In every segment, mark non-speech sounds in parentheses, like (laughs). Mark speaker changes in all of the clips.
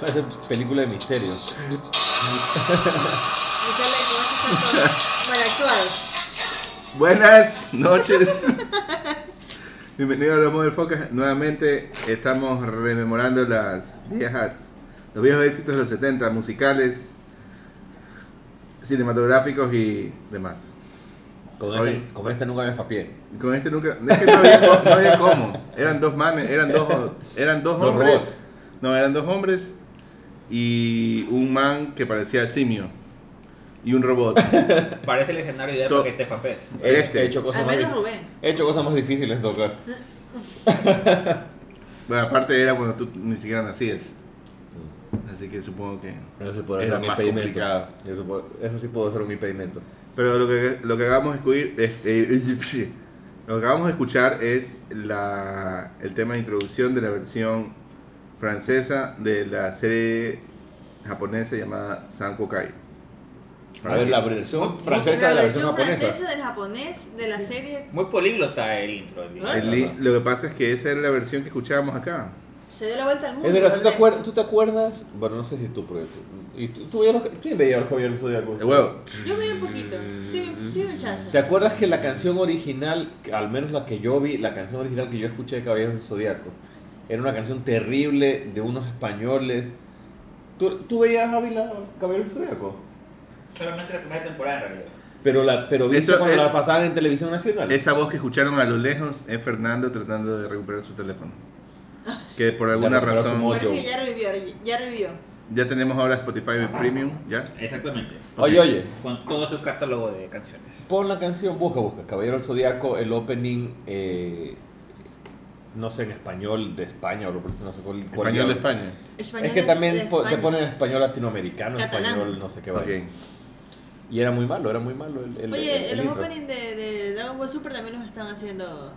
Speaker 1: Parece película de misterio.
Speaker 2: Dice la cómo se están mal actuados.
Speaker 3: Buenas noches. Bienvenido a Los del Focas. Nuevamente estamos rememorando las viejas, los viejos éxitos de los 70, musicales, cinematográficos y demás.
Speaker 1: Con
Speaker 3: Oye.
Speaker 1: este, con este nunca me fapié.
Speaker 3: Con este nunca. Es que no había, co- no había cómo. Eran dos manes, eran dos, eran dos
Speaker 1: Dos
Speaker 3: hombres.
Speaker 1: robots.
Speaker 3: No, eran dos hombres y un man que parecía simio y un robot.
Speaker 4: Parece el escenario ideal
Speaker 3: To-
Speaker 4: para que te papes.
Speaker 1: He,
Speaker 3: Este.
Speaker 1: he hecho cosas
Speaker 2: Al
Speaker 1: más
Speaker 2: menos
Speaker 1: dif-
Speaker 2: Rubén.
Speaker 1: He hecho cosas más difíciles en todo caso.
Speaker 3: Bueno, aparte era cuando tú ni siquiera nacías. Así que supongo que.
Speaker 1: Eso sí puede
Speaker 3: Era
Speaker 1: ser un
Speaker 3: más
Speaker 1: impedimento.
Speaker 3: complicado.
Speaker 1: Eso, puede- eso sí puede ser un impedimento.
Speaker 3: Pero lo que, lo que acabamos de escuir- es- eh, (laughs) lo que acabamos de escuchar es la, el tema de introducción de la versión francesa de la serie japonesa llamada Sanko Kai.
Speaker 1: A ver, la versión francesa de la versión japonesa.
Speaker 2: francesa del japonés de la serie
Speaker 4: Muy políglota el intro. el video.
Speaker 3: El li- lo que pasa es que esa era la versión que escuchábamos acá.
Speaker 2: se dio la vuelta al mundo.
Speaker 1: Es verdad, ¿tú te,
Speaker 2: ¿verdad?
Speaker 1: acuer- ¿tú te acuerdas? Bueno, no sé si tú, pero. ¿Y tú, tú veías los, ¿Quién veía los Caballeros del Zodiaco?
Speaker 3: El huevo.
Speaker 2: Yo vi un poquito. Sí, sí, vi un chance.
Speaker 1: ¿Te acuerdas que la canción original, que al menos la que yo vi, la canción original que yo escuché de Caballeros del Zodiaco, era una canción terrible de unos españoles? ¿Tú, tú veías Ávila Caballeros del Zodiaco?
Speaker 4: Solamente la primera temporada en realidad.
Speaker 1: Pero la pero viste
Speaker 3: Eso
Speaker 1: cuando
Speaker 3: es-
Speaker 1: la pasaban en televisión nacional.
Speaker 3: Esa voz que escucharon a lo lejos es Fernando tratando de recuperar su teléfono. Que por alguna
Speaker 1: recuperó su
Speaker 3: razón
Speaker 1: móvil.
Speaker 2: Ah, Parece que ya revivió, ya revivió.
Speaker 3: ya tenemos ahora Spotify Premium, ¿ya?
Speaker 4: Exactamente.
Speaker 1: Oye, oye.
Speaker 4: Con todo su catálogo de canciones.
Speaker 1: Pon la canción, busca, busca. Caballero del Zodiaco, el opening, eh, no sé, en español de España o lo no sé cuál. cuál
Speaker 3: Español de
Speaker 1: diablo.
Speaker 3: España.
Speaker 1: Es que también po- te ponen español latinoamericano,
Speaker 2: Catalán.
Speaker 1: español, no sé qué vaya.
Speaker 3: Ok.
Speaker 1: Y era muy malo, era muy malo el, el, el-
Speaker 2: Oye,
Speaker 1: el
Speaker 2: los
Speaker 1: intro.
Speaker 2: openings de, de Dragon Ball Super también los están haciendo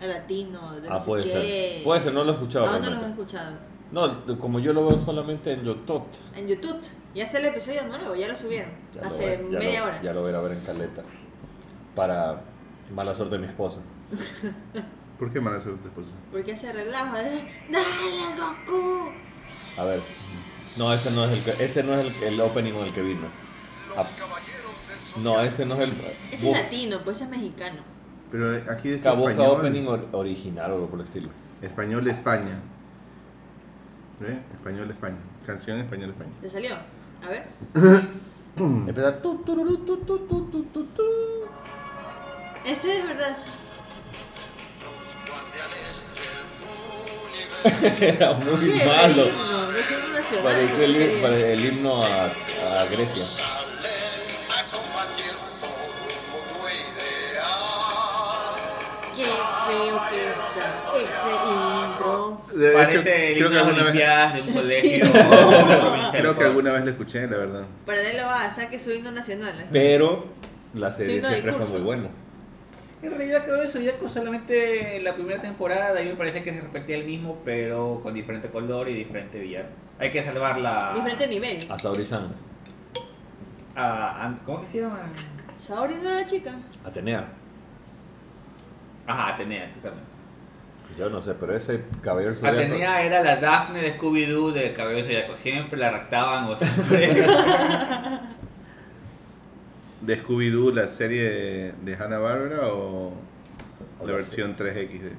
Speaker 2: a latino, de
Speaker 1: Ah,
Speaker 2: no sé
Speaker 1: puede
Speaker 2: qué.
Speaker 1: ser. Puede ser, no lo he escuchado.
Speaker 2: Aún no los he
Speaker 1: realmente.
Speaker 2: escuchado.
Speaker 1: No, como yo lo veo solamente en Yotot.
Speaker 2: En YouTube. Ya está el episodio nuevo, ya lo subieron.
Speaker 1: Ya lo
Speaker 2: hace
Speaker 1: voy- ya
Speaker 2: media
Speaker 1: lo-
Speaker 2: hora.
Speaker 1: Ya lo voy a ir a ver en Caleta. Para mala suerte de mi esposa.
Speaker 3: ¿Por qué mala suerte, esposa?
Speaker 2: Porque hace relajo. ¿eh? ¡Dale, Goku!
Speaker 1: A ver. No, ese no es el, que- ese no es el, el opening con el que vino. Ah, no, ese no es el.
Speaker 2: Ese es latino, pues ese es mexicano.
Speaker 3: Pero aquí dice
Speaker 1: Busca, busca
Speaker 3: español.
Speaker 1: opening or- original o algo por el estilo.
Speaker 3: Español de España. ¿Ve? Español de España. Canción español de España.
Speaker 2: ¿Te salió? A ver.
Speaker 1: Empieza tu, tururú, tu, tu, tu, tu, tu, (laughs) tu.
Speaker 2: Ese es verdad.
Speaker 1: Era muy
Speaker 2: ¿Qué es el
Speaker 1: malo.
Speaker 2: himno? Es el himno nacional.
Speaker 1: Parecía el,
Speaker 2: porquería.
Speaker 1: pare- el himno a, a Grecia.
Speaker 2: Qué feo que está ese intro.
Speaker 3: De
Speaker 4: Parece
Speaker 3: creo,
Speaker 4: el
Speaker 3: que
Speaker 4: himno de las
Speaker 3: alguna vez,
Speaker 4: Olimpiadas de un (laughs) colegio.
Speaker 3: creo que alguna vez lo escuché, la verdad.
Speaker 2: Paralelo a saque su himno nacional. ¿eh?
Speaker 1: Pero la
Speaker 2: Sí,
Speaker 1: serie
Speaker 2: no,
Speaker 1: siempre fue
Speaker 2: discurso.
Speaker 1: muy buena.
Speaker 4: En realidad creo que Zodíaco solamente la primera temporada, ahí me parece que se repetía el mismo, pero con diferente color y diferente villano. Hay que salvar la...
Speaker 2: Diferente nivel.
Speaker 1: A Saori-san,
Speaker 4: a- a- ¿Cómo que se llama?
Speaker 2: Saori no era la chica.
Speaker 1: Atenea.
Speaker 4: Ajá, Atenea, exactamente.
Speaker 1: Yo no sé, pero ese cabello
Speaker 3: Ah,
Speaker 1: del zodiaco-
Speaker 4: Atenea era la Daphne de Scooby-Doo de Cabello de Zodíaco. Siempre la raptaban
Speaker 3: (laughs)
Speaker 4: o siempre...
Speaker 3: ¿De Scooby-Doo, la serie de Hanna-Barbera o
Speaker 1: O la
Speaker 3: la versión 3X? de-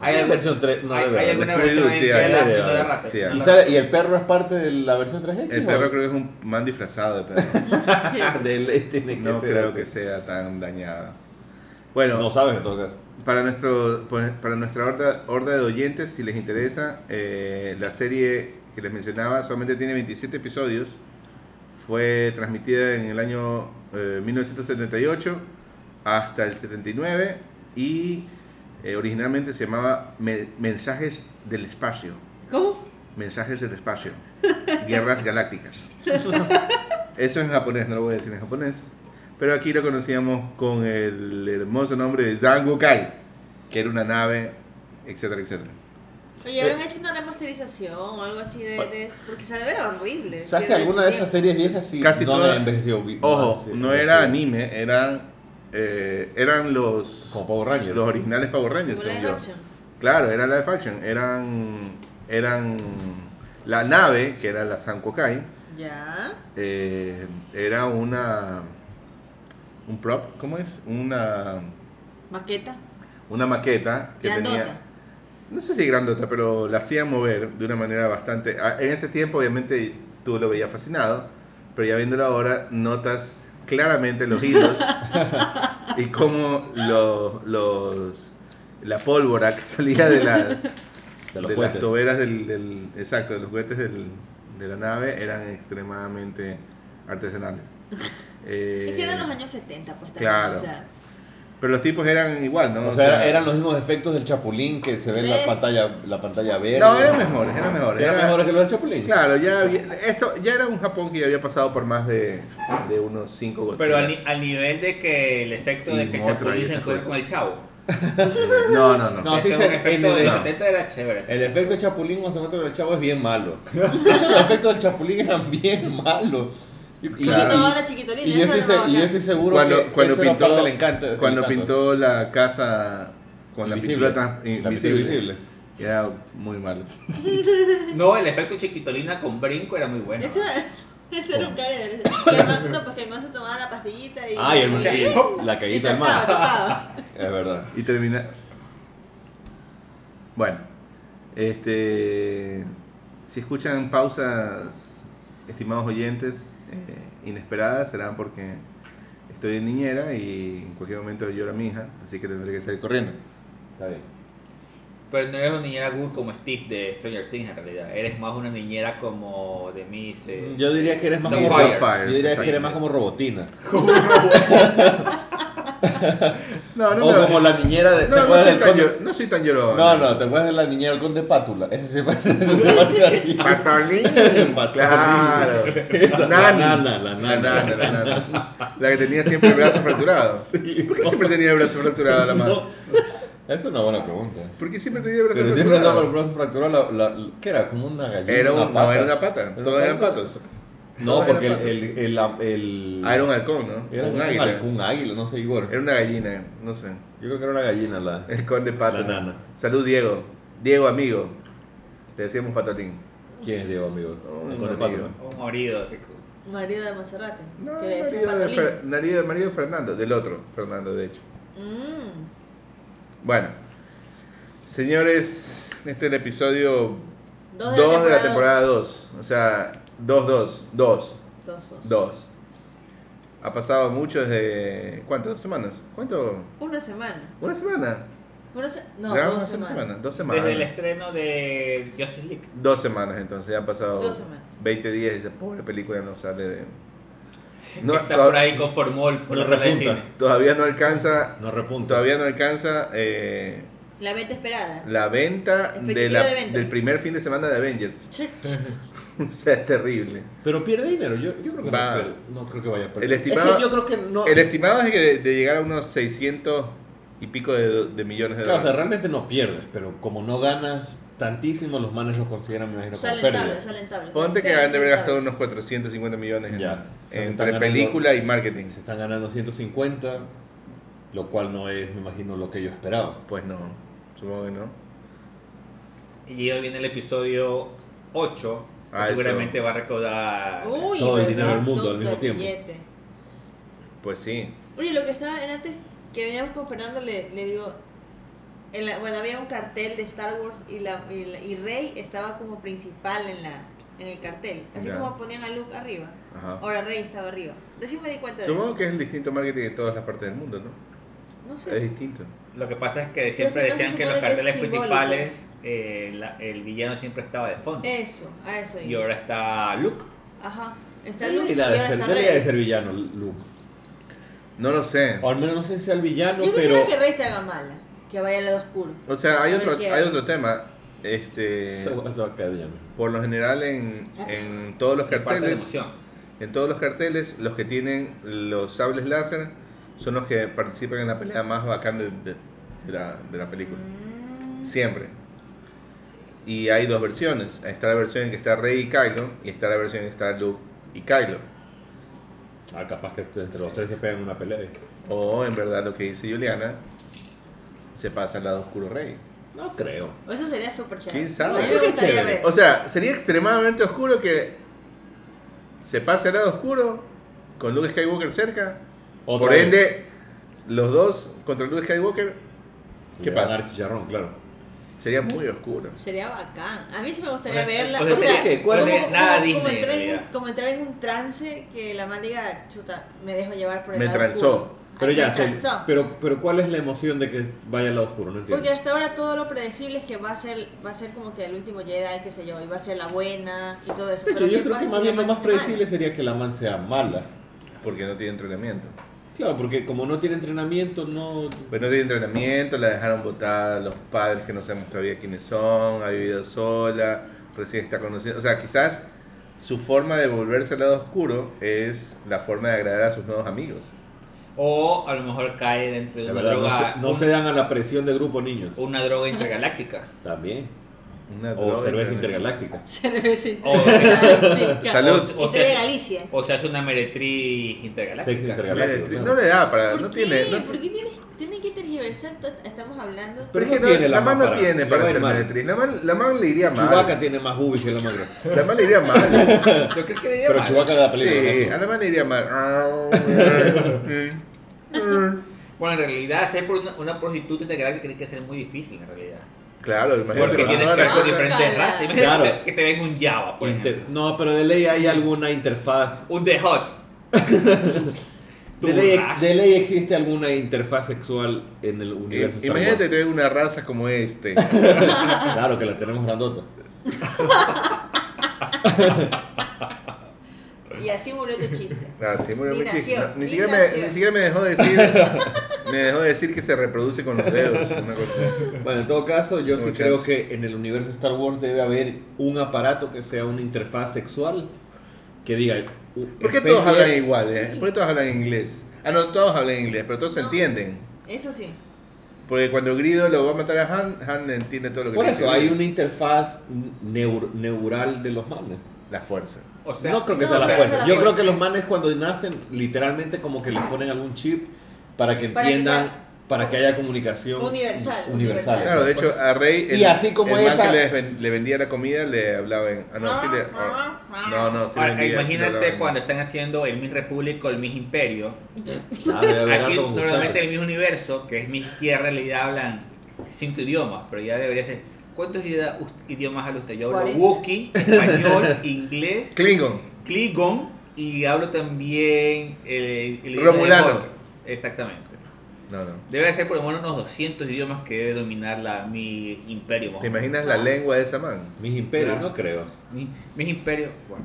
Speaker 1: Hay
Speaker 4: algún-
Speaker 1: versión 3, no,
Speaker 4: hay,
Speaker 1: de verdad,
Speaker 4: hay alguna
Speaker 3: de
Speaker 4: versión
Speaker 3: Scooby-Doo,
Speaker 4: en
Speaker 3: sí,
Speaker 4: que
Speaker 3: hay,
Speaker 4: la
Speaker 3: hay,
Speaker 4: de,
Speaker 1: hay,
Speaker 4: la rata.
Speaker 3: sí,
Speaker 4: la
Speaker 3: hay.
Speaker 1: ¿Y,
Speaker 4: rata.
Speaker 1: sabe- y el perro es parte de la versión 3X?
Speaker 3: El
Speaker 1: o-
Speaker 3: perro creo que es un man disfrazado de perro.
Speaker 1: (laughs) Ah, de ley tiene que
Speaker 3: No
Speaker 1: ser
Speaker 3: creo
Speaker 1: así.
Speaker 3: que sea tan dañada. Bueno,
Speaker 1: No sabes en todo caso.
Speaker 3: Para, nuestro, para nuestra horda, horda de oyentes, si les interesa, eh, la serie que les mencionaba solamente tiene 27 episodios. Fue transmitida en el año eh, 1978 hasta el 79 y eh, originalmente se llamaba Me- Mensajes del Espacio.
Speaker 2: ¿Cómo?
Speaker 3: Mensajes del Espacio. Guerras Galácticas. Eso en japonés, no lo voy a decir en japonés. Pero aquí lo conocíamos con el hermoso nombre de Zangokai, que era una nave, etcétera, etcétera.
Speaker 2: Oye, habrán
Speaker 1: Eh.
Speaker 2: hecho una remasterización o algo así de. de- porque se debe ver horrible.
Speaker 1: ¿Sabes que
Speaker 2: Quiero
Speaker 1: alguna de
Speaker 2: decir
Speaker 1: esas series viejas sí
Speaker 3: Casi
Speaker 1: no
Speaker 3: toda-
Speaker 1: han envejecido? bi-
Speaker 3: Ojo,
Speaker 1: han
Speaker 3: no era
Speaker 1: envejecido?
Speaker 3: anime, eran, eh, eran los,
Speaker 1: Como Power Rangers.
Speaker 3: los originales Power Rangers,
Speaker 2: Como
Speaker 3: según
Speaker 2: live
Speaker 3: yo.
Speaker 2: action.
Speaker 3: Claro, era live action, eran, eran La nave, que era la Sankokai,
Speaker 2: Ya.
Speaker 3: eh, era una. Un prop, ¿cómo es? Una,
Speaker 2: Maqueta.
Speaker 3: una maqueta que
Speaker 2: Grandota.
Speaker 3: tenía. No sé si grandota, pero la hacía mover de una manera bastante... a- En ese tiempo, obviamente, tú lo veías fascinado, pero ya viéndolo ahora, notas claramente los hilos y cómo los, los, la pólvora que salía de las,
Speaker 1: De los
Speaker 3: de las
Speaker 1: cohetes.
Speaker 3: toberas del, del- Exacto, de los cohetes del- de la nave eran extremadamente
Speaker 1: (laughs)
Speaker 3: artesanales. Eh,
Speaker 2: Es que eran los años 70, pues también.
Speaker 3: claro.
Speaker 2: O sea,
Speaker 3: Pero los tipos eran igual, ¿no?
Speaker 1: O sea, eran los mismos efectos del Chapulín que se ve en la
Speaker 2: ¿Ves?
Speaker 1: pantalla, la pantalla verde.
Speaker 3: No, eran mejores, eran mejores.
Speaker 1: ¿Sí eran
Speaker 3: Era-
Speaker 1: mejores que los del Chapulín.
Speaker 3: Claro, ya, había- esto, ya era un Japón que ya había pasado por más de, de unos 5 Godzilla.
Speaker 4: Pero al, ni- al nivel de que el efecto de
Speaker 3: Y
Speaker 4: que el
Speaker 3: Mothra y
Speaker 4: Chapulín se
Speaker 3: esas
Speaker 4: encuentra con
Speaker 3: cosas.
Speaker 4: el chavo.
Speaker 3: No, no, no.
Speaker 1: No, sí
Speaker 4: Este es
Speaker 1: se-
Speaker 4: un efecto
Speaker 1: en el-
Speaker 4: de
Speaker 1: no.
Speaker 4: 70 era chévere. ese.
Speaker 1: El efecto Chapulín cuando se encuentra con el chavo es bien malo. De hecho, los efectos del Chapulín eran bien malos. Y, y-
Speaker 3: Claro.
Speaker 1: y-
Speaker 2: toda la chiquitolina.
Speaker 1: y yo, estoy, se- y yo estoy seguro
Speaker 3: Cuando,
Speaker 1: que
Speaker 3: cuando
Speaker 1: eso era
Speaker 3: pintó,
Speaker 1: parte del encanto- del
Speaker 3: cuando
Speaker 1: encanto.
Speaker 3: pintó la casa con
Speaker 1: Invisible.
Speaker 3: la pintura trans-
Speaker 1: La pintura
Speaker 3: invisible,
Speaker 1: invisible.
Speaker 3: Era muy malo.
Speaker 4: No, el efecto chiquitolina con brinco era muy bueno.
Speaker 2: Ese era, ese era un cagadero. Que el man- No, pues que el man se tomaba la pastillita y.
Speaker 1: Ah, y el-
Speaker 2: y,
Speaker 1: y la caída del
Speaker 2: saltaba,
Speaker 1: mar.
Speaker 2: saltaba.
Speaker 1: Es verdad.
Speaker 3: Y termina. Bueno, este. Si escuchan pausas, estimados oyentes, eh, inesperadas, será porque estoy de niñera y en cualquier momento llora mi hija, así que tendré que salir corriendo.
Speaker 1: Está bien.
Speaker 4: Pero no eres una niñera cool como Steve de Stranger Things en realidad. Eres más una niñera como de Miss.
Speaker 3: Mm,
Speaker 4: eh,
Speaker 1: Yo diría que eres más
Speaker 4: The
Speaker 1: como
Speaker 4: Wire.
Speaker 1: Yo diría
Speaker 3: Exacto.
Speaker 1: que eres más como robotina.
Speaker 3: No, no,
Speaker 1: o
Speaker 3: me-
Speaker 1: como la niñera de.
Speaker 3: No,
Speaker 1: ¿te
Speaker 3: no
Speaker 1: acuerdas
Speaker 3: soy,
Speaker 1: del
Speaker 3: tan
Speaker 1: conde?
Speaker 3: llor- no soy tan llorón.
Speaker 1: No, no, te acuerdas de la niñera del conde Pátula. Ese se (laughs) parece, ese se parece a ti. (laughs) Patolín,
Speaker 3: Patolín, claro.
Speaker 1: Esa,
Speaker 3: Nani.
Speaker 1: la nana, la
Speaker 3: La
Speaker 1: nana.
Speaker 3: nana, la nana. La que tenía siempre el
Speaker 1: (laughs)
Speaker 3: brazo fracturado. ¿Por qué siempre tenía el brazo fracturado la madre?
Speaker 1: Es una buena pregunta.
Speaker 3: ¿Por qué siempre tenía el brazo
Speaker 1: Pero siempre
Speaker 3: fracturado?
Speaker 1: andaba con el brazo fracturado, la, la- ¿qué era? Como una gallina.
Speaker 3: Era un-
Speaker 1: una pata.
Speaker 3: no, era una pata. Todos eran patos.
Speaker 1: No,
Speaker 3: Todos
Speaker 1: porque el,
Speaker 3: eran
Speaker 1: el, el, el-
Speaker 3: Ah, era un halcón, ¿no?
Speaker 1: era
Speaker 3: un
Speaker 1: un
Speaker 3: águila.
Speaker 1: halcón, un águila, no sé, Igor.
Speaker 3: Era una gallina, no sé.
Speaker 1: Yo creo que era una gallina la.
Speaker 3: El conde pato.
Speaker 1: La nana.
Speaker 3: Salud, Diego. Diego, amigo. Te decíamos patolín.
Speaker 1: ¿Quién es Diego, amigo?
Speaker 3: Un
Speaker 1: el conde
Speaker 3: amigo.
Speaker 1: Pátula.
Speaker 4: Un marido. que-
Speaker 3: Este
Speaker 2: Marido de Monserrate.
Speaker 3: No,
Speaker 2: que le
Speaker 3: marido
Speaker 2: decían
Speaker 3: de,
Speaker 2: Patolín.
Speaker 3: Fer- marido- marido de Fernando, del otro Fernando, de hecho.
Speaker 2: Mm.
Speaker 3: Bueno, señores, este es el episodio
Speaker 2: Dos
Speaker 3: 2
Speaker 2: de la
Speaker 3: de la
Speaker 2: temporada
Speaker 3: temporada
Speaker 2: dos.
Speaker 3: 2. O sea, 2, 2, 2,
Speaker 2: Dos, dos.
Speaker 3: 2. Ha pasado mucho desde. ¿Cuánto? ¿Dos semanas? ¿Cuánto?
Speaker 2: Una semana.
Speaker 3: ¿Una semana?
Speaker 2: Una se- No,
Speaker 3: Grabamos
Speaker 2: dos
Speaker 3: hace una
Speaker 2: semanas.
Speaker 3: semana, Dos semanas.
Speaker 4: Desde el estreno de Justice League.
Speaker 3: Dos semanas, entonces ya han pasado
Speaker 2: Dos semanas.
Speaker 3: 20 días y esa pobre película no sale
Speaker 1: (laughs)
Speaker 3: de.
Speaker 4: que está por ahí con Formol por
Speaker 1: No
Speaker 4: la sala de
Speaker 1: repunta.
Speaker 4: cine.
Speaker 3: Todavía no alcanza.
Speaker 1: No repunta.
Speaker 3: Todavía no alcanza eh,
Speaker 2: La meta esperada.
Speaker 3: la venta de
Speaker 2: Expectativa
Speaker 3: la-
Speaker 2: de ventas.
Speaker 3: del primer fin de semana de Avengers. (laughs)
Speaker 1: (laughs)
Speaker 3: o sea, es terrible.
Speaker 1: Pero pierde dinero, yo, yo creo que
Speaker 3: Va.
Speaker 1: no, creo- no creo que vaya a perder.
Speaker 3: El estimado-
Speaker 1: Es que yo creo que no.
Speaker 3: El estimado es que de, de llegar a unos 600 y pico de, de millones de
Speaker 1: Claro, o
Speaker 3: dólares.
Speaker 1: sea, realmente no pierdes, pero como no ganas tantísimo, los manes los consideran, me imagino, como
Speaker 2: Salen tablas,
Speaker 1: pérdida.
Speaker 2: salen tablas.
Speaker 3: Ponte que
Speaker 2: Salen
Speaker 3: han de haber
Speaker 2: tablas.
Speaker 3: gastado unos 450 millones en,
Speaker 1: Ya. O sea, se están
Speaker 3: entre
Speaker 1: ganando-
Speaker 3: película y marketing.
Speaker 1: Se están ganando 150, lo cual no es, me imagino, lo que yo esperaba.
Speaker 3: Pues no, supongo que no.
Speaker 4: Y hoy viene el episodio 8. que
Speaker 3: Ah, eso.
Speaker 4: seguramente va a recaudar.
Speaker 2: Uy,
Speaker 1: Todo el
Speaker 2: ¿verdad?
Speaker 1: dinero del mundo al
Speaker 2: Todo
Speaker 1: mismo
Speaker 2: el
Speaker 1: tiempo.
Speaker 2: billete.
Speaker 3: Pues sí.
Speaker 2: Oye, lo que estaba era antes que veníamos con Fernando, le, le digo. en la- bueno, había un cartel de Star Wars y, la, y, la- y Rey estaba como principal en, la, en el cartel. Así
Speaker 3: Ya.
Speaker 2: como ponían a Luke arriba.
Speaker 3: Ajá.
Speaker 2: Ahora Rey estaba arriba. Recién me di cuenta de
Speaker 3: Supongo
Speaker 2: eso.
Speaker 3: que es el distinto marketing de todas las partes del mundo, ¿no?
Speaker 2: No sé.
Speaker 3: Es distinto.
Speaker 4: Lo que pasa es que siempre
Speaker 2: al final
Speaker 4: decían
Speaker 2: se
Speaker 4: que en los
Speaker 2: supone que es
Speaker 4: carteles principales eh, la- el villano siempre estaba de fondo.
Speaker 2: Eso, a eso.
Speaker 4: Y
Speaker 2: iba.
Speaker 4: ahora está Luke.
Speaker 2: Ajá. Está Luke
Speaker 1: Y
Speaker 2: y
Speaker 1: la
Speaker 2: ahora
Speaker 1: de ser,
Speaker 2: está
Speaker 1: debería de
Speaker 2: Rey.
Speaker 1: ser villano, Luke.
Speaker 3: No lo sé.
Speaker 1: O al menos no sé si sea el villano,
Speaker 2: Yo quisiera
Speaker 1: pero.
Speaker 2: que Rey se haga mala. Que vaya al lado oscuro.
Speaker 3: O sea, hay
Speaker 2: A ver
Speaker 3: otro,
Speaker 2: qué
Speaker 3: hay otro tema. Este,
Speaker 1: Se va- se va a caer villano.
Speaker 3: por lo general en, en todos los
Speaker 4: es parte de la
Speaker 3: carteles
Speaker 4: emoción.
Speaker 3: En todos los carteles, los que tienen los sables láser son los que participan en la pelea más bacán de, de- de la, de la película.
Speaker 2: Mm.
Speaker 3: Siempre. Y hay dos versiones. Está la versión en que está Rey y Kylo, y está la versión en que está Luke y Kylo.
Speaker 1: Ah, capaz que entre los tres se pegan una pelea.
Speaker 3: O en verdad lo que dice Juliana, se pasa al lado oscuro Rey.
Speaker 1: No creo.
Speaker 2: O eso sería súper chévere.
Speaker 3: ¿Quién sabe?
Speaker 2: A mí
Speaker 1: Creo
Speaker 2: me
Speaker 1: que es
Speaker 2: gustaría
Speaker 1: chévere.
Speaker 2: ver.
Speaker 3: O sea, sería extremadamente oscuro que se pase al lado oscuro con Luke Skywalker cerca.
Speaker 1: Otra
Speaker 3: Por
Speaker 1: vez.
Speaker 3: ende, los dos contra Luke Skywalker ¿Qué
Speaker 1: Le van a
Speaker 3: pasa?
Speaker 1: dar chicharrón, claro.
Speaker 3: sería muy oscuro.
Speaker 2: Sería bacán. A mí sí me gustaría
Speaker 4: O sea,
Speaker 2: verla.
Speaker 4: o sea,
Speaker 2: O sea,
Speaker 1: ¿qué? ¿Cuál?
Speaker 2: como-
Speaker 4: O sea, nada
Speaker 2: como-
Speaker 4: Disney,
Speaker 2: como entrar,
Speaker 4: en
Speaker 2: en un,
Speaker 4: realidad.
Speaker 2: como entrar en un trance que la man diga, chuta, me dejo llevar por el
Speaker 3: Me
Speaker 2: lado
Speaker 3: transó.
Speaker 2: oscuro". Ah,
Speaker 1: Pero ya,
Speaker 2: me
Speaker 1: se-
Speaker 2: transó.
Speaker 1: pero, pero ¿cuál es la emoción de que vaya al lado oscuro? No entiendo.
Speaker 2: Porque hasta ahora todo lo predecible es que va a ser va a ser como que el último Jedi, qué sé yo, y va a ser la buena y todo eso.
Speaker 1: de hecho,
Speaker 2: Pero
Speaker 1: yo
Speaker 2: ¿qué
Speaker 1: creo que
Speaker 2: pasa
Speaker 1: más
Speaker 2: si
Speaker 1: bien
Speaker 2: la
Speaker 1: lo más
Speaker 2: man se hace mal?
Speaker 1: predecible sería que la man sea mala.
Speaker 3: Porque no tiene entrenamiento.
Speaker 1: Claro, porque como no tiene entrenamiento, no...
Speaker 3: Pues no tiene entrenamiento, la dejaron botada los padres que no sabemos todavía quiénes son, ha vivido sola, recién está conociendo. O sea, quizás su forma de volverse al lado oscuro es la forma de agradar a sus nuevos amigos.
Speaker 4: O a lo mejor cae dentro de
Speaker 1: La
Speaker 4: una
Speaker 1: verdad, no
Speaker 4: droga,
Speaker 1: se, no
Speaker 4: un-
Speaker 1: se dan a la presión de grupo niños.
Speaker 4: una droga intergaláctica.
Speaker 1: También.
Speaker 3: Una
Speaker 1: O
Speaker 3: droga
Speaker 1: cerveza
Speaker 3: intergaláctica.
Speaker 1: intergaláctica.
Speaker 2: (laughs) Se le ve sin-
Speaker 4: O-
Speaker 3: Salud.
Speaker 4: O- o
Speaker 2: Y
Speaker 4: sea,
Speaker 2: trae Galicia.
Speaker 4: O se hace una meretriz intergaláctica.
Speaker 1: Sexo intergaláctico.
Speaker 3: Mira,
Speaker 1: claro.
Speaker 3: No le da para,
Speaker 2: ¿Por
Speaker 3: no
Speaker 2: qué?
Speaker 3: tiene. no-
Speaker 2: ¿Por qué tienes, tienen que tergiversar? todo? Estamos hablando.
Speaker 1: Pero-
Speaker 3: es que
Speaker 1: no tiene la
Speaker 3: man
Speaker 1: más
Speaker 3: no
Speaker 1: para-
Speaker 3: tiene
Speaker 1: le
Speaker 3: para
Speaker 1: va a ir
Speaker 3: ser
Speaker 1: mal.
Speaker 3: meretriz. La man, la man le iría mal.
Speaker 1: Chewbacca tiene más boobies que la madre.
Speaker 3: La man le
Speaker 1: (laughs)
Speaker 3: iría mal.
Speaker 4: Yo creo que le iría
Speaker 1: Pero
Speaker 4: mal.
Speaker 1: Chewbacca de la
Speaker 3: sí,
Speaker 1: película.
Speaker 3: a
Speaker 1: ¿no?
Speaker 3: la man le
Speaker 1: (laughs)
Speaker 3: iría mal. (laughs) Mm.
Speaker 4: Bueno, en realidad, ser por una, una prostituta intergaláctica tiene que ser muy difícil, en realidad.
Speaker 3: claro, imagínate.
Speaker 4: Porque
Speaker 3: la
Speaker 4: tienes que
Speaker 3: man
Speaker 4: ver
Speaker 3: era
Speaker 4: con
Speaker 2: cosa-
Speaker 4: diferentes
Speaker 2: Guácala.
Speaker 4: razas. Imagínate
Speaker 1: Claro.
Speaker 4: que te- que te venga un Java, por
Speaker 1: Inter-
Speaker 4: ejemplo.
Speaker 1: no, pero de ley hay alguna interfaz.
Speaker 4: Un The Hot. Tu
Speaker 1: De ley, ex-
Speaker 4: raza.
Speaker 1: de ley existe alguna interfaz sexual en el universo. Star Wars.
Speaker 3: Imagínate tener una raza como este.
Speaker 1: Claro que la tenemos grandota.
Speaker 2: Y así murió tu chiste.
Speaker 3: No, sí, murió
Speaker 2: Ni
Speaker 3: muy
Speaker 2: nació,
Speaker 3: chiquito. No, ni,
Speaker 2: ni
Speaker 3: siquiera
Speaker 2: nació.
Speaker 3: me, ni siquiera me dejó decir. (laughs) me dejó decir que se reproduce con los dedos. Una cosa. así.
Speaker 1: Bueno, en todo caso, yo sí
Speaker 3: Muchas.
Speaker 1: creo que en el universo Star Wars debe haber un aparato que sea una interfaz sexual que diga. u-
Speaker 3: ¿Por qué
Speaker 1: especie-
Speaker 3: todos hablan igual? eh?
Speaker 2: Sí.
Speaker 3: ¿Por qué todos hablan inglés? Ah, no, todos hablan inglés, pero todos se
Speaker 2: No.
Speaker 3: entienden.
Speaker 2: Eso sí.
Speaker 3: Porque cuando Grido lo va a matar a Han, Han entiende todo lo que
Speaker 1: Por
Speaker 3: le
Speaker 1: eso
Speaker 3: dice
Speaker 1: hay
Speaker 3: Grido.
Speaker 1: una interfaz neur- neural de los manes.
Speaker 3: La fuerza.
Speaker 4: O sea,
Speaker 1: no creo que
Speaker 2: no,
Speaker 1: sea la
Speaker 2: pero
Speaker 1: fuerza.
Speaker 2: esa es la
Speaker 1: Yo creo
Speaker 2: fuerza.
Speaker 1: que los manes cuando nacen, literalmente como que les ponen algún chip para que
Speaker 2: Para que
Speaker 1: entiendan,
Speaker 2: sea-
Speaker 1: para que haya comunicación
Speaker 2: Universal,
Speaker 1: universal,
Speaker 2: universal.
Speaker 3: Claro, de hecho, a Rey, el,
Speaker 1: Y así como
Speaker 3: el man
Speaker 1: esa-
Speaker 3: que le, ven- le vendía la comida, le hablaba en... Ah, no, sí le... ah, no, no, sí le vendía, sí le
Speaker 4: Ahora,
Speaker 3: hablaba
Speaker 4: imagínate
Speaker 3: en-
Speaker 4: cuando están haciendo el Miss República o el Miss Imperio.
Speaker 1: Ah, debe haber
Speaker 4: Aquí
Speaker 1: algo con
Speaker 4: normalmente
Speaker 1: gusano.
Speaker 4: el Miss Universo, que es Miss Tierra, en realidad hablan cinco idiomas, pero ya debería ser. ¿Cuántos ida- us- idiomas habla usted? Yo hablo
Speaker 2: Cuarenta.
Speaker 4: Wookiee,
Speaker 1: (laughs)
Speaker 4: español, inglés,
Speaker 3: Klingon.
Speaker 4: Klingon y hablo también el, el idioma
Speaker 3: Romulano.
Speaker 4: de Bot. Exactamente.
Speaker 3: No, no.
Speaker 4: Debe ser por lo menos unos 200 idiomas que debe dominar la, mi imperio. más o
Speaker 3: ¿Te
Speaker 4: menos.
Speaker 3: imaginas la lengua de esa man?
Speaker 1: Mis imperios,
Speaker 4: Claro.
Speaker 1: no creo.
Speaker 4: Mi, mis imperios, bueno.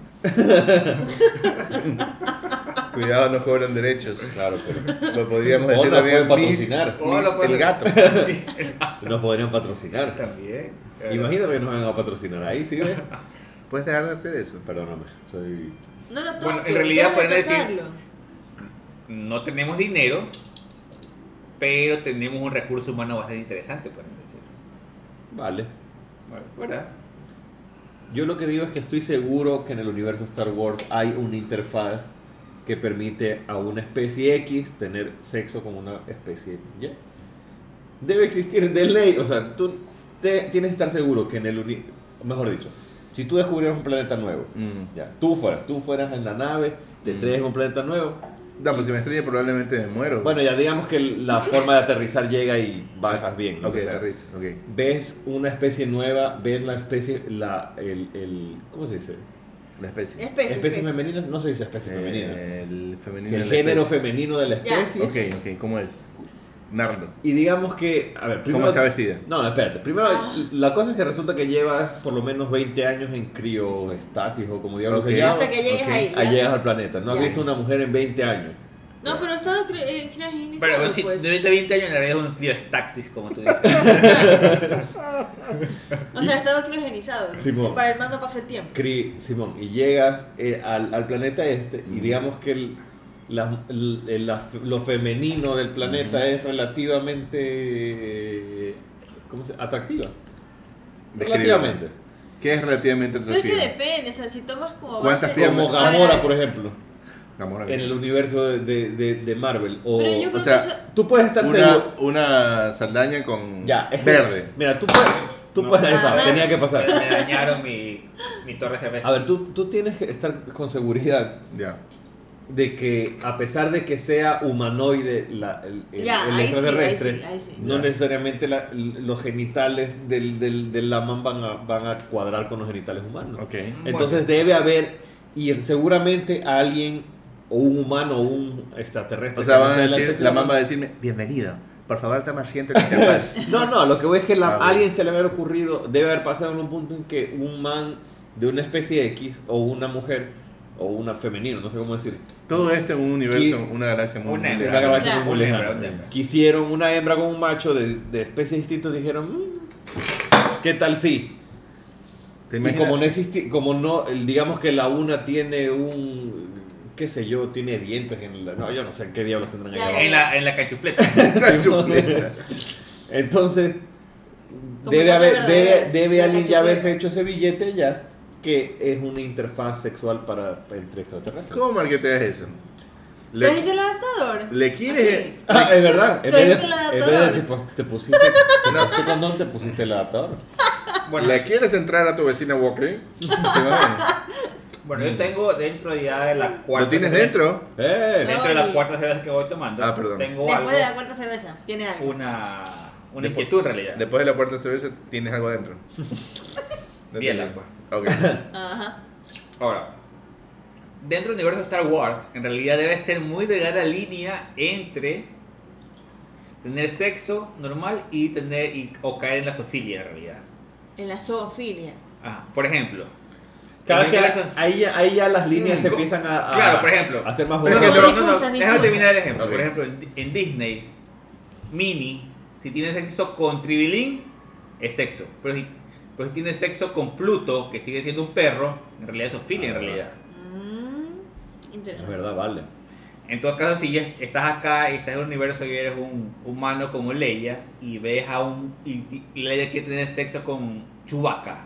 Speaker 3: Cuidado, no cobran derechos.
Speaker 1: Claro, pero.
Speaker 3: Lo podríamos
Speaker 1: O
Speaker 3: decir
Speaker 1: nos pueden
Speaker 3: también. Miss-
Speaker 1: patrocinar.
Speaker 4: O lo
Speaker 3: el
Speaker 4: pueden-
Speaker 3: gato.
Speaker 1: Nos podrían patrocinar.
Speaker 4: También.
Speaker 1: Imagínate que nos van a patrocinar ahí, ¿sí ves?
Speaker 3: (laughs) ¿Puedes dejar de hacer eso?
Speaker 1: Perdóname, soy.
Speaker 2: No lo toques.
Speaker 4: Bueno, en realidad
Speaker 2: deja de
Speaker 4: pueden decir-
Speaker 2: tocarlo.
Speaker 4: No tenemos dinero, pero tenemos un recurso humano bastante interesante, pueden decir.
Speaker 1: Vale.
Speaker 4: Bueno, ¿verdad?
Speaker 1: Yo lo que digo es que estoy seguro que en el universo Star Wars hay una interfaz que permite a una especie X tener sexo con una especie Y. Debe existir de ley, o sea, tú te- tienes que estar seguro que en el universo, mejor dicho, si tú descubrieras un planeta nuevo,
Speaker 3: Mm.
Speaker 1: ya, tú fueras, tú fueras en la nave, te estrellas en un planeta nuevo,
Speaker 3: No, pues si me estrella probablemente me muero.
Speaker 1: bueno, ya digamos que la forma de aterrizar llega y bajas bien. lo
Speaker 3: ok,
Speaker 1: que sea.
Speaker 3: aterrizo, ok.
Speaker 1: Ves una especie nueva, ves la especie, la, el, el, ¿cómo se dice?
Speaker 3: La especie.
Speaker 2: Especie,
Speaker 1: especies
Speaker 2: especie.
Speaker 1: femeninas, no se dice especie
Speaker 3: Eh,
Speaker 1: femenina.
Speaker 3: El femenino.
Speaker 1: El
Speaker 3: de la
Speaker 1: género
Speaker 3: especie.
Speaker 1: femenino de la
Speaker 2: Ya.
Speaker 1: especie.
Speaker 3: Ok, ok, ¿cómo es? Nardo.
Speaker 1: Y digamos que, a ver, primero...
Speaker 3: ¿Cómo está vestida?
Speaker 1: No, espérate. Primero,
Speaker 2: Ah.
Speaker 1: la cosa es que resulta que llevas por lo menos 20 años en crioestasis o como diablos
Speaker 3: Ok.
Speaker 1: se llama.
Speaker 2: Hasta que llegues
Speaker 3: ok.
Speaker 2: ahí. ya.
Speaker 1: Ahí llegas al planeta. No has
Speaker 2: Ya.
Speaker 1: visto una mujer en 20 años.
Speaker 2: No, pero estaba cre- eh, criogenizado,
Speaker 4: Pero bueno, si
Speaker 2: pues.
Speaker 4: de 20 a 20 años en realidad es un crío taxis, como
Speaker 2: (laughs)
Speaker 4: tú dices.
Speaker 2: O sea, estaba criogenizado.
Speaker 1: Simón.
Speaker 2: Para el mando pasó el tiempo.
Speaker 1: Cri, Simón, y llegas eh, al, al planeta este, y digamos que el- la- el- el- la- lo femenino del planeta
Speaker 3: Ujú.
Speaker 1: es relativamente eh, ¿cómo se, atractiva.
Speaker 3: Descríbelo.
Speaker 1: Relativamente.
Speaker 3: ¿Qué es relativamente
Speaker 2: Pero es que
Speaker 3: atractivo?
Speaker 2: depende, o sea, si tomas como
Speaker 3: ¿Cuántas
Speaker 2: base...
Speaker 3: piernas?
Speaker 1: Como
Speaker 2: A ver, a ver.
Speaker 1: Gamora, por ejemplo,
Speaker 3: Gamora.
Speaker 1: en el universo de, de- de- de Marvel. O,
Speaker 2: Pero yo creo
Speaker 3: o sea,
Speaker 2: que eso...
Speaker 1: Tú puedes estar
Speaker 3: Una,
Speaker 1: seguro.
Speaker 3: una saldaña con
Speaker 1: Ya, es que-
Speaker 3: verde.
Speaker 1: Mira, tú puedes. Tú
Speaker 4: No.
Speaker 1: puedes. ahí está,
Speaker 2: Ah.
Speaker 1: tenía que pasar.
Speaker 4: Pero me dañaron mi, mi torre de cerveza.
Speaker 1: A ver, tú, tú tienes que estar con seguridad
Speaker 3: Ya.
Speaker 1: de que, a pesar de que sea humanoide la- el, el-
Speaker 2: Ya,
Speaker 1: el
Speaker 2: ahí sí,
Speaker 1: extraterrestre,
Speaker 2: ahí sí, ahí sí.
Speaker 1: no
Speaker 3: Ya.
Speaker 1: necesariamente la- los genitales del, del, del laman van a, van a cuadrar con los genitales humanos.
Speaker 3: Ok.
Speaker 1: Entonces debe haber, y seguramente alguien, o un humano, o un extraterrestre.
Speaker 3: O sea,
Speaker 1: que no
Speaker 3: van a
Speaker 1: sea la
Speaker 3: decir,
Speaker 1: especie
Speaker 3: la
Speaker 1: humana.
Speaker 3: mamá va a decirme, bienvenido. Por favor, toma asiento que te (laughs) vas".
Speaker 1: No, no, lo que voy es que la-
Speaker 3: Ah, bueno.
Speaker 1: alguien se le haber ocurrido, debe haber pasado en un punto en que un man de una especie X o una mujer o una femenina, no sé cómo decir,
Speaker 3: Todo esto en un universo,
Speaker 1: Qui-
Speaker 3: una galaxia muy
Speaker 4: Una
Speaker 3: muy
Speaker 4: hembra.
Speaker 1: una
Speaker 3: lejana.
Speaker 1: galaxia
Speaker 2: Ya.
Speaker 1: muy
Speaker 4: Una
Speaker 1: lejana.
Speaker 4: hembra, una hembra.
Speaker 1: Quisieron una hembra con un macho de, de especies distintas, dijeron, "Mm, ¿qué tal si?
Speaker 3: ¿Te
Speaker 1: Y
Speaker 3: imaginas?
Speaker 1: como no existe, como no, el- digamos que la una tiene un, qué sé yo, tiene dientes en la, no, yo no sé qué diablos tendrán ahí
Speaker 2: Ya,
Speaker 1: abajo.
Speaker 4: En la, en
Speaker 3: (laughs)
Speaker 4: la cachufleta.
Speaker 3: Chufleta.
Speaker 1: Entonces,
Speaker 2: Como
Speaker 1: debe,
Speaker 2: una
Speaker 1: haber,
Speaker 2: verdadera,
Speaker 1: debe, debe
Speaker 2: una
Speaker 1: alguien ya
Speaker 2: cachufleta.
Speaker 1: haberse hecho ese billete ya, que es una interfaz sexual para entre extraterrestres.
Speaker 3: ¿Cómo marqueteas eso? Le,
Speaker 2: ¿Trajiste el adaptador?
Speaker 3: le quieres...
Speaker 2: Así.
Speaker 1: Ah, es verdad, en vez de,
Speaker 2: Trajiste el
Speaker 1: en vez de
Speaker 2: adaptador.
Speaker 1: te, pos- te pusiste, no sé cuándo te pusiste el adaptador.
Speaker 4: Bueno,
Speaker 3: ¿Le quieres entrar a tu vecina
Speaker 4: (laughs)
Speaker 3: Walker?
Speaker 4: bueno, yo tengo dentro ya de la cuarta.
Speaker 3: ¿Lo tienes
Speaker 4: cerveza-
Speaker 3: dentro?
Speaker 1: ¡Eh!
Speaker 4: Dentro de la
Speaker 2: Ay.
Speaker 4: cuarta cerveza que voy tomando.
Speaker 3: Ah, perdón.
Speaker 4: Tengo
Speaker 2: Después de la
Speaker 4: algo,
Speaker 2: cuarta cerveza, tiene algo.
Speaker 4: una, una
Speaker 3: Después-
Speaker 4: inquietud en realidad.
Speaker 3: Después de la puerta de cerveza tienes algo
Speaker 4: (laughs)
Speaker 3: adentro. No
Speaker 4: Bien,
Speaker 3: te-
Speaker 4: pues.
Speaker 3: Ok.
Speaker 2: Ajá.
Speaker 4: Ahora, dentro del universo de Star Wars, en realidad debe ser muy delgada la línea entre tener sexo normal y tener y- o caer en la zoofilia en realidad.
Speaker 2: En la zoofilia.
Speaker 4: Ajá, por ejemplo.
Speaker 1: Claro que
Speaker 4: también
Speaker 1: ahí, ahí ya- ahí ya las líneas
Speaker 4: Mm,
Speaker 1: se
Speaker 4: co-
Speaker 1: empiezan a, a-
Speaker 4: claro, por ejemplo.
Speaker 1: a ser Ah, más
Speaker 4: Pero es
Speaker 1: borrosas.
Speaker 2: No,
Speaker 4: que no, no,
Speaker 2: ni
Speaker 4: no,
Speaker 2: cosas, ni
Speaker 4: déjame
Speaker 2: cosas.
Speaker 4: terminar el ejemplo.
Speaker 3: Ok.
Speaker 4: Por ejemplo, en, en Disney, Mini, si tiene sexo con Tribilín, es sexo. Pero si, pero si tiene sexo con Pluto, que sigue siendo un perro, en realidad es zoofilia, en
Speaker 1: Ah.
Speaker 4: realidad.
Speaker 2: Mm,
Speaker 1: Es
Speaker 2: interesante.
Speaker 1: verdad, vale.
Speaker 4: En todo caso, si ya estás acá y estás en el universo y eres un humano como Leia y ves a un. y ti- y Leia quiere tener sexo con Chewbacca,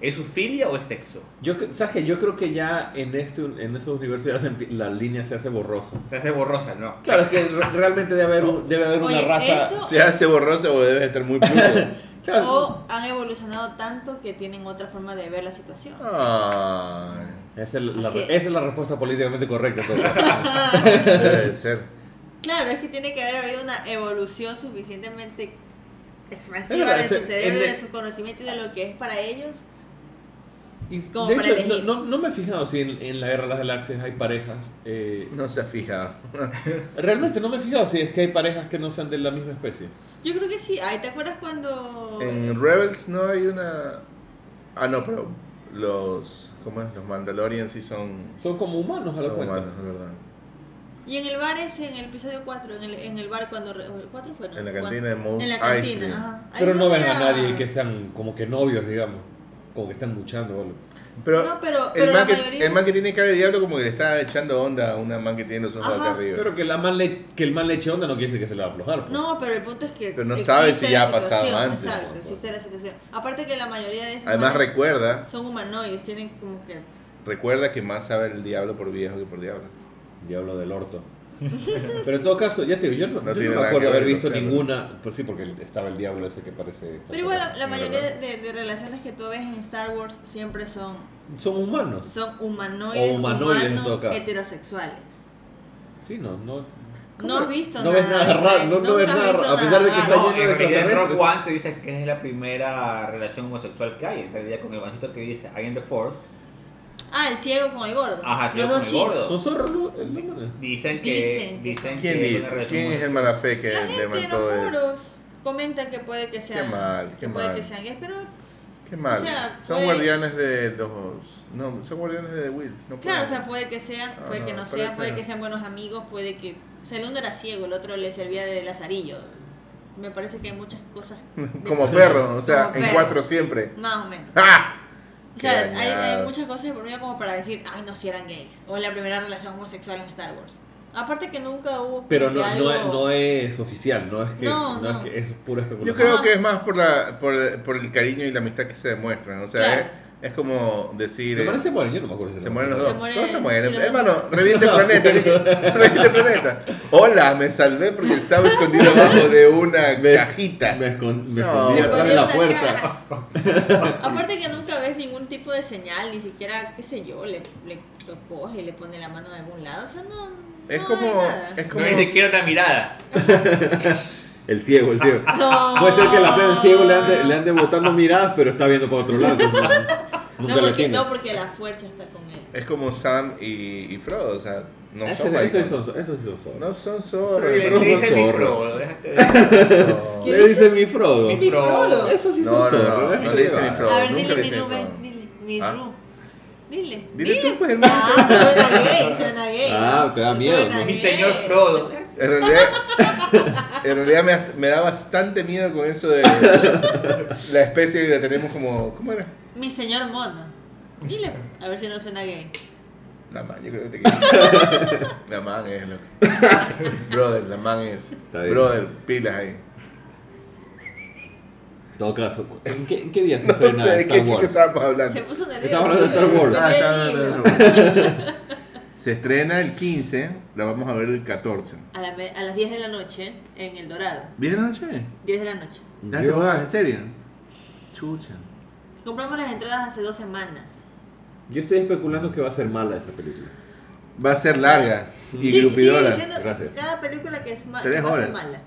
Speaker 4: ¿es su filia o es sexo?
Speaker 1: Yo, cre- ¿Sabes qué? Yo creo que ya en, este, en esos universos ya se empie- la línea se hace borrosa.
Speaker 4: Se hace borrosa, ¿no?
Speaker 1: Claro, es que re- realmente debe haber,
Speaker 2: (laughs)
Speaker 1: un- debe haber una
Speaker 2: Oye,
Speaker 1: raza...
Speaker 2: eso-
Speaker 3: ¿Se hace borroso o debes estar muy
Speaker 4: (laughs)
Speaker 3: puto?
Speaker 1: Claro,
Speaker 2: O han evolucionado tanto que tienen otra forma de ver la situación.
Speaker 3: Ay,
Speaker 1: Esa es la,
Speaker 2: Así
Speaker 1: re-
Speaker 2: es.
Speaker 1: esa es la respuesta políticamente correcta. entonces.
Speaker 2: (laughs)
Speaker 3: debe de ser.
Speaker 2: Claro, es que tiene que haber habido una evolución suficientemente
Speaker 1: Es
Speaker 2: expansiva
Speaker 1: verdad,
Speaker 2: de
Speaker 1: se-
Speaker 2: su cerebro,
Speaker 1: en el-
Speaker 2: de su conocimiento y de lo que es para ellos.
Speaker 1: Y,
Speaker 2: Como
Speaker 1: de
Speaker 2: para
Speaker 1: hecho, no,
Speaker 2: elegir.
Speaker 1: no- no me he fijado si en, en la guerra de las galaxias hay parejas. eh,
Speaker 3: No se ha fijado.
Speaker 1: realmente no me he fijado si es que hay parejas que no sean de la misma especie.
Speaker 2: Yo creo que sí. Ay, ¿te acuerdas cuando
Speaker 3: En Rebels no hay una. Ah, no, pero los. ¿Cómo es? Los Mandalorians sí son.
Speaker 1: Son como humanos a la
Speaker 3: Son
Speaker 1: cuenta.
Speaker 3: humanos, es verdad.
Speaker 2: Y en el bar ese, en el episodio 4, en el, en el bar cuando... re- eh, ¿Cuatro fue? No,
Speaker 3: En la
Speaker 2: cuatro.
Speaker 3: cantina de Mos
Speaker 2: En la
Speaker 3: Eisley.
Speaker 2: cantina, ajá. Ahí
Speaker 1: Pero no ves
Speaker 2: había-
Speaker 1: a nadie que sean como que novios, digamos. Como que están luchando o algo.
Speaker 3: Pero,
Speaker 2: No, pero-
Speaker 3: el,
Speaker 2: pero
Speaker 3: man
Speaker 2: la
Speaker 3: que,
Speaker 2: mayoría
Speaker 3: el man que
Speaker 2: es-
Speaker 3: tiene cara de diablo como que le está echando onda a una man que tiene los ojos
Speaker 2: Ajá.
Speaker 3: hacia arriba.
Speaker 1: Pero que, la man le- que el mal le eche onda no quiere decir que se le va a aflojar. pues.
Speaker 2: No, pero el punto es que...
Speaker 3: Pero no
Speaker 2: existe
Speaker 3: sabes si
Speaker 2: la
Speaker 3: ya ha pasado
Speaker 2: situación,
Speaker 3: antes. pues.
Speaker 2: Exacto, existe la situación. Aparte que la mayoría de esos
Speaker 3: Además
Speaker 2: humanos
Speaker 3: recuerda,
Speaker 2: son humanoides, tienen como que...
Speaker 3: recuerda que más sabe el diablo por viejo que por diablo.
Speaker 1: Diablo del orto. Pero en todo caso, ya te digo, yo no,
Speaker 3: No
Speaker 1: yo no
Speaker 3: tiene
Speaker 1: me
Speaker 3: nada
Speaker 1: acuerdo
Speaker 3: que ver,
Speaker 1: haber visto
Speaker 3: o sea,
Speaker 1: ninguna. Pues sí, porque estaba el diablo ese que parece.
Speaker 2: Pero igual la, la
Speaker 3: Es
Speaker 2: mayoría
Speaker 3: verdad.
Speaker 2: de, de relaciones que tú ves en Star Wars siempre son,
Speaker 1: Son humanos.
Speaker 2: son humanoides,
Speaker 1: O humanoides en
Speaker 2: humanos,
Speaker 1: todo caso.
Speaker 2: heterosexuales.
Speaker 1: Sí, no, no.
Speaker 2: No has visto
Speaker 1: No
Speaker 2: nada.
Speaker 1: ves nada raro, no- no
Speaker 2: nunca
Speaker 1: ves
Speaker 2: has
Speaker 1: nada
Speaker 2: visto
Speaker 1: raro, a pesar de que
Speaker 4: Ah,
Speaker 1: está
Speaker 2: raro.
Speaker 4: no,
Speaker 1: lleno de
Speaker 4: en realidad en
Speaker 1: extraterrestres.
Speaker 4: Rogue One se dice que es la primera relación homosexual que hay. En realidad con el mancito que dice I am the Force.
Speaker 2: Ah, el ciego con el gordo.
Speaker 4: Ajá,
Speaker 2: Los
Speaker 4: el ciego
Speaker 2: dos
Speaker 4: con el
Speaker 2: chicos.
Speaker 4: gordo.
Speaker 1: Son zorros, ¿no? El hombre.
Speaker 4: Dicen que...
Speaker 2: Dicen que son.
Speaker 4: que
Speaker 3: ¿Quién
Speaker 4: es una
Speaker 3: dice?
Speaker 4: relación
Speaker 3: ¿Quién es el
Speaker 4: homosexual.
Speaker 3: marafé que
Speaker 2: La gente en los
Speaker 3: levantó eso?
Speaker 2: foros comenta que puede que sean.
Speaker 3: mal, qué
Speaker 2: que puede
Speaker 3: mal.
Speaker 2: que sean gays, pero
Speaker 3: Qué mal.
Speaker 2: O sea,
Speaker 3: son
Speaker 2: puede-
Speaker 3: guardianes de los. No, son guardianes de The Wills. No
Speaker 2: claro, o
Speaker 3: pueden.
Speaker 2: sea, puede que sean,
Speaker 3: Ah,
Speaker 2: puede que
Speaker 3: no,
Speaker 2: no sean,
Speaker 3: puede
Speaker 2: puede
Speaker 3: ser.
Speaker 2: que sean buenos amigos, puede que. O sea, el uno era ciego, el otro le servía de lazarillo. Me parece que hay muchas
Speaker 3: (laughs)
Speaker 2: cosas. de-
Speaker 3: Como perro, o sea,
Speaker 2: pues, Como
Speaker 3: en
Speaker 2: perro.
Speaker 3: cuatro siempre.
Speaker 2: Más o menos.
Speaker 3: ¡Ah!
Speaker 2: O sea,
Speaker 3: Qué
Speaker 2: hay, hay
Speaker 3: dañados.
Speaker 2: muchas cosas de por medio como para decir, ay, no, si eran gays. O la primera relación homosexual en Star Wars. Aparte que nunca hubo. como
Speaker 1: Pero
Speaker 2: que
Speaker 1: no, no, es,
Speaker 2: algo-
Speaker 1: no es oficial, no es que. No,
Speaker 2: No,
Speaker 1: es
Speaker 2: no.
Speaker 1: que es pura
Speaker 3: Yo
Speaker 1: especulación.
Speaker 3: creo que es más por, la, por, por el cariño y la amistad que se demuestran. O sea,
Speaker 2: Claro.
Speaker 3: es- Es como decir.
Speaker 1: Me
Speaker 3: eh,
Speaker 1: parece bueno, yo no me acuerdo. si
Speaker 3: Se
Speaker 1: lo-
Speaker 3: mueren los
Speaker 2: Se
Speaker 3: dos.
Speaker 2: mueren,
Speaker 3: Todos se mueren.
Speaker 2: sí, los
Speaker 3: Hermano, reviente el planeta. reviente el planeta. Hola, me salvé porque estaba escondido abajo de
Speaker 1: (laughs)
Speaker 3: una
Speaker 1: Me-
Speaker 3: cajita.
Speaker 1: Me, escon- me
Speaker 3: No.
Speaker 1: escondí
Speaker 3: Me
Speaker 1: detrás de
Speaker 2: escondí
Speaker 1: la
Speaker 2: en
Speaker 1: puerta.
Speaker 2: una Aparte que nunca ves ningún tipo de señal, ni siquiera, qué sé yo, le, le lo coge y le pone la mano en algún lado. O sea, no,
Speaker 3: Es
Speaker 2: no
Speaker 3: como-
Speaker 2: hay nada.
Speaker 3: es
Speaker 4: No ni siquiera otra mirada.
Speaker 1: El ciego, el ciego.
Speaker 2: No.
Speaker 1: ah, Puede ser que la
Speaker 2: Ah.
Speaker 1: fe del ciego le ande, le ande botando miradas, pero está viendo para otro lado. ¿no? Nunca
Speaker 2: No
Speaker 1: lo
Speaker 2: porque,
Speaker 1: tiene.
Speaker 2: no, porque la fuerza está con él.
Speaker 3: Es como Sam y, y Frodo. O sea, no
Speaker 1: Ah, Ese-
Speaker 3: son
Speaker 1: eso,
Speaker 3: maricones.
Speaker 1: eso, eso, sí son zorros.
Speaker 3: No son
Speaker 4: Le,
Speaker 3: zorros.
Speaker 4: le
Speaker 1: no son
Speaker 4: dice mi
Speaker 1: zorros.
Speaker 4: Frodo, déjate de-
Speaker 3: No.
Speaker 2: ¿Qué
Speaker 1: Le dice mi Frodo.
Speaker 4: Mi Frodo.
Speaker 1: Eso sí
Speaker 3: No,
Speaker 1: son
Speaker 3: no, no,
Speaker 1: zorros.
Speaker 3: no
Speaker 1: déjate
Speaker 3: le dice
Speaker 1: llevar.
Speaker 3: mi Frodo.
Speaker 2: a ver,
Speaker 3: nunca
Speaker 2: dile
Speaker 3: le
Speaker 2: mi
Speaker 3: hice
Speaker 2: Rubén,
Speaker 3: eso.
Speaker 2: dile, mi
Speaker 3: Ah.
Speaker 2: Ru. Dile.
Speaker 3: Dile tú, pues, hermano.
Speaker 2: Ah, suena gay, suena gay.
Speaker 1: Ah, te da miedo,
Speaker 2: Suena
Speaker 1: ¿no?
Speaker 4: Mi
Speaker 2: gay.
Speaker 4: señor Frodo.
Speaker 3: En realidad, (laughs) en realidad me, me da bastante miedo con eso de la especie que la tenemos como. ¿Cómo era?
Speaker 2: Mi señor mono. Dile, a ver si no suena gay.
Speaker 3: La man, yo creo que te quiero. La man es loco. Brother, la man es.
Speaker 1: Está bien.
Speaker 3: Brother, pilas ahí.
Speaker 1: En todo caso, ¿en qué, en qué día se
Speaker 3: No
Speaker 1: estrena
Speaker 3: sé de
Speaker 1: Star
Speaker 3: qué chico
Speaker 1: Wars?
Speaker 3: estábamos hablando.
Speaker 2: Se puso nervioso.
Speaker 1: Estamos hablando de Star Wars.
Speaker 3: Ah, está,
Speaker 2: Qué
Speaker 3: no, no,
Speaker 2: (laughs) lindo.
Speaker 3: no. Se estrena el 15, la vamos a ver el 14.
Speaker 2: A, la me- a las 10 de la noche en El Dorado.
Speaker 3: ¿Bien la noche?
Speaker 2: 10 de la noche.
Speaker 3: ¿Ya te
Speaker 1: Yo-
Speaker 3: jodas? ¿En serio? Chucha.
Speaker 2: Compramos las entradas hace dos semanas.
Speaker 1: Yo estoy especulando que va a ser mala esa película.
Speaker 3: Va a ser larga y
Speaker 2: Sí, sigue
Speaker 3: grupidora.
Speaker 2: diciendo
Speaker 1: Gracias.
Speaker 2: cada película que es ma-
Speaker 3: Tres
Speaker 2: que va a ser
Speaker 3: horas.
Speaker 2: mala.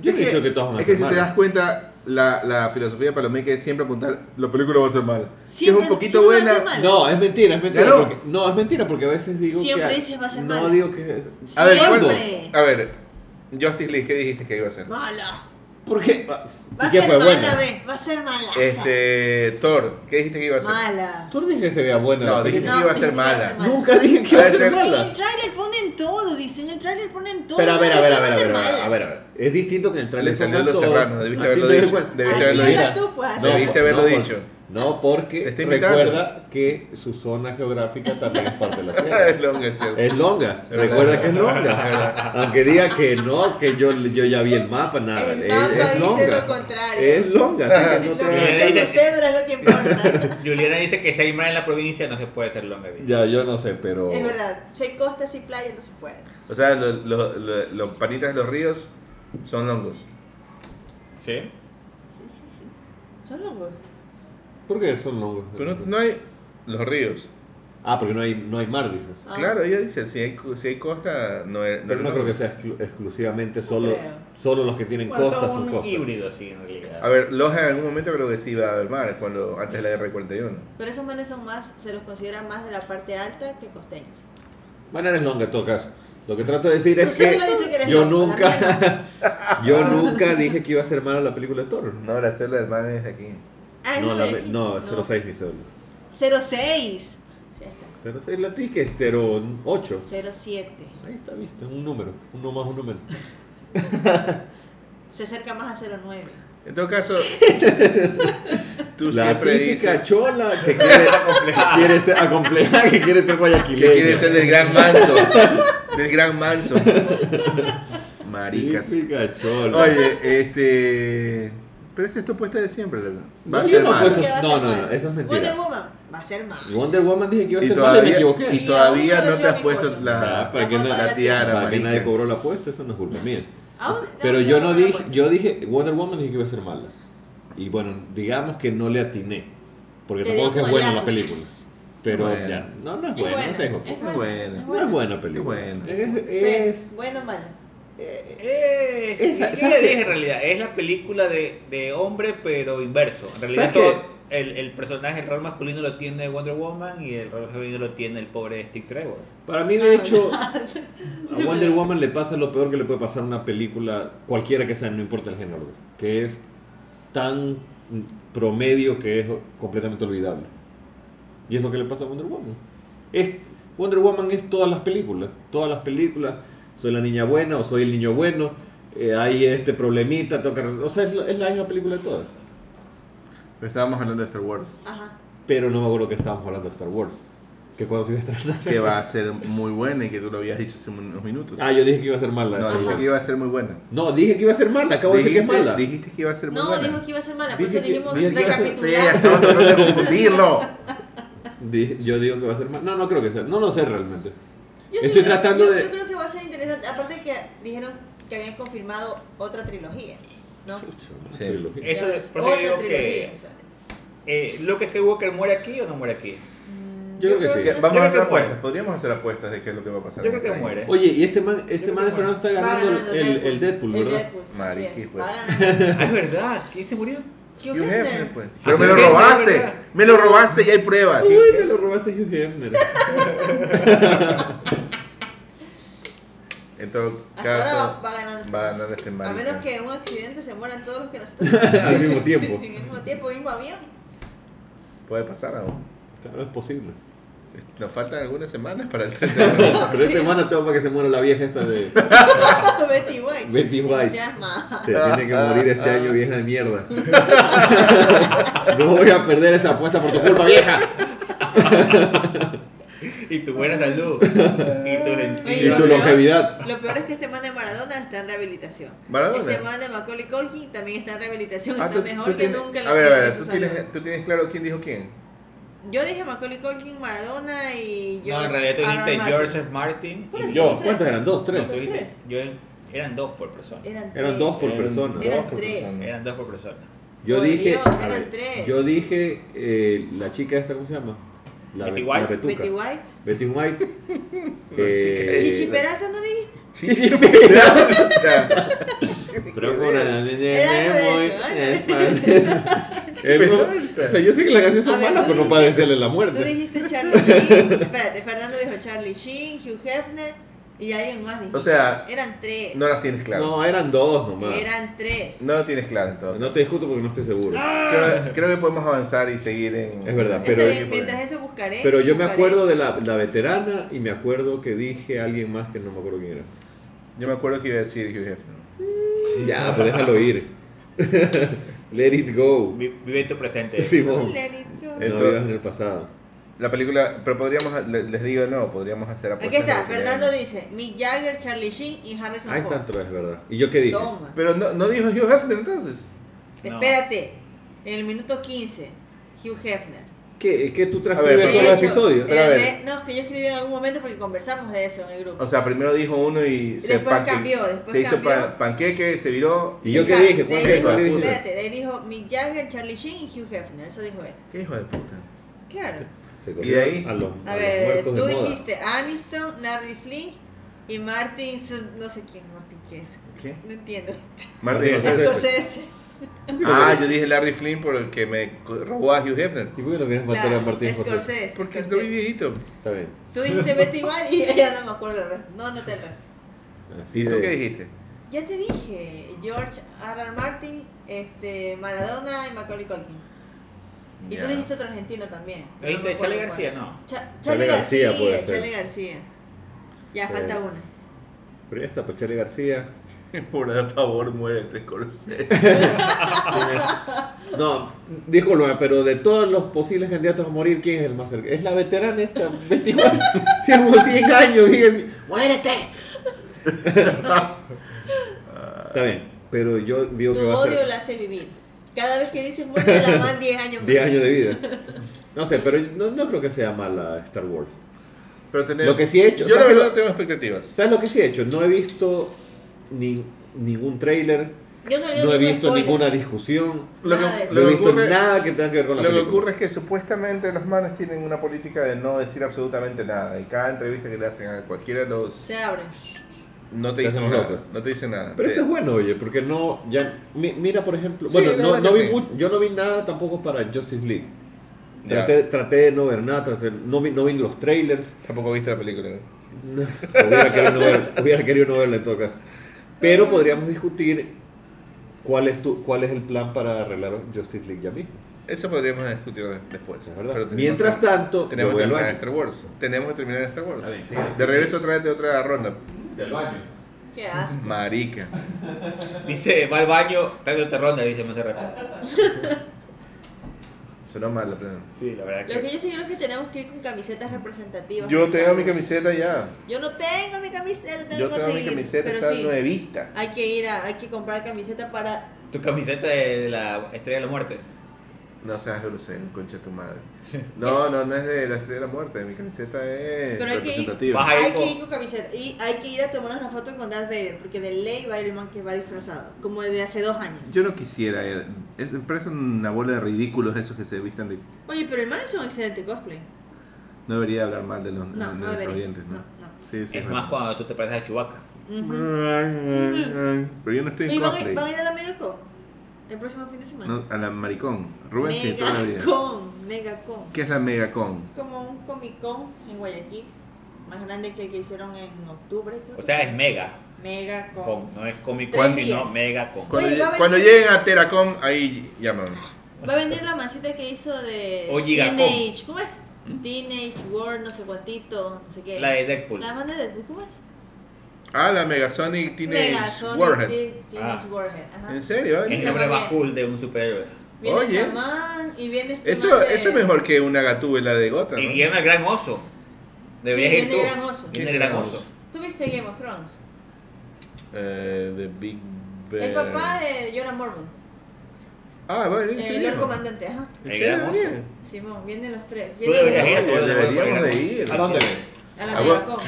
Speaker 1: Yo
Speaker 3: Es
Speaker 1: he dicho que todas van a
Speaker 3: Es que
Speaker 1: ser
Speaker 3: si te
Speaker 1: malas.
Speaker 3: das cuenta, la, la filosofía de Palomeque es siempre apuntar, la película va a ser mala. Si es
Speaker 2: Siempre-
Speaker 3: un poquito
Speaker 2: siempre va a
Speaker 3: buena,
Speaker 2: ser mala.
Speaker 1: No, es mentira, es mentira.
Speaker 3: Claro.
Speaker 1: Porque, no, es mentira porque a veces digo
Speaker 2: Siempre
Speaker 1: que...
Speaker 2: dices va a ser
Speaker 1: no
Speaker 2: mala.
Speaker 1: digo que... es-
Speaker 3: A ver, ¿cuándo?
Speaker 2: Siempre.
Speaker 3: A ver, Justice League, ¿qué dijiste que iba a ser?
Speaker 2: Mala.
Speaker 1: Porque...
Speaker 2: Va a
Speaker 1: ¿Y qué
Speaker 2: ser
Speaker 1: fue
Speaker 2: mala,
Speaker 1: buena?
Speaker 2: ve. Va a ser mala.
Speaker 3: Este, Thor, ¿qué dijiste que iba a ser?
Speaker 2: Mala.
Speaker 1: Tú no dijiste que se vea buena
Speaker 3: No,
Speaker 1: la
Speaker 3: dijiste
Speaker 1: película.
Speaker 3: que
Speaker 2: No,
Speaker 3: iba a ser
Speaker 2: dijiste que iba a
Speaker 3: mala.
Speaker 2: ser mala.
Speaker 1: Nunca dije que iba a
Speaker 3: Va a
Speaker 1: ser
Speaker 3: ser-
Speaker 2: En
Speaker 1: mala.
Speaker 2: el trailer ponen todo, dicen. En el trailer ponen todo.
Speaker 1: Pero a ver, a ver, a ver, a
Speaker 2: Va
Speaker 1: ver, a
Speaker 2: ser
Speaker 1: ver,
Speaker 2: mala.
Speaker 1: a ver, a ver. Es distinto que en el trailer
Speaker 3: Le salió
Speaker 1: pongan
Speaker 3: los
Speaker 1: todo.
Speaker 3: serranos, debiste
Speaker 1: Así
Speaker 3: haberlo
Speaker 1: se ve
Speaker 3: dicho,
Speaker 1: buena.
Speaker 3: debiste
Speaker 2: Así
Speaker 3: haberlo
Speaker 2: habla
Speaker 3: dicho.
Speaker 2: tú, pues, así
Speaker 3: Debiste
Speaker 2: habla.
Speaker 3: haberlo
Speaker 1: por-
Speaker 3: dicho.
Speaker 1: No, porque
Speaker 3: Te estoy invitando.
Speaker 1: recuerda que su zona geográfica también es parte de
Speaker 3: (laughs)
Speaker 1: la
Speaker 3: Es
Speaker 1: sierra.
Speaker 3: lo que es cierto.
Speaker 1: Es longa,
Speaker 3: verdad.
Speaker 1: recuerda que es
Speaker 3: Es verdad.
Speaker 1: longa. Aunque diga que no, que yo, yo ya vi el mapa, nada.
Speaker 2: El
Speaker 1: es,
Speaker 2: mapa
Speaker 1: es
Speaker 2: dice
Speaker 1: longa.
Speaker 2: lo contrario.
Speaker 1: Es longa, así que
Speaker 2: (laughs) Lo
Speaker 1: no te
Speaker 2: que dice tu cédula es lo que
Speaker 1: (laughs)
Speaker 2: importa.
Speaker 4: Juliana dice que si hay mar en la provincia no se puede hacer longa vida.
Speaker 1: Ya, yo no sé, pero.
Speaker 2: es verdad. Si hay costas y playas, no se puede.
Speaker 3: O sea, lo- lo- lo- los panitas de los ríos son longos.
Speaker 4: ¿Sí?
Speaker 2: Sí, sí, sí. Son longos.
Speaker 1: ¿Por qué son longos?
Speaker 3: Pero no, no hay los ríos.
Speaker 1: Ah, porque no hay, no hay mar, dices.
Speaker 2: Ah.
Speaker 3: Claro, ella dice, si hay, cu- si hay costa, no es...
Speaker 1: Pero
Speaker 3: es
Speaker 1: no
Speaker 3: longo.
Speaker 1: creo que sea exclu- exclusivamente solo,
Speaker 2: creo.
Speaker 1: solo los que tienen
Speaker 4: Bueno,
Speaker 1: costas
Speaker 4: son
Speaker 1: son
Speaker 4: un
Speaker 1: costas.
Speaker 4: híbrido, sí, en realidad.
Speaker 3: A ver, Loja en algún momento creo que sí iba a haber mar, cuando, antes de la guerra del 41.
Speaker 2: Pero esos manes son más, se los considera más de la parte alta que costeños.
Speaker 1: Bueno, eres longa en todo caso. Lo que trato de decir
Speaker 2: Tu
Speaker 1: es que
Speaker 2: cédula dice que eres
Speaker 1: yo
Speaker 2: longa, la mía no.
Speaker 1: nunca, (laughs) yo nunca dije que iba a ser mala la película de Thor.
Speaker 3: No, la celda del mar es aquí.
Speaker 2: Ah, es
Speaker 1: No,
Speaker 2: lo
Speaker 1: la,
Speaker 2: que
Speaker 1: ve-
Speaker 2: dijiste.
Speaker 1: no, 06 mi cédula.
Speaker 2: 06. Sí, ahí
Speaker 1: 06, la tuya que es 08.
Speaker 2: está. 07.
Speaker 1: Ahí está, viste, un número, uno más, uno menos.
Speaker 2: Se acerca más a 09.
Speaker 3: En
Speaker 1: (laughs)
Speaker 3: todo caso, tú
Speaker 1: la
Speaker 3: siempre
Speaker 1: típica
Speaker 3: dices
Speaker 1: chola que quiere, quiere ser acomplejada, que quiere ser
Speaker 3: que
Speaker 1: guayaquileña.
Speaker 3: quieres
Speaker 1: (laughs)
Speaker 3: ser del gran manso. del gran manso. Maricas.
Speaker 1: Típica chola.
Speaker 3: Oye, este. Pero esa es tu apuesta de siempre, loco. Va a
Speaker 1: No, yo
Speaker 3: ser
Speaker 1: no
Speaker 3: mala.
Speaker 1: apuesto-
Speaker 2: Porque va a
Speaker 1: no,
Speaker 2: ser
Speaker 1: no, no,
Speaker 2: mala.
Speaker 1: eso es mentira.
Speaker 2: Wonder Woman va a ser más.
Speaker 1: Wonder Woman dije que iba a
Speaker 3: Y
Speaker 1: ser mala y me
Speaker 3: todavía,
Speaker 1: equivoqué.
Speaker 3: y todavía
Speaker 2: aún no
Speaker 3: no te has
Speaker 2: recibo mi
Speaker 3: puesto
Speaker 2: foto.
Speaker 1: Ah,
Speaker 3: la,
Speaker 4: pues.
Speaker 1: para que
Speaker 2: La
Speaker 1: no- pues,
Speaker 2: foto de
Speaker 3: la tiara,
Speaker 1: para que
Speaker 3: marica.
Speaker 1: nadie cobró la apuesta, eso no es culpa mía.
Speaker 2: Aún-
Speaker 1: Pero
Speaker 2: aún
Speaker 1: yo
Speaker 2: no
Speaker 1: no
Speaker 2: me
Speaker 1: dije,
Speaker 2: acuerdo.
Speaker 1: yo dije, Wonder Woman dije que iba a ser mala. Y bueno, digamos que no le atiné. Porque
Speaker 2: Te
Speaker 1: tampoco es
Speaker 2: dio
Speaker 1: que es buena la
Speaker 2: coñazo.
Speaker 1: película. Pero
Speaker 3: Bueno.
Speaker 1: ya, no, no es
Speaker 2: Es
Speaker 1: buena,
Speaker 2: buena,
Speaker 1: no seas hijo.
Speaker 2: es
Speaker 3: Es buena.
Speaker 1: No es buena película.
Speaker 3: Es buena.
Speaker 1: Es,
Speaker 2: Sí, bueno o malo.
Speaker 4: Eh, sí,
Speaker 1: Esa-
Speaker 4: yo
Speaker 1: ¿sabes
Speaker 4: le
Speaker 1: qué?
Speaker 4: dije en realidad, es la película de, de hombre pero inverso. En realidad
Speaker 1: ¿Sabes qué?
Speaker 4: todo- el, el personaje, el rol masculino lo tiene Wonder Woman y el rol femenino lo tiene el pobre Steve Trevor.
Speaker 1: Para mí, de hecho, a Wonder Woman le pasa lo peor que le puede pasar a una película, cualquiera que sea, no importa el género, pues, que es tan promedio que es completamente olvidable. Y es lo que le pasa a Wonder Woman. Es, Wonder Woman es todas las películas, todas las películas, soy la niña buena o soy el niño bueno, eh, hay este problemita, toca... O sea, es la, es la misma película de todas.
Speaker 3: Pero pues, estábamos hablando de Star Wars.
Speaker 2: Ajá.
Speaker 1: Pero no me acuerdo que estábamos hablando de Star Wars, que cuando se iba a estrenar... (laughs)
Speaker 3: Que va a ser muy buena y que tú lo habías dicho hace unos minutos.
Speaker 1: Ah, yo dije que iba a ser mala.
Speaker 3: no, dije que iba a ser muy buena.
Speaker 1: No, dije que iba a ser mala, acabo de decir que es mala.
Speaker 3: Dijiste que iba a ser muy
Speaker 2: No,
Speaker 3: buena.
Speaker 2: dijo que iba a ser mala, por
Speaker 1: Dije
Speaker 2: eso
Speaker 1: que-
Speaker 2: dijimos
Speaker 1: dije que iba a
Speaker 3: Ya sé,
Speaker 2: recapitular.
Speaker 3: acabas de confundirlo.
Speaker 1: Di- Yo digo que va a ser más. No, no creo que sea. No lo sé realmente.
Speaker 2: Yo sí
Speaker 1: Estoy
Speaker 2: creo-
Speaker 1: tratando
Speaker 2: yo-
Speaker 1: de-
Speaker 2: Yo creo que va a ser interesante. Aparte que dijeron que habían confirmado otra trilogía, ¿no?
Speaker 1: (laughs) Chucho, una
Speaker 3: Sí.
Speaker 1: trilogía.
Speaker 4: Eso
Speaker 2: Ya
Speaker 4: es,
Speaker 2: ves,
Speaker 4: por eso digo
Speaker 2: otra trilogía.
Speaker 4: que-
Speaker 2: o sea.
Speaker 4: Eh, ¿Luke Skywalker muere aquí o no muere aquí?
Speaker 2: Mm,
Speaker 1: Yo creo que sí.
Speaker 3: Que
Speaker 2: no
Speaker 3: Vamos
Speaker 2: sé.
Speaker 3: a
Speaker 4: que
Speaker 3: hacer
Speaker 4: muere.
Speaker 3: apuestas. Podríamos hacer apuestas de qué es lo que va a pasar.
Speaker 4: Yo
Speaker 3: en
Speaker 4: creo que
Speaker 3: el año.
Speaker 4: muere.
Speaker 1: Oye, y este man, este
Speaker 4: Yo
Speaker 1: man
Speaker 4: creo
Speaker 1: de
Speaker 4: que
Speaker 1: Fernando está
Speaker 2: Va
Speaker 1: ganando el,
Speaker 2: ganando
Speaker 1: el- el Deadpool,
Speaker 2: el
Speaker 1: ¿verdad?
Speaker 2: Deadpool, así
Speaker 3: Mariquis,
Speaker 2: es,
Speaker 3: pues.
Speaker 2: va
Speaker 4: (laughs)
Speaker 2: ganando.
Speaker 4: Ah, es verdad. ¿Quién se murió?
Speaker 2: Hugh
Speaker 3: Hugh
Speaker 2: Hefner.
Speaker 3: Hefner, pues.
Speaker 4: Ah,
Speaker 3: Pero me
Speaker 4: Hugh
Speaker 3: lo
Speaker 4: Hefner,
Speaker 3: robaste.
Speaker 4: ¿verdad?
Speaker 3: Me lo robaste y hay pruebas.
Speaker 1: Uy, me lo robaste Hugh Hefner.
Speaker 3: En todo
Speaker 2: Hasta ahora
Speaker 3: caso,
Speaker 2: va ganando.
Speaker 3: va a ganar este
Speaker 2: A
Speaker 3: marica.
Speaker 2: menos que en un accidente se mueran todos los que nos están
Speaker 1: Al mismo tiempo.
Speaker 2: (laughs) En el mismo tiempo, mismo avión. (laughs)
Speaker 3: Puede pasar aún.
Speaker 1: Claro, es posible.
Speaker 3: Nos faltan algunas semanas para
Speaker 1: (laughs)
Speaker 3: el (laughs)
Speaker 1: Pero esta semana tengo para que se muera la vieja esta de.
Speaker 2: Betty White.
Speaker 1: Betty White.
Speaker 2: Entusiasma.
Speaker 1: Se tiene que morir este año, vieja de mierda. No voy a perder esa apuesta por tu culpa, vieja.
Speaker 4: Y tu buena salud. y tu
Speaker 1: Y
Speaker 4: lentillo.
Speaker 1: tu longevidad.
Speaker 2: Lo peor es que este man de Maradona está en rehabilitación.
Speaker 3: Maradona.
Speaker 2: Este man de Macaulay Culkin también está en rehabilitación.
Speaker 3: Ah,
Speaker 2: está mejor que
Speaker 3: tienes-
Speaker 2: nunca. en la
Speaker 3: A ver, a
Speaker 2: vida de
Speaker 3: ver,
Speaker 2: su
Speaker 3: ¿tú
Speaker 2: salud.
Speaker 3: tienes, tú tienes claro quién dijo quién.
Speaker 2: Yo dije Macaulay Culkin, Maradona y yo.
Speaker 4: No, en realidad tú dijiste Joseph Martin.
Speaker 2: Por eso.
Speaker 1: Yo, ¿cuántos eran? ¿Dos?
Speaker 4: No,
Speaker 1: ¿Tres?
Speaker 4: tú dijiste-
Speaker 2: tres.
Speaker 4: yo, eran dos por persona.
Speaker 2: Eran,
Speaker 1: Eran
Speaker 2: tres.
Speaker 1: dos por
Speaker 3: Eran
Speaker 1: persona.
Speaker 3: dos
Speaker 2: Eran
Speaker 3: por
Speaker 2: tres.
Speaker 3: persona.
Speaker 4: Eran dos por persona.
Speaker 1: Yo
Speaker 2: Por
Speaker 1: dije.
Speaker 2: Dios,
Speaker 1: a
Speaker 2: eran
Speaker 1: ver,
Speaker 2: tres.
Speaker 1: yo dije. eh, la chica esta, ¿cómo se llama? La,
Speaker 4: Betty
Speaker 1: be-
Speaker 4: White.
Speaker 1: la petuca.
Speaker 2: Betty White.
Speaker 1: Betty White.
Speaker 3: La chica.
Speaker 1: Eh,
Speaker 2: Chichi Peralta, ¿no dijiste?
Speaker 1: Chichi
Speaker 3: (laughs)
Speaker 1: Pero con la
Speaker 2: Era algo de eso,
Speaker 1: (laughs)
Speaker 2: algo
Speaker 1: O sea, yo sé que las canciones
Speaker 2: A
Speaker 1: son
Speaker 2: ver,
Speaker 1: malas,
Speaker 2: tú
Speaker 1: pero no para
Speaker 2: dijiste-
Speaker 1: desearle la
Speaker 2: Tú
Speaker 1: muerte.
Speaker 2: dijiste
Speaker 1: (laughs)
Speaker 2: Charlie Sheen. Espérate, Fernando dijo Charlie Sheen, Hugh Hefner y alguien más dijo.
Speaker 3: O sea,
Speaker 2: eran tres.
Speaker 3: no las tienes claras. No,
Speaker 1: No, eran dos nomás.
Speaker 2: eran tres.
Speaker 3: las tienes claras entonces.
Speaker 1: No te discuto porque no estoy seguro.
Speaker 2: Ah,
Speaker 3: Creo, creo que podemos avanzar y seguir en.
Speaker 1: Es verdad,
Speaker 2: Está
Speaker 1: pero-
Speaker 2: bien, mientras eso buscaré.
Speaker 1: Pero yo me
Speaker 2: buscaré.
Speaker 1: acuerdo de la, la veterana y me acuerdo que dije a alguien más que no me acuerdo quién era.
Speaker 3: Yo me acuerdo que iba a decir Hugh Hefner.
Speaker 1: Ya, pero déjalo ir. (laughs) Let it go.
Speaker 4: Vi- Vive en tu
Speaker 3: (laughs)
Speaker 4: presente.
Speaker 1: Simón.
Speaker 2: Let it go.
Speaker 1: No
Speaker 3: Entonces-
Speaker 1: vivas en el pasado.
Speaker 3: La película, pero podríamos, le- les digo no, podríamos hacer apuestas.
Speaker 2: Aquí está,
Speaker 3: de que
Speaker 2: Fernando
Speaker 3: vean.
Speaker 2: dice Mick Jagger, Charlie Sheen y Harrison
Speaker 1: Ahí
Speaker 2: Ford.
Speaker 1: están tres, ¿verdad? ¿Y yo qué dije?
Speaker 2: Toma.
Speaker 3: Pero no, no dijo Hugh Hefner entonces.
Speaker 4: No.
Speaker 2: Espérate, en el minuto 15, Hugh Hefner.
Speaker 1: ¿Qué, qué tú
Speaker 3: A ver,
Speaker 1: transcribes Eh, todos
Speaker 3: pero-
Speaker 2: De
Speaker 1: los
Speaker 2: hecho,
Speaker 1: episodios?
Speaker 3: Pero a
Speaker 2: en
Speaker 3: ver.
Speaker 2: el- No, es que yo escribí en algún momento porque conversamos de eso en el grupo.
Speaker 3: O sea, primero dijo uno y se
Speaker 2: Después
Speaker 3: panque-
Speaker 2: cambió, después
Speaker 3: Se hizo pa-
Speaker 2: cambió.
Speaker 3: panqueque, se viró.
Speaker 1: ¿Y yo qué
Speaker 2: Exacto,
Speaker 1: dije?
Speaker 2: de
Speaker 1: ¿Cuál
Speaker 2: ahí
Speaker 1: qué
Speaker 2: dijo-
Speaker 1: dije?
Speaker 2: Espérate, de ahí dijo Mick Jagger, Charlie Sheen y Hugh Hefner. Eso dijo él.
Speaker 3: ¿Qué hijo de puta?
Speaker 2: Claro.
Speaker 1: Se
Speaker 3: ¿Y de ahí?
Speaker 1: cogieron a los, a
Speaker 2: A
Speaker 1: los
Speaker 2: ver,
Speaker 1: muertos
Speaker 2: tú
Speaker 1: de moda.
Speaker 2: dijiste Aniston, Larry Flynn y Martin, Su- no sé quién, Martin, ¿qué es?
Speaker 3: ¿Qué?
Speaker 2: No entiendo.
Speaker 3: Martin
Speaker 1: Martin Scorsese.
Speaker 3: Scorsese.
Speaker 2: Scorsese.
Speaker 3: Ah, yo dije Larry Flynn porque me robó a Hugh Hefner.
Speaker 1: ¿Y por qué no quieres matar
Speaker 2: Claro,
Speaker 1: a Martín Scorsese?
Speaker 2: Scorsese,
Speaker 3: Porque
Speaker 2: Scorsese.
Speaker 3: estoy viejito.
Speaker 1: Está bien.
Speaker 2: Tú dijiste Betty White y ella no me acuerdo el resto. No, no te el resto.
Speaker 1: Así
Speaker 3: ¿Y tú
Speaker 1: de-
Speaker 3: qué dijiste?
Speaker 2: Ya te dije, George R. R. Martin, este, Maradona y Macaulay Culkin. Y
Speaker 3: Ya.
Speaker 2: tú dijiste otro argentino también.
Speaker 4: ¿Lo dijiste
Speaker 2: me acuerdo
Speaker 4: Charlie García?
Speaker 2: cuál.
Speaker 4: No.
Speaker 2: Cha-
Speaker 1: Charlie
Speaker 2: Charlie
Speaker 1: García
Speaker 2: García,
Speaker 1: puede ser.
Speaker 2: Charlie García. Ya
Speaker 1: Sí.
Speaker 2: falta una.
Speaker 1: Pero ya está, pues Charlie (laughs) García.
Speaker 3: Por favor, muérete, Scorsese.
Speaker 1: No, discúlpame, pero de todos los posibles candidatos a morir, ¿quién es el más cercano? Es la veterana esta, (laughs) 21. Tengo 100 años, bien. ¡Muérete! Está bien, pero yo digo que
Speaker 2: Tu
Speaker 1: va a
Speaker 2: odio
Speaker 1: ser
Speaker 2: la hace vivir. Cada vez que dices muerte la más 10 años
Speaker 1: 10
Speaker 2: más.
Speaker 1: años de
Speaker 2: (laughs)
Speaker 1: vida. No sé, pero no, no creo que sea mala Star Wars.
Speaker 3: Pero tener-
Speaker 1: Lo que sí he hecho,
Speaker 3: Yo la
Speaker 1: ¿sabes
Speaker 3: verdad
Speaker 1: lo-
Speaker 3: no tengo expectativas.
Speaker 1: ¿Sabes lo que sí he hecho? No he visto ni- ningún trailer,
Speaker 2: Yo no, leo
Speaker 1: no he
Speaker 2: ningún
Speaker 1: visto
Speaker 2: spoiler.
Speaker 1: ninguna discusión,
Speaker 3: Lo
Speaker 2: Nada de
Speaker 3: que,
Speaker 2: eso.
Speaker 1: no
Speaker 3: lo
Speaker 1: he
Speaker 3: que
Speaker 1: visto
Speaker 3: ocurre,
Speaker 1: nada que tenga que ver con la
Speaker 3: lo que
Speaker 1: película.
Speaker 3: ocurre es que supuestamente los manes tienen una política de no decir absolutamente nada. Y cada entrevista que le hacen a cualquiera de los.
Speaker 2: Se abre.
Speaker 3: No te
Speaker 1: Se
Speaker 3: dicen
Speaker 1: hacen
Speaker 3: nada.
Speaker 1: locos.
Speaker 3: No te dicen nada.
Speaker 1: Pero
Speaker 3: Te-
Speaker 1: eso es bueno, oye, porque no, ya, mi- mira por ejemplo,
Speaker 3: Sí,
Speaker 1: bueno,
Speaker 3: la
Speaker 1: no,
Speaker 3: verdad
Speaker 1: no
Speaker 3: que
Speaker 1: vi
Speaker 3: sí.
Speaker 1: mu- yo no vi nada tampoco para Justice League.
Speaker 3: Ya.
Speaker 1: Traté, traté de no ver nada, traté- no, vi, no vi los trailers, (laughs)
Speaker 3: Tampoco viste la película.
Speaker 1: No,
Speaker 3: ¿no?
Speaker 1: hubiera, querido no ver- hubiera querido no verla en todo caso. Pero podríamos discutir cuál es, tu, cuál es el plan para arreglar Justice League ya mismo.
Speaker 3: Eso podríamos discutir de- después.
Speaker 1: Es verdad.
Speaker 3: Pero tenemos
Speaker 1: Mientras
Speaker 3: que-
Speaker 1: tanto,
Speaker 3: Tenemos
Speaker 1: yo
Speaker 3: que
Speaker 1: voy al
Speaker 3: terminar
Speaker 1: baño.
Speaker 3: Star Wars. Tenemos que terminar Star Wars.
Speaker 1: Está bien, sí, sí.
Speaker 3: de regreso otra vez de otra ronda.
Speaker 2: Qué
Speaker 4: (laughs)
Speaker 2: asco.
Speaker 3: Marica.
Speaker 4: Dice, va al baño, tanto te ronda, dice Monserrat.
Speaker 3: Suena mal la plena.
Speaker 4: Sí, la verdad
Speaker 2: Lo que
Speaker 4: que.
Speaker 2: yo sí creo es que tenemos que ir con camisetas representativas.
Speaker 3: Yo
Speaker 2: Star
Speaker 3: tengo mi
Speaker 2: Wars.
Speaker 3: camiseta ya.
Speaker 2: Yo no tengo mi camiseta, tengo
Speaker 3: Yo
Speaker 2: que
Speaker 3: tengo mi
Speaker 2: conseguir.
Speaker 3: camiseta,
Speaker 2: pero
Speaker 3: está
Speaker 2: sí,
Speaker 3: nuevita.
Speaker 2: hay que ir a, hay que comprar camiseta para
Speaker 4: Tu camiseta de la Estrella de la Muerte.
Speaker 3: No seas grosero, concha de tu (laughs) madre. No, no, no es de la estrella de la muerte. Mi camiseta es
Speaker 2: Pero hay que ir-
Speaker 3: representativa.
Speaker 4: Baja ahí
Speaker 2: Hay
Speaker 4: con-
Speaker 2: que ir con camiseta y hay que ir a tomarnos una foto con Darth Vader, porque de ley va a ir el man que va disfrazado, como desde hace dos años.
Speaker 3: Yo no quisiera. eh, Es, me parece una bola de ridículos esos que se vistan de.
Speaker 2: Oye, pero el man es un excelente cosplay.
Speaker 3: No debería hablar mal de los
Speaker 2: No,
Speaker 3: de
Speaker 2: no
Speaker 3: nuestros
Speaker 2: debería.
Speaker 3: oyentes, ¿no?
Speaker 2: No, no.
Speaker 3: Sí, sí,
Speaker 4: Es
Speaker 3: verdad.
Speaker 4: más cuando tú te pareces a Chewbacca.
Speaker 2: Ujú.
Speaker 3: Ay, ay, ay. Pero yo no estoy
Speaker 2: ¿Y
Speaker 3: en
Speaker 2: van, a-
Speaker 3: Mm, cosplay.
Speaker 2: van a ir a la Megacon el próximo fin de semana?
Speaker 3: No, a la maricón. Rubén sí, todavía.
Speaker 2: Megacon, Megacon.
Speaker 3: ¿Qué es la megacon?
Speaker 2: Como un Comic Con en Guayaquil, más grande que el que hicieron en octubre. creo
Speaker 4: O
Speaker 2: que
Speaker 4: sea,
Speaker 2: fue.
Speaker 4: es mega.
Speaker 2: Megacon.
Speaker 4: Con, no es Comic Con,
Speaker 2: Tres
Speaker 4: sino
Speaker 2: días.
Speaker 4: mega con.
Speaker 3: Cuando,
Speaker 2: Oye, va a
Speaker 3: lle- cuando
Speaker 2: venir-
Speaker 3: lleguen a Teracom, ahí llaman.
Speaker 2: Va a venir la mancita que hizo de
Speaker 4: O Gigacom.
Speaker 2: Teenage, ¿cómo es? Teenage World, no sé cuantito, no sé qué.
Speaker 4: ¿Mm? La de Deadpool.
Speaker 2: La man de Deadpool, ¿cómo es?
Speaker 3: Ah, la Megasonic Teenage
Speaker 2: Megasonic
Speaker 3: Warhead.
Speaker 2: Teen- Teenage
Speaker 4: Ah.
Speaker 2: Warhead, ajá.
Speaker 3: ¿En serio? va a venir?
Speaker 4: Es
Speaker 2: Esa
Speaker 4: el nombre
Speaker 2: va
Speaker 4: más
Speaker 2: bien.
Speaker 4: cool de un superhéroe.
Speaker 2: Viene
Speaker 3: Oye.
Speaker 2: esa man y viene este man
Speaker 3: Eso,
Speaker 2: de-
Speaker 3: eso es mejor que una gatúbela de gota.
Speaker 4: Y
Speaker 3: ¿no?
Speaker 4: viene el gran oso. Deberías
Speaker 2: Sí,
Speaker 4: ir
Speaker 2: viene
Speaker 4: tú.
Speaker 2: el gran oso.
Speaker 4: Viene el gran
Speaker 3: Gran
Speaker 4: oso.
Speaker 3: oso.
Speaker 2: ¿Tú viste Game of Thrones?
Speaker 3: Eh, The Big Bang.
Speaker 2: El papá de Jorah Mormont,
Speaker 3: Ah, va a venir.
Speaker 2: el Lord Comandante, ajá.
Speaker 4: El gran oso.
Speaker 2: Simón, vienen los tres.
Speaker 4: Tú
Speaker 2: Vienen
Speaker 4: deberías ir a
Speaker 2: los-
Speaker 4: tu
Speaker 3: Oye, deberíamos de ir.
Speaker 1: ¿A dónde?
Speaker 2: A la
Speaker 3: Ah, bueno.
Speaker 2: Megacon.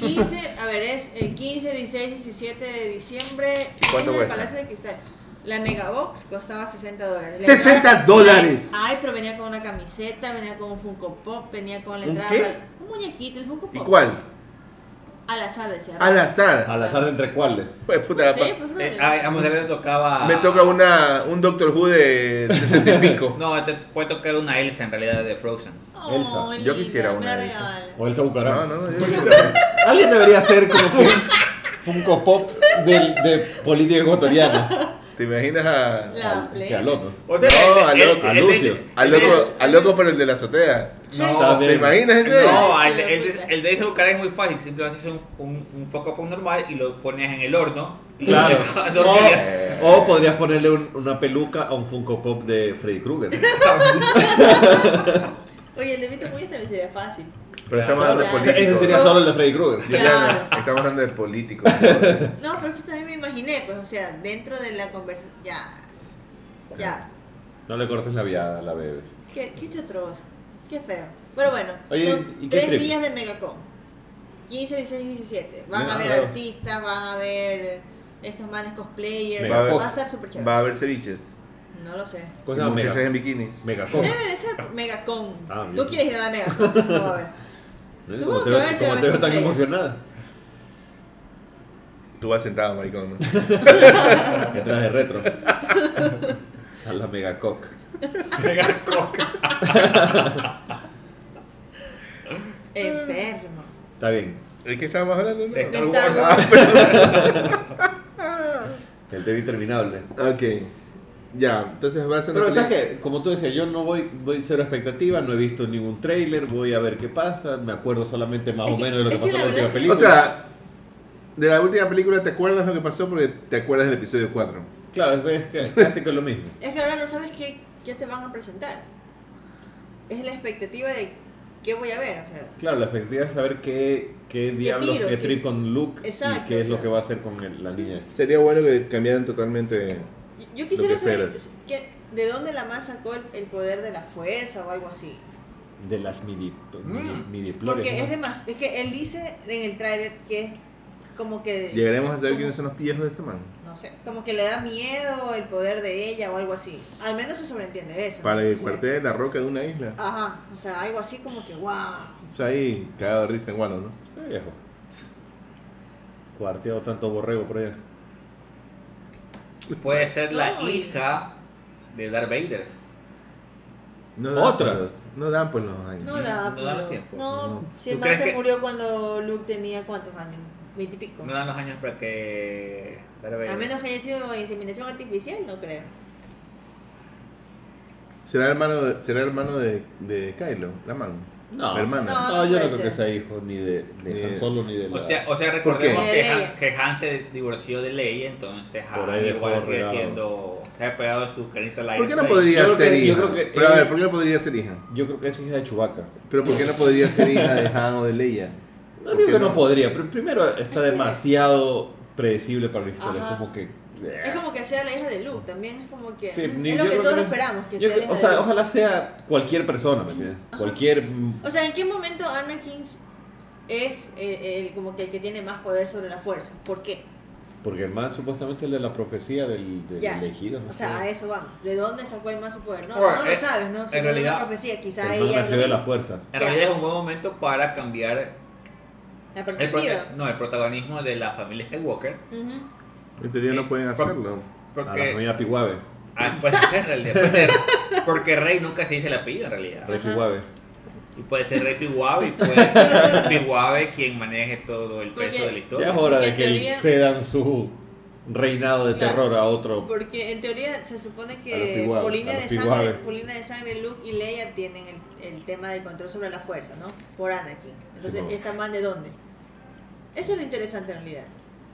Speaker 2: 15, a ver, es el 15, 16, 17 de diciembre
Speaker 3: cuánto
Speaker 2: en el
Speaker 3: cuesta?
Speaker 2: Palacio de Cristal. La Megabox costaba 60 dólares.
Speaker 5: ¡60
Speaker 2: Ay,
Speaker 5: dólares!
Speaker 2: Ay, pero venía con una camiseta, venía con un Funko Pop, venía con la
Speaker 3: ¿Un
Speaker 2: entrada.
Speaker 3: qué?
Speaker 2: para- Un muñequito, el Funko Pop.
Speaker 3: ¿Y cuál?
Speaker 2: Al azar, decía.
Speaker 3: Al azar.
Speaker 1: Al azar de entre cuáles.
Speaker 3: Pues puta,
Speaker 2: Sí,
Speaker 3: pa-
Speaker 2: pues,
Speaker 4: Eh,
Speaker 2: brother.
Speaker 4: a a Monterrey le tocaba.
Speaker 3: me toca una, un Doctor Who de 60 y
Speaker 4: (laughs)
Speaker 3: pico.
Speaker 4: No, te puede tocar una Elsa en realidad de Frozen.
Speaker 2: Oh,
Speaker 1: Elsa.
Speaker 3: Yo quisiera
Speaker 2: linda,
Speaker 3: una
Speaker 2: me
Speaker 3: de esas.
Speaker 2: regala.
Speaker 1: O él se buscará.
Speaker 3: No, no, no. yo-
Speaker 2: (laughs)
Speaker 3: yo-
Speaker 1: Alguien debería hacer como que (laughs) Funko Pops del- de, política ecuatoriana.
Speaker 3: ¿Te imaginas a.
Speaker 2: La
Speaker 1: Que
Speaker 2: play.
Speaker 1: al otro.
Speaker 4: O
Speaker 3: No,
Speaker 4: el-
Speaker 3: al
Speaker 4: el-
Speaker 3: loco,
Speaker 4: el-
Speaker 1: a Lucio,
Speaker 4: el-
Speaker 3: Al
Speaker 4: el-
Speaker 3: loco, al loco por el de la azotea.
Speaker 4: No,
Speaker 3: ¿Te imaginas ese?
Speaker 4: No,
Speaker 2: Ay,
Speaker 4: el,
Speaker 2: sí,
Speaker 4: el-
Speaker 2: me gusta.
Speaker 4: el de ese buscar es muy fácil. Simplemente haces un, un, un poco pop normal y lo pones en el horno.
Speaker 2: (laughs)
Speaker 4: Y
Speaker 1: Claro.
Speaker 4: lo- lo (laughs) tiras.
Speaker 1: O, o podrías ponerle un- una peluca a un Funko Pop de Freddy
Speaker 2: (laughs)
Speaker 1: Krueger.
Speaker 2: Oye, el de Vito Muñoz también sería fácil.
Speaker 3: Pero estamos hablando de
Speaker 2: Claro.
Speaker 3: políticos.
Speaker 1: Ese sería solo el de Freddy Krueger.
Speaker 3: Yo ya-
Speaker 2: Claro.
Speaker 3: Estamos hablando de políticos. ¿no?
Speaker 2: No, pero es que también me imaginé, pues, o sea, dentro de la conversación. Ya. Ya.
Speaker 1: No le cortes la viada a la bebé.
Speaker 2: Qué, qué chotroso, qué feo. Pero bueno,
Speaker 1: Oye,
Speaker 2: son
Speaker 1: ¿y qué
Speaker 2: tres
Speaker 1: trip?
Speaker 2: días de Megacon. 15, 16 y 17. Van
Speaker 1: Ah,
Speaker 2: a ver
Speaker 1: claro.
Speaker 2: artistas, van a ver eh, estos manes cosplayers.
Speaker 1: Mega
Speaker 2: Va
Speaker 1: Pop.
Speaker 2: a estar súper chévere.
Speaker 3: Va a haber ceviches.
Speaker 2: No lo sé.
Speaker 1: ¿Cómo
Speaker 3: Y
Speaker 1: se llama?
Speaker 3: Muchachas
Speaker 1: Mega,
Speaker 3: en bikini.
Speaker 1: Megacom.
Speaker 2: Debe de ser Megacon.
Speaker 1: Ah, bien.
Speaker 2: Tú quieres ir a la Megacon, entonces no va a haber.
Speaker 1: No sé,
Speaker 2: Supongo
Speaker 1: como
Speaker 2: que
Speaker 1: te-
Speaker 2: a ver si va
Speaker 1: como
Speaker 2: a
Speaker 1: te veo
Speaker 2: haber
Speaker 1: tan
Speaker 2: cumpleaños.
Speaker 1: emocionada.
Speaker 3: Tú vas sentado,
Speaker 1: (laughs)
Speaker 3: maricón. ¿no?
Speaker 1: Detrás de
Speaker 2: (laughs)
Speaker 1: retro. A la Megacoc.
Speaker 4: Mega coca.
Speaker 2: Enfermo.
Speaker 1: Está bien.
Speaker 3: ¿De qué estábamos hablando? no?
Speaker 4: De Star
Speaker 2: De
Speaker 4: Wars.
Speaker 2: Star Wars.
Speaker 1: El tema interminable.
Speaker 3: Ok. Ya, entonces va a ser una
Speaker 1: Pero sabes
Speaker 3: película-
Speaker 1: que, como tú decías, yo no voy, voy cero expectativa, no he visto ningún trailer, voy a ver qué pasa, me acuerdo solamente más
Speaker 2: Es
Speaker 1: o
Speaker 2: que-
Speaker 1: menos de lo que
Speaker 2: es que
Speaker 1: pasó en
Speaker 2: la
Speaker 1: la última
Speaker 2: verdad-
Speaker 1: película.
Speaker 3: O sea, de la última película te acuerdas lo que pasó porque te acuerdas del episodio 4.
Speaker 1: claro, es que es
Speaker 3: (laughs)
Speaker 1: casi que lo mismo.
Speaker 2: Es que ahora no sabes qué, qué te van a presentar. Es la expectativa de qué voy a ver, o sea.
Speaker 1: Claro, la expectativa es saber qué, qué diablos,
Speaker 2: tiro,
Speaker 1: qué
Speaker 2: qué-
Speaker 1: trip con Luke
Speaker 2: Exacto,
Speaker 1: y qué es
Speaker 2: o
Speaker 1: lo
Speaker 2: sea.
Speaker 1: que va a hacer con el- la niña esta.
Speaker 3: Sería bueno que cambiaran totalmente.
Speaker 2: Yo quisiera
Speaker 3: que
Speaker 2: saber
Speaker 3: esperas.
Speaker 2: qué- de dónde la man sacó el, el poder de la fuerza o algo así.
Speaker 1: de las midi, midi,
Speaker 4: Mm.
Speaker 1: midiplores,
Speaker 2: Porque
Speaker 1: ¿no?
Speaker 2: es de más. Es que él dice en el tráiler que es como que.
Speaker 3: Llegaremos a saber
Speaker 2: como-
Speaker 3: quiénes son los pillejos de este man.
Speaker 2: No sé. Como que le da miedo el poder de ella o algo así. Al menos se sobreentiende de eso.
Speaker 3: Para
Speaker 2: no
Speaker 3: que
Speaker 2: sé.
Speaker 3: cuartee la roca de una isla.
Speaker 2: Ajá. O sea, algo así como que, wow.
Speaker 3: Eso ahí, cagado de risa en Wano, ¿no?
Speaker 1: Ay, viejo. Cuarteado tanto borrego por allá.
Speaker 4: Puede ser la
Speaker 2: Ay.
Speaker 4: hija de Darth Vader.
Speaker 3: No
Speaker 1: Otra.
Speaker 3: por los- no dan por los años.
Speaker 2: No da.
Speaker 4: No da
Speaker 2: pero-
Speaker 4: más tiempo.
Speaker 2: No,
Speaker 3: No.
Speaker 2: si el
Speaker 4: ¿Tú
Speaker 2: man
Speaker 4: crees
Speaker 2: se
Speaker 4: que-
Speaker 2: murió cuando Luke tenía cuántos años? Veintipico.
Speaker 4: No dan los años para que Darth Vader.
Speaker 2: Al menos que haya sido inseminación artificial, no creo.
Speaker 3: ¿Será hermano de, será hermano de, de Kylo, la mano?
Speaker 1: No,
Speaker 3: Hermana.
Speaker 1: no,
Speaker 2: No, no
Speaker 1: yo no
Speaker 2: puede
Speaker 1: creo
Speaker 2: ser.
Speaker 1: que sea hijo ni de, de
Speaker 3: Ni de-
Speaker 1: Han Solo ni de la...
Speaker 4: O sea, o sea
Speaker 3: ¿Por qué?
Speaker 4: recordemos
Speaker 2: De
Speaker 4: que
Speaker 2: Leia.
Speaker 4: Han, que Han se divorció de Leia, entonces
Speaker 1: Por
Speaker 4: Han
Speaker 1: ahí dejó
Speaker 4: igual sigue
Speaker 1: regado.
Speaker 4: siendo. Se ha pegado su carita al aire. pues.
Speaker 3: ¿Por qué no
Speaker 4: Ahí.
Speaker 3: podría
Speaker 1: Yo creo
Speaker 3: ser
Speaker 1: que- yo
Speaker 3: hija?
Speaker 1: creo que
Speaker 3: Pero a
Speaker 1: él-
Speaker 3: ver, ¿por qué no podría ser hija?
Speaker 1: Yo creo que es hija de Chewbacca.
Speaker 3: Pero ¿por qué no podría ser hija de Han o de Leia?
Speaker 1: No
Speaker 3: ¿Por
Speaker 1: digo
Speaker 3: qué
Speaker 1: que no? podría, pero primero está
Speaker 2: Es que-
Speaker 1: demasiado predecible para la historia.
Speaker 2: Ajá.
Speaker 1: Como que eh,
Speaker 2: Es como que sea la hija de Luke, también es como que.
Speaker 1: Sí, ni-
Speaker 2: es
Speaker 1: yo
Speaker 2: lo que
Speaker 1: creo
Speaker 2: todos
Speaker 1: no-
Speaker 2: esperamos, que
Speaker 1: yo creo-
Speaker 2: sea la hija
Speaker 1: O sea,
Speaker 2: de Luke.
Speaker 1: ojalá sea cualquier persona, ¿me entiendes? Cualquier. mm,
Speaker 2: O sea, ¿en qué momento Anakin es eh, el, como que el que tiene más poder sobre la fuerza? ¿Por qué?
Speaker 1: Porque el man supuestamente el de la profecía del, del
Speaker 2: Ya.
Speaker 1: elegido. no
Speaker 2: o
Speaker 1: sé.
Speaker 2: sea, a eso vamos. ¿De dónde sacó el más su poder? No,
Speaker 4: Ahora,
Speaker 2: no lo
Speaker 4: eh,
Speaker 2: sabes, ¿no?
Speaker 4: en
Speaker 2: Si no es
Speaker 4: realidad,
Speaker 2: una profecía, quizá
Speaker 1: El man
Speaker 2: ella es
Speaker 1: nació
Speaker 2: lo
Speaker 1: de la
Speaker 2: mismo.
Speaker 1: fuerza.
Speaker 4: En realidad es un buen momento para cambiar
Speaker 2: la
Speaker 4: el,
Speaker 2: perspectiva.
Speaker 1: eh,
Speaker 4: prota- no, el protagonismo de la familia Skywalker.
Speaker 2: Ujú.
Speaker 3: En teoría
Speaker 4: Eh,
Speaker 3: no pueden hacerlo.
Speaker 1: A la
Speaker 4: Porque,
Speaker 1: familia Pihuave.
Speaker 4: ah, puede ser, en realidad,
Speaker 2: (laughs)
Speaker 4: puede ser. porque Rey nunca se dice el apellido en realidad.
Speaker 1: Rey
Speaker 2: Ajá.
Speaker 1: Pihuave.
Speaker 4: Y puede ser Rey Piwave y puede ser Piwave quien maneje todo el peso
Speaker 2: Porque-
Speaker 4: de la
Speaker 1: Ya es
Speaker 4: historia.
Speaker 1: hora
Speaker 2: Porque
Speaker 1: de
Speaker 2: en
Speaker 1: que
Speaker 2: teoría-
Speaker 1: cedan su reinado de
Speaker 2: Claro.
Speaker 1: terror a otro.
Speaker 2: Porque en teoría se supone
Speaker 1: A los
Speaker 2: que
Speaker 1: piguabes,
Speaker 2: Polina
Speaker 1: a
Speaker 2: de,
Speaker 1: los
Speaker 2: sangre,
Speaker 1: piguabes.
Speaker 2: Polina de sangre, Luke y Leia tienen el, el tema del control sobre la fuerza, ¿no? Por Anakin. Entonces,
Speaker 1: Simón.
Speaker 2: ¿esta man de dónde? Eso es lo interesante en realidad.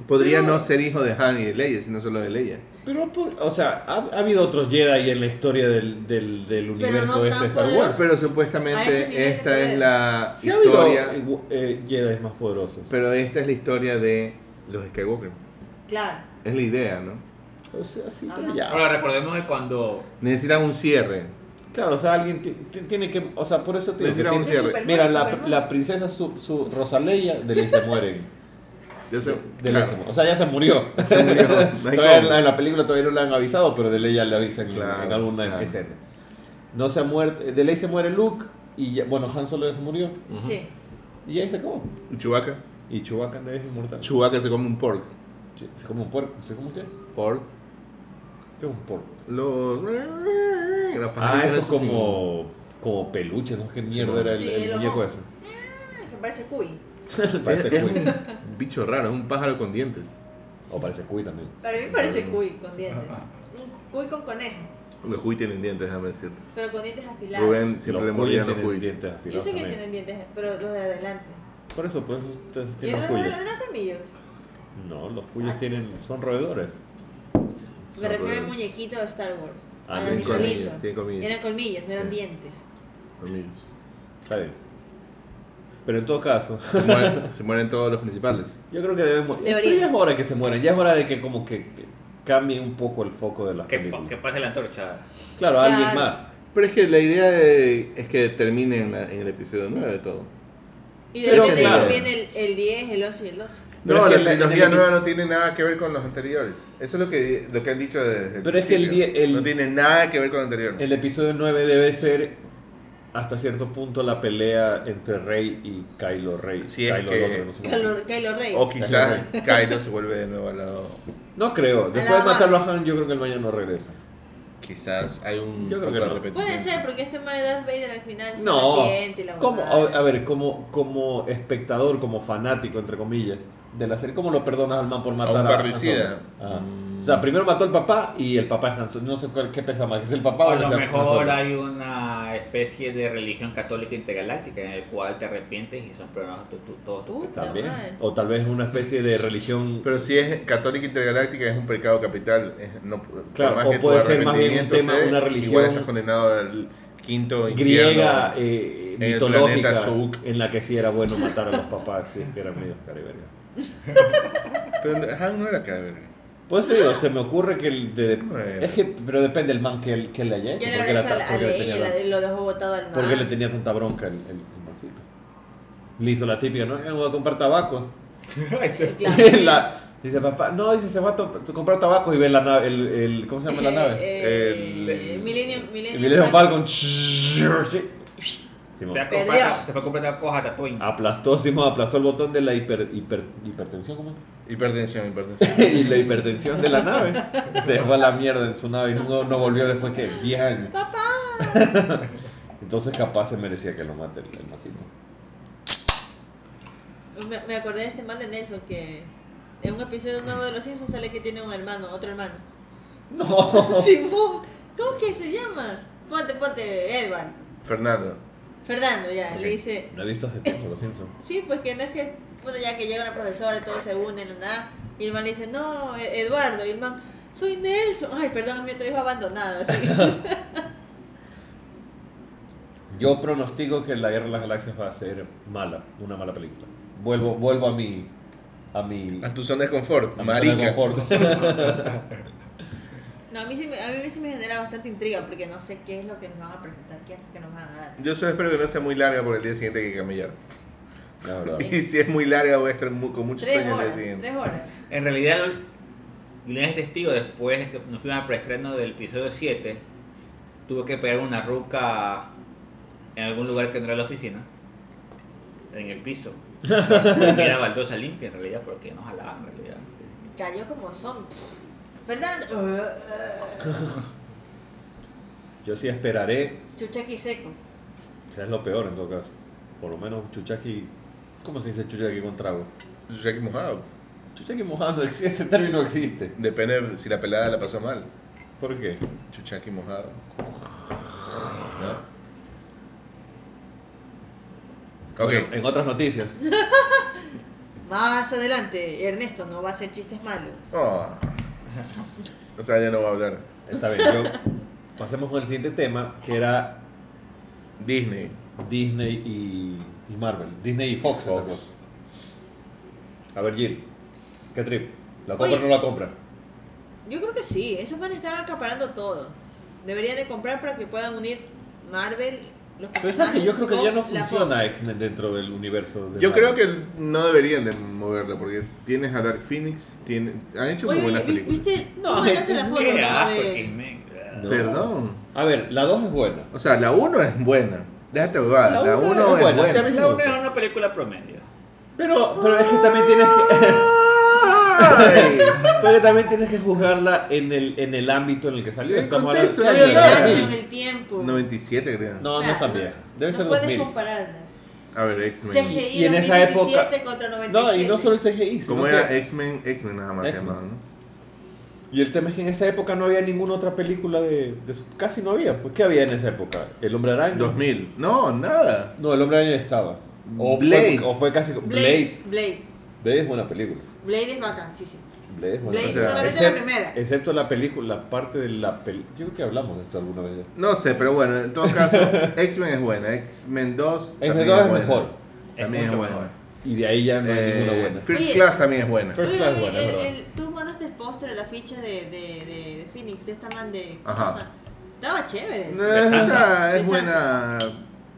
Speaker 3: Podría
Speaker 2: No.
Speaker 3: no ser hijo de Han y de Leia, sino solo de Leia.
Speaker 1: Pero, po- o sea, ha, ha habido otros Jedi en la historia del, del, del universo este
Speaker 2: no
Speaker 1: de
Speaker 2: tan
Speaker 1: Star
Speaker 2: poderosos.
Speaker 1: Wars.
Speaker 3: Pero
Speaker 2: A ese nivel
Speaker 3: supuestamente
Speaker 2: de
Speaker 3: esta
Speaker 2: poder.
Speaker 3: es la
Speaker 1: Sí ha habido
Speaker 3: historia.
Speaker 1: eh, gu- eh, Jedi más poderosos.
Speaker 3: Pero esta es la historia de los Skywalker.
Speaker 2: Claro.
Speaker 3: Es la idea, ¿no?
Speaker 1: O sea, sí,
Speaker 2: Ajá.
Speaker 1: pero ya.
Speaker 4: Ahora recordemos que cuando
Speaker 3: Necesitan un cierre.
Speaker 1: Claro, o sea, alguien ti- ti- tiene que. O sea, por eso te digo.
Speaker 3: Decir
Speaker 1: que
Speaker 3: a un
Speaker 1: tiene-
Speaker 3: cierre.
Speaker 2: Superman,
Speaker 1: Mira, la,
Speaker 2: Superman.
Speaker 1: la princesa su, su Rosaleia de ley se mueren.
Speaker 3: Ya se-
Speaker 1: De
Speaker 3: claro,
Speaker 1: ley se mu- O sea, ya se murió.
Speaker 3: se
Speaker 1: (laughs)
Speaker 3: murió. No hay
Speaker 1: Todavía en
Speaker 3: cómo.
Speaker 1: la, en la película todavía no le han avisado, pero de ley ya le avisan en-
Speaker 3: Claro,
Speaker 1: en alguna
Speaker 3: claro.
Speaker 1: escena. No se ha muerto. De ley se muere Luke y ya- bueno, Han Solo ya se murió.
Speaker 2: Sí.
Speaker 1: Y ahí se acabó.
Speaker 3: Chewbacca.
Speaker 1: Y Chewbacca no es inmortal.
Speaker 3: Chewbacca se come un pork.
Speaker 1: Che, se come un puerco. ¿Se come un qué?
Speaker 3: Pork.
Speaker 1: ¿Qué es un puerco?
Speaker 3: Los. los
Speaker 1: Ah,
Speaker 3: pajaritos
Speaker 1: eso es
Speaker 3: esos
Speaker 1: como, como peluche, no sé qué mierda
Speaker 3: bueno.
Speaker 1: era el,
Speaker 2: Sí,
Speaker 1: el
Speaker 2: lo-
Speaker 1: muñeco ese.
Speaker 2: Ah, que parece Cuy.
Speaker 3: Es,
Speaker 1: (laughs) parece
Speaker 3: es
Speaker 1: cuy.
Speaker 3: un bicho raro, es un pájaro con dientes.
Speaker 1: O parece cuy también.
Speaker 2: Para mí parece Cuy con dientes. Un Cuy con conejo,
Speaker 3: Los cuy tienen dientes, déjame decirte.
Speaker 2: pero con dientes afilados.
Speaker 3: Rubén siempre le
Speaker 1: los
Speaker 3: mordía
Speaker 1: cuyes
Speaker 3: los
Speaker 1: tienen
Speaker 3: cuy.
Speaker 1: dientes
Speaker 2: Yo
Speaker 1: afilados
Speaker 2: sé que
Speaker 1: también.
Speaker 2: tienen dientes, pero los de adelante.
Speaker 1: Por eso, pues, ustedes
Speaker 2: ¿Y
Speaker 1: tienen los
Speaker 2: los de
Speaker 1: cuyes.
Speaker 2: adelante también?
Speaker 1: No, los cuyes tienen, son roedores.
Speaker 2: Me
Speaker 3: Son
Speaker 2: refiero al
Speaker 3: roedores.
Speaker 2: muñequito de Star Wars.
Speaker 1: Ah,
Speaker 2: al
Speaker 1: tienen
Speaker 2: animalito.
Speaker 3: colmillos, tienen colmillos.
Speaker 2: Eran colmillos, no eran
Speaker 3: Sí.
Speaker 2: dientes.
Speaker 3: Amigos.
Speaker 1: Está bien. Pero en todo caso,
Speaker 3: Se (laughs) mueren, se mueren todos los principales.
Speaker 1: yo creo que debemos... Pero
Speaker 2: Debería.
Speaker 1: ya es hora que se mueran, ya es hora de que como que, que cambie un poco el foco de las
Speaker 4: que,
Speaker 1: películas.
Speaker 4: que pase la antorcha.
Speaker 1: Claro, alguien
Speaker 2: Claro.
Speaker 1: más.
Speaker 3: Pero es que la idea de- es que termine en, la- en el episodio 9 todo.
Speaker 2: Y de
Speaker 1: Pero
Speaker 2: repente
Speaker 1: claro.
Speaker 2: viene el, el 10, el 11 y el 12.
Speaker 1: Pero
Speaker 3: no,
Speaker 1: es
Speaker 3: la
Speaker 1: que en la- en
Speaker 3: trilogía
Speaker 1: el episodio-
Speaker 3: nueva no tiene nada que ver con los anteriores. Eso es lo que, lo que han dicho desde el
Speaker 1: Pero es que el
Speaker 3: principio.
Speaker 1: die- el-
Speaker 3: No tiene nada que ver con lo anterior.
Speaker 1: El episodio 9 debe ser hasta cierto punto la pelea entre Rey y Kylo Rey.
Speaker 3: Si es
Speaker 1: Kylo
Speaker 3: que-
Speaker 1: el otro, no sé cómo se llama.
Speaker 2: Kylo, Kylo Rey.
Speaker 3: O quizás Kylo se vuelve de nuevo al lado.
Speaker 1: No creo.
Speaker 2: A
Speaker 1: Después
Speaker 2: la
Speaker 1: de matarlo a Han, yo creo que el mañana no regresa.
Speaker 3: Quizás hay un
Speaker 1: Yo creo que
Speaker 3: poco de
Speaker 1: no.
Speaker 2: Puede
Speaker 3: arrepentimiento.
Speaker 2: ser, porque este tema de Darth Vader al final se
Speaker 1: No.
Speaker 2: arrepiente y la
Speaker 1: ¿Cómo?
Speaker 2: huevada.
Speaker 1: A, a ver, como, como espectador, como fanático, entre comillas, de la serie, ¿cómo lo perdonas al man por matar a,
Speaker 3: un
Speaker 1: Han
Speaker 3: parricida.
Speaker 1: Solo? Ajá.
Speaker 3: Mm.
Speaker 1: O sea, primero mató al papá y el papá es Han Solo. No sé cuál, qué pesa más, que es el papá o
Speaker 4: a
Speaker 1: el
Speaker 4: lo
Speaker 1: Han
Speaker 4: mejor
Speaker 1: Solo.
Speaker 4: hay una especie de religión católica intergaláctica en el cual te arrepientes y son perdonados tu- tu- todos (laughs) tus pecados.
Speaker 1: También.
Speaker 2: Madre.
Speaker 1: O tal vez una especie de religión.
Speaker 3: Pero si es católica intergaláctica, es un pecado capital. es- no,
Speaker 1: Claro,
Speaker 3: por más
Speaker 1: o
Speaker 3: que tu
Speaker 1: puede ser más bien un
Speaker 3: arrepentimiento
Speaker 1: tema,
Speaker 3: sea,
Speaker 1: una
Speaker 3: Igual
Speaker 1: religión
Speaker 3: estás condenado al quinto
Speaker 1: griega
Speaker 3: infierno.
Speaker 1: eh,
Speaker 3: en el
Speaker 1: mitológica
Speaker 3: planeta Zouk.
Speaker 1: en la que sí era bueno matar a los papás si es que eran medio cariberga. eh.
Speaker 3: Pero Han no era cadáver.
Speaker 1: Pues te digo, se me ocurre que el de,
Speaker 3: Bueno.
Speaker 1: es que pero depende el man que, el- que le haya hecho,
Speaker 2: Ya le
Speaker 1: porque,
Speaker 2: habrá
Speaker 1: la
Speaker 2: hecho a,
Speaker 1: ta-
Speaker 2: la- a
Speaker 1: porque le
Speaker 2: Leia,
Speaker 1: tenía,
Speaker 2: la de- lo dejó botado al mar.
Speaker 1: porque le tenía tanta bronca el, el, el mancito. Le hizo la típica, no, Eh, voy a comprar tabacos.
Speaker 2: Eh,
Speaker 1: (laughs)
Speaker 2: claro.
Speaker 1: La- dice papá, no, dice se va a to- comprar tabacos y ve la nave, el, el- ¿cómo se llama la nave?
Speaker 2: (laughs) Eh, eh,
Speaker 3: El-
Speaker 2: Millennium,
Speaker 1: Y
Speaker 2: Millennium
Speaker 1: le dieron
Speaker 2: Falcon.
Speaker 1: Falcon. (laughs) Sí. Simón.
Speaker 4: Se va a
Speaker 2: Perdió.
Speaker 4: comprar- se va a comprar una coja Tatooine.
Speaker 1: Aplastó, Simón aplastó el botón de la hiper, hiper, hipertensión, ¿cómo es?
Speaker 3: Hipertensión, hipertensión.
Speaker 1: (laughs) y la hipertensión de la nave. Se fue a la mierda en su nave y no, no volvió después que 10 años. Entonces capaz se merecía que lo mate el, el mancito.
Speaker 2: Me, me acordé de este man de Nelson que en un episodio nuevo de Los Simpsons sale que tiene un hermano,
Speaker 1: (laughs)
Speaker 2: otro hermano.
Speaker 1: No.
Speaker 2: Simón, ¿cómo que se llama? Ponte, ponte, Edward.
Speaker 3: Fernando.
Speaker 2: Fernando ya, (laughs) le dice,
Speaker 1: Lo he visto hace tiempo, los Simpsons.
Speaker 2: Sí, pues que no es que, puta, ya que llega una profesora y todos se unen, nada. Y el man le dice, no, E- Eduardo. Y el man, soy Nelson. Ay, perdón, mi otro hijo abandonado. así.
Speaker 1: Yo pronostico que la Guerra de las Galaxias va a ser mala, una mala película. Vuelvo, vuelvo a mi a mi,
Speaker 3: A tu zona de confort.
Speaker 1: a mi
Speaker 3: marica.
Speaker 1: zona de
Speaker 3: (laughs)
Speaker 1: confort.
Speaker 2: No, a mí, sí, me- a mí sí me genera bastante intriga porque no sé qué es lo que nos van a presentar, qué es lo que nos van a dar.
Speaker 3: Yo solo espero que no sea muy larga por el día siguiente hay que camellar.
Speaker 1: La verdad.
Speaker 3: (laughs) Y si es muy larga voy a estar mu- con muchos
Speaker 2: Tres
Speaker 3: sueños el día
Speaker 2: horas,
Speaker 3: siguiente.
Speaker 2: tres horas.
Speaker 4: En realidad, Julián es testigo, después que nos fuimos al preestreno del episodio 7, tuve que pegar una ruca en algún lugar que no era la oficina, en el
Speaker 1: (laughs)
Speaker 4: piso. Era baldosa limpia en realidad, porque nos jalaban en realidad.
Speaker 2: Cayó como son. Fernando. eh,
Speaker 1: Yo sí esperaré,
Speaker 2: Chuchaqui seco.
Speaker 1: o sea, es lo peor en todo caso. Por lo menos un chuchaqui, ¿cómo se dice chuchaqui con trago?
Speaker 3: Yo sé que mojado.
Speaker 1: Chuchaqui mojado, (laughs) ex- ese término existe.
Speaker 3: Depende de si la pelada la pasó mal.
Speaker 1: ¿Por qué?
Speaker 3: Chuchaqui mojado. ¿No? Ok,
Speaker 1: Bueno, en otras noticias.
Speaker 2: Más adelante, Ernesto no va a hacer chistes malos.
Speaker 3: Oh. O sea, ya no voy a hablar.
Speaker 1: Está bien, yo pasemos con el siguiente tema, que era
Speaker 3: Disney.
Speaker 1: Disney y, y Marvel. Disney y Fox, es la
Speaker 3: Fox.
Speaker 1: cosa. A ver, Jill, ¿qué trip? ¿La
Speaker 2: Oye.
Speaker 1: compra o no la compra?
Speaker 2: Yo creo que sí, esos van están acaparando todo. Deberían de comprar para que puedan unir Marvel, los
Speaker 1: Pero sabes que yo creo que
Speaker 2: con
Speaker 1: ya no
Speaker 2: la
Speaker 1: funciona
Speaker 2: Fox.
Speaker 1: X-Men dentro del universo. De
Speaker 3: Yo creo
Speaker 1: Marvel.
Speaker 3: que no deberían de moverla porque tienes a Dark Phoenix, tiene, han hecho muy
Speaker 2: Oye,
Speaker 3: buenas
Speaker 2: ¿vi-
Speaker 3: películas.
Speaker 2: ¿viste?
Speaker 1: No,
Speaker 2: No, mandaste
Speaker 1: es
Speaker 2: la foto
Speaker 4: ¿Qué
Speaker 2: ¿no?
Speaker 4: asco,
Speaker 2: de...
Speaker 4: Kismen?
Speaker 1: No.
Speaker 3: Perdón.
Speaker 1: A ver, la 2 es buena.
Speaker 3: O sea, la 1 es buena. Déjate huevada. La 1 es, buena. (laughs)
Speaker 1: o sea, a mí sí me
Speaker 4: La una
Speaker 1: gusta.
Speaker 4: es una película promedio.
Speaker 1: Pero, pero es que
Speaker 2: Ah.
Speaker 1: también tienes que, (laughs)
Speaker 3: Ay.
Speaker 1: pero también tienes que juzgarla en el, en el ámbito en el que salió.
Speaker 3: En
Speaker 1: Estamos
Speaker 3: contexto,
Speaker 1: hablando
Speaker 2: Pero
Speaker 1: del
Speaker 2: el
Speaker 3: Claro,
Speaker 2: año,
Speaker 3: sí.
Speaker 2: en el tiempo.
Speaker 3: 97 creo.
Speaker 1: No, no es tan vieja. Debe
Speaker 2: no
Speaker 1: ser
Speaker 2: puedes
Speaker 1: 2000.
Speaker 2: compararlas.
Speaker 3: A ver,
Speaker 2: CGI
Speaker 3: X-Men.
Speaker 1: Y en esa
Speaker 2: 2017
Speaker 1: época-
Speaker 2: contra 97.
Speaker 1: No, y no solo el CGI. sino
Speaker 3: ¿Cómo era?
Speaker 1: que-
Speaker 3: X-Men, X-Men nada más se
Speaker 1: X-Men.
Speaker 3: llamaba, ¿no?
Speaker 1: Y el tema es que en esa época no había ninguna otra película de, de su- Casi no había. Pues, ¿Qué había en esa época? ¿El Hombre Araña?
Speaker 3: 2000. No, nada.
Speaker 1: No, el Hombre Araña ya estaba. O
Speaker 3: Blade.
Speaker 1: Fue, o fue casi... Blade.
Speaker 2: Blade.
Speaker 1: Blade.
Speaker 2: Blade.
Speaker 1: es buena película.
Speaker 2: Blade es bacán, sí, sí.
Speaker 1: Blade es buena
Speaker 2: Blade,
Speaker 1: película.
Speaker 2: solamente la primera.
Speaker 1: Excepto la película, la parte de la película... Yo creo que hablamos de esto alguna vez.
Speaker 3: No sé, pero bueno, en todo
Speaker 1: (laughs)
Speaker 3: caso, X-Men es buena. X-Men 2
Speaker 1: X-Men
Speaker 3: también
Speaker 1: 2 es
Speaker 3: buena.
Speaker 1: mejor.
Speaker 3: También es,
Speaker 4: mucho
Speaker 3: buena.
Speaker 4: mejor.
Speaker 1: Y de ahí ya no hay
Speaker 3: Eh,
Speaker 1: ninguna buena.
Speaker 3: First
Speaker 2: Oye,
Speaker 3: Class también es buena.
Speaker 1: First Class
Speaker 2: Oye,
Speaker 1: buena, es
Speaker 2: el-
Speaker 1: verdad.
Speaker 2: el- tú mandaste el póster, la ficha de, de, de, de Phoenix, de esta man de...
Speaker 3: Ajá.
Speaker 2: Estaba chévere.
Speaker 3: No, o sea, es
Speaker 2: De
Speaker 3: buena.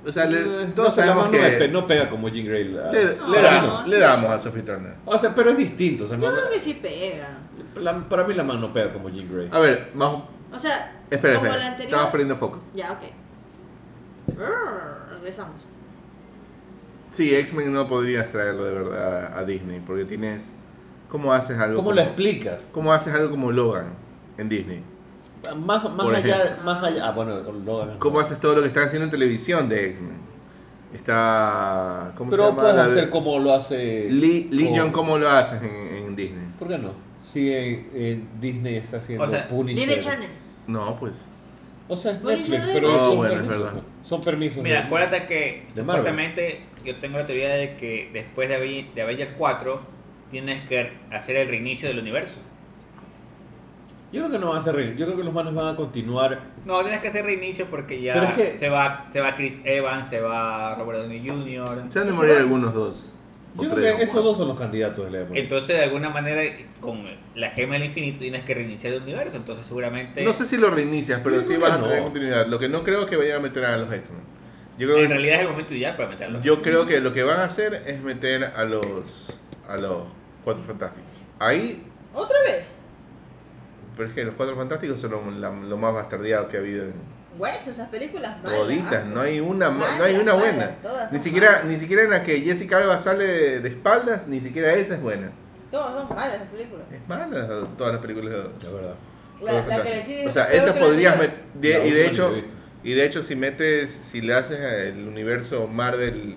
Speaker 3: O sea, le-
Speaker 1: No,
Speaker 3: todos
Speaker 1: se la
Speaker 3: sabemos
Speaker 1: mano me pe-
Speaker 3: que.
Speaker 1: no pega como Jean Grey. la-
Speaker 3: Le,
Speaker 1: la
Speaker 3: le
Speaker 2: No,
Speaker 3: damos,
Speaker 1: mano.
Speaker 2: no,
Speaker 3: le
Speaker 2: sí.
Speaker 3: damos a Sophie Turner.
Speaker 1: O sea, pero es distinto. o sea,
Speaker 2: Yo
Speaker 1: no-
Speaker 2: creo que sí pega.
Speaker 1: la- para mí la mano no pega como Jean Grey.
Speaker 3: A ver, vamos.
Speaker 2: O sea,
Speaker 3: Espera,
Speaker 2: como la
Speaker 3: espera.
Speaker 2: anterior.
Speaker 3: Estamos perdiendo foco.
Speaker 2: Ya, ok. Brr, regresamos.
Speaker 3: Sí, X-Men no podrías traerlo de verdad a Disney porque tienes. ¿Cómo haces algo?
Speaker 1: ¿Cómo
Speaker 3: como-
Speaker 1: lo explicas?
Speaker 3: ¿Cómo haces algo como Logan en Disney?
Speaker 1: Más, más
Speaker 3: Por
Speaker 1: allá,
Speaker 2: ejemplo.
Speaker 1: más allá. Ah, bueno, Logan.
Speaker 3: ¿Cómo haces todo lo que están haciendo en televisión de X-Men? Está. ¿Cómo se
Speaker 1: Pero
Speaker 3: llama?
Speaker 1: puedes
Speaker 3: La-
Speaker 1: hacer como lo hace.
Speaker 3: Lee- Legion,
Speaker 1: con-
Speaker 3: ¿cómo lo haces en, en Disney?
Speaker 1: ¿Por qué no? Si en- en Disney está haciendo
Speaker 4: O sea,
Speaker 1: Punisher.
Speaker 2: Disney Channel.
Speaker 3: No, pues.
Speaker 1: O sea, es
Speaker 2: Punisher
Speaker 1: Netflix,
Speaker 2: es de
Speaker 1: pero
Speaker 2: Netflix.
Speaker 1: son,
Speaker 3: Oh, bueno, es
Speaker 1: permisos,
Speaker 3: verdad.
Speaker 1: ¿no? son permisos.
Speaker 4: Mira,
Speaker 1: ¿no?
Speaker 4: acuérdate que
Speaker 1: De Marvel.
Speaker 4: supuestamente yo tengo la teoría de que después de, Aven- de Avengers 4 tienes que hacer el reinicio del universo.
Speaker 1: Yo creo que no van a hacer reír. Yo creo que los manos van a continuar.
Speaker 4: No, tienes que hacer reinicio porque ya
Speaker 1: Pero es que-
Speaker 4: se, va, se va Chris Evans, se va Robert Downey Jr.
Speaker 3: Se han de
Speaker 1: Eso
Speaker 3: morir
Speaker 1: va-
Speaker 3: algunos dos. o
Speaker 1: Yo
Speaker 3: tres,
Speaker 1: creo
Speaker 3: o
Speaker 1: que esos
Speaker 3: cuatro.
Speaker 1: dos son los candidatos de la época.
Speaker 4: Entonces, de alguna manera, con la gema del infinito tienes que reiniciar el universo. Entonces, seguramente.
Speaker 3: No sé si lo reinicias, pero
Speaker 1: Yo
Speaker 3: sí
Speaker 1: creo
Speaker 3: vas
Speaker 1: que
Speaker 3: a tener
Speaker 1: no.
Speaker 3: continuidad. Lo que no creo es que vayan a meter a los X-Men. Yo creo,
Speaker 4: En
Speaker 3: que,
Speaker 4: realidad es el momento ideal para meterlo.
Speaker 3: yo creo que lo que van a hacer es meter a los a los Cuatro Fantásticos. Ahí,
Speaker 2: ¿Otra vez?
Speaker 3: pero es que los Cuatro Fantásticos son lo, la- lo más bastardeado que ha habido en
Speaker 2: Hueso, esas películas malas.
Speaker 3: toditas. No hay una, ma- no hay
Speaker 2: Malas,
Speaker 3: una
Speaker 2: malas,
Speaker 3: buena.
Speaker 2: todas son
Speaker 3: Ni siquiera,
Speaker 2: malas.
Speaker 3: ni siquiera en la que Jessica Alba sale de, de espaldas, ni siquiera esa es buena.
Speaker 2: Todas son malas las películas.
Speaker 3: Es mala todas las películas de
Speaker 1: La verdad. (laughs)
Speaker 2: La,
Speaker 3: Todas
Speaker 2: la que
Speaker 3: fantásticas.
Speaker 2: deciden
Speaker 3: O sea,
Speaker 2: creo
Speaker 3: esa
Speaker 2: que la
Speaker 3: podrías
Speaker 2: anterior.
Speaker 3: met- de-
Speaker 1: La
Speaker 3: y
Speaker 1: última
Speaker 3: de
Speaker 1: ni
Speaker 3: hecho
Speaker 1: la he visto.
Speaker 3: y de hecho si metes si le haces el universo Marvel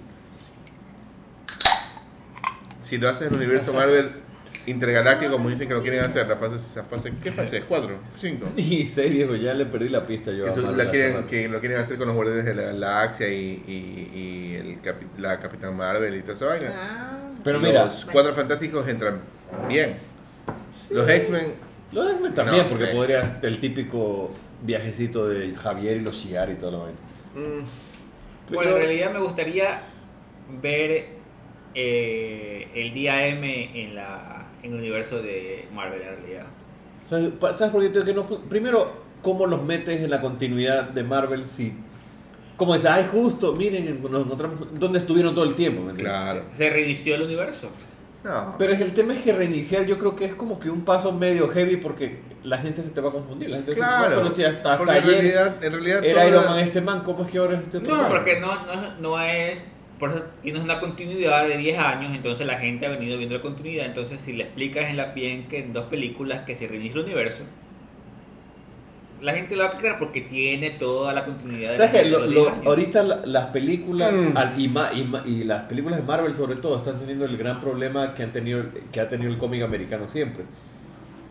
Speaker 3: si lo haces el universo Marvel intergaláctico como dicen que lo quieren hacer, la fase esa fase ¿qué fase es? 4, 5.
Speaker 1: Y sé, viejo, ya le perdí la pista yo.
Speaker 3: Que,
Speaker 1: a
Speaker 3: eso
Speaker 1: Marvel
Speaker 3: la
Speaker 1: hace
Speaker 3: quieren-
Speaker 1: rato.
Speaker 3: que lo quieren hacer con los guardianes de la galaxia y, y- y el capi- la Capitán Marvel y toda esa vaina.
Speaker 2: Ah.
Speaker 1: Pero mira,
Speaker 3: los cuatro fantásticos entran bien. Los X-Men
Speaker 1: Lo de X-Men también,
Speaker 3: No
Speaker 1: porque
Speaker 3: sé.
Speaker 1: podría el típico viajecito de Javier y los Shiar y todo lo vaina.
Speaker 3: mm,
Speaker 4: Bueno, en realidad me gustaría ver eh, el día M en, la, en el universo de Marvel en realidad.
Speaker 1: ¿Sabes, pa- sabes por qué creo que no fun- Primero, ¿cómo los metes en la continuidad de Marvel si... Como dices, ay, justo, miren, nos encontramos... ¿Dónde estuvieron todo el tiempo? ¿me entiendes?
Speaker 3: Claro.
Speaker 4: Se reinició el universo.
Speaker 3: No.
Speaker 1: Pero es el tema es que reiniciar yo creo que es como que un paso medio heavy porque la gente se te va a confundir. La gente se
Speaker 3: claro.
Speaker 1: pero si hasta, hasta
Speaker 3: Porque en
Speaker 1: ayer
Speaker 3: realidad, en realidad
Speaker 1: era
Speaker 3: todo
Speaker 1: Iron
Speaker 3: era-
Speaker 1: Man este man, ¿cómo es que ahora es este otro
Speaker 4: No,
Speaker 1: man?
Speaker 4: porque no, no, es- no es. Por eso tienes una continuidad de 10 años, entonces la gente ha venido viendo la continuidad. Entonces, si le explicas en la bien que en dos películas que se reinicia el universo, la gente lo va a creer porque tiene toda la continuidad de
Speaker 1: ¿Sabes
Speaker 4: la-
Speaker 1: que
Speaker 4: de
Speaker 1: lo-
Speaker 4: los
Speaker 1: lo-
Speaker 4: 10 años.
Speaker 1: ahorita la- las películas
Speaker 3: Mm.
Speaker 1: al- y, ma- y ma- y las películas de Marvel sobre todo están teniendo el gran problema que han tenido que ha tenido el cómic americano siempre,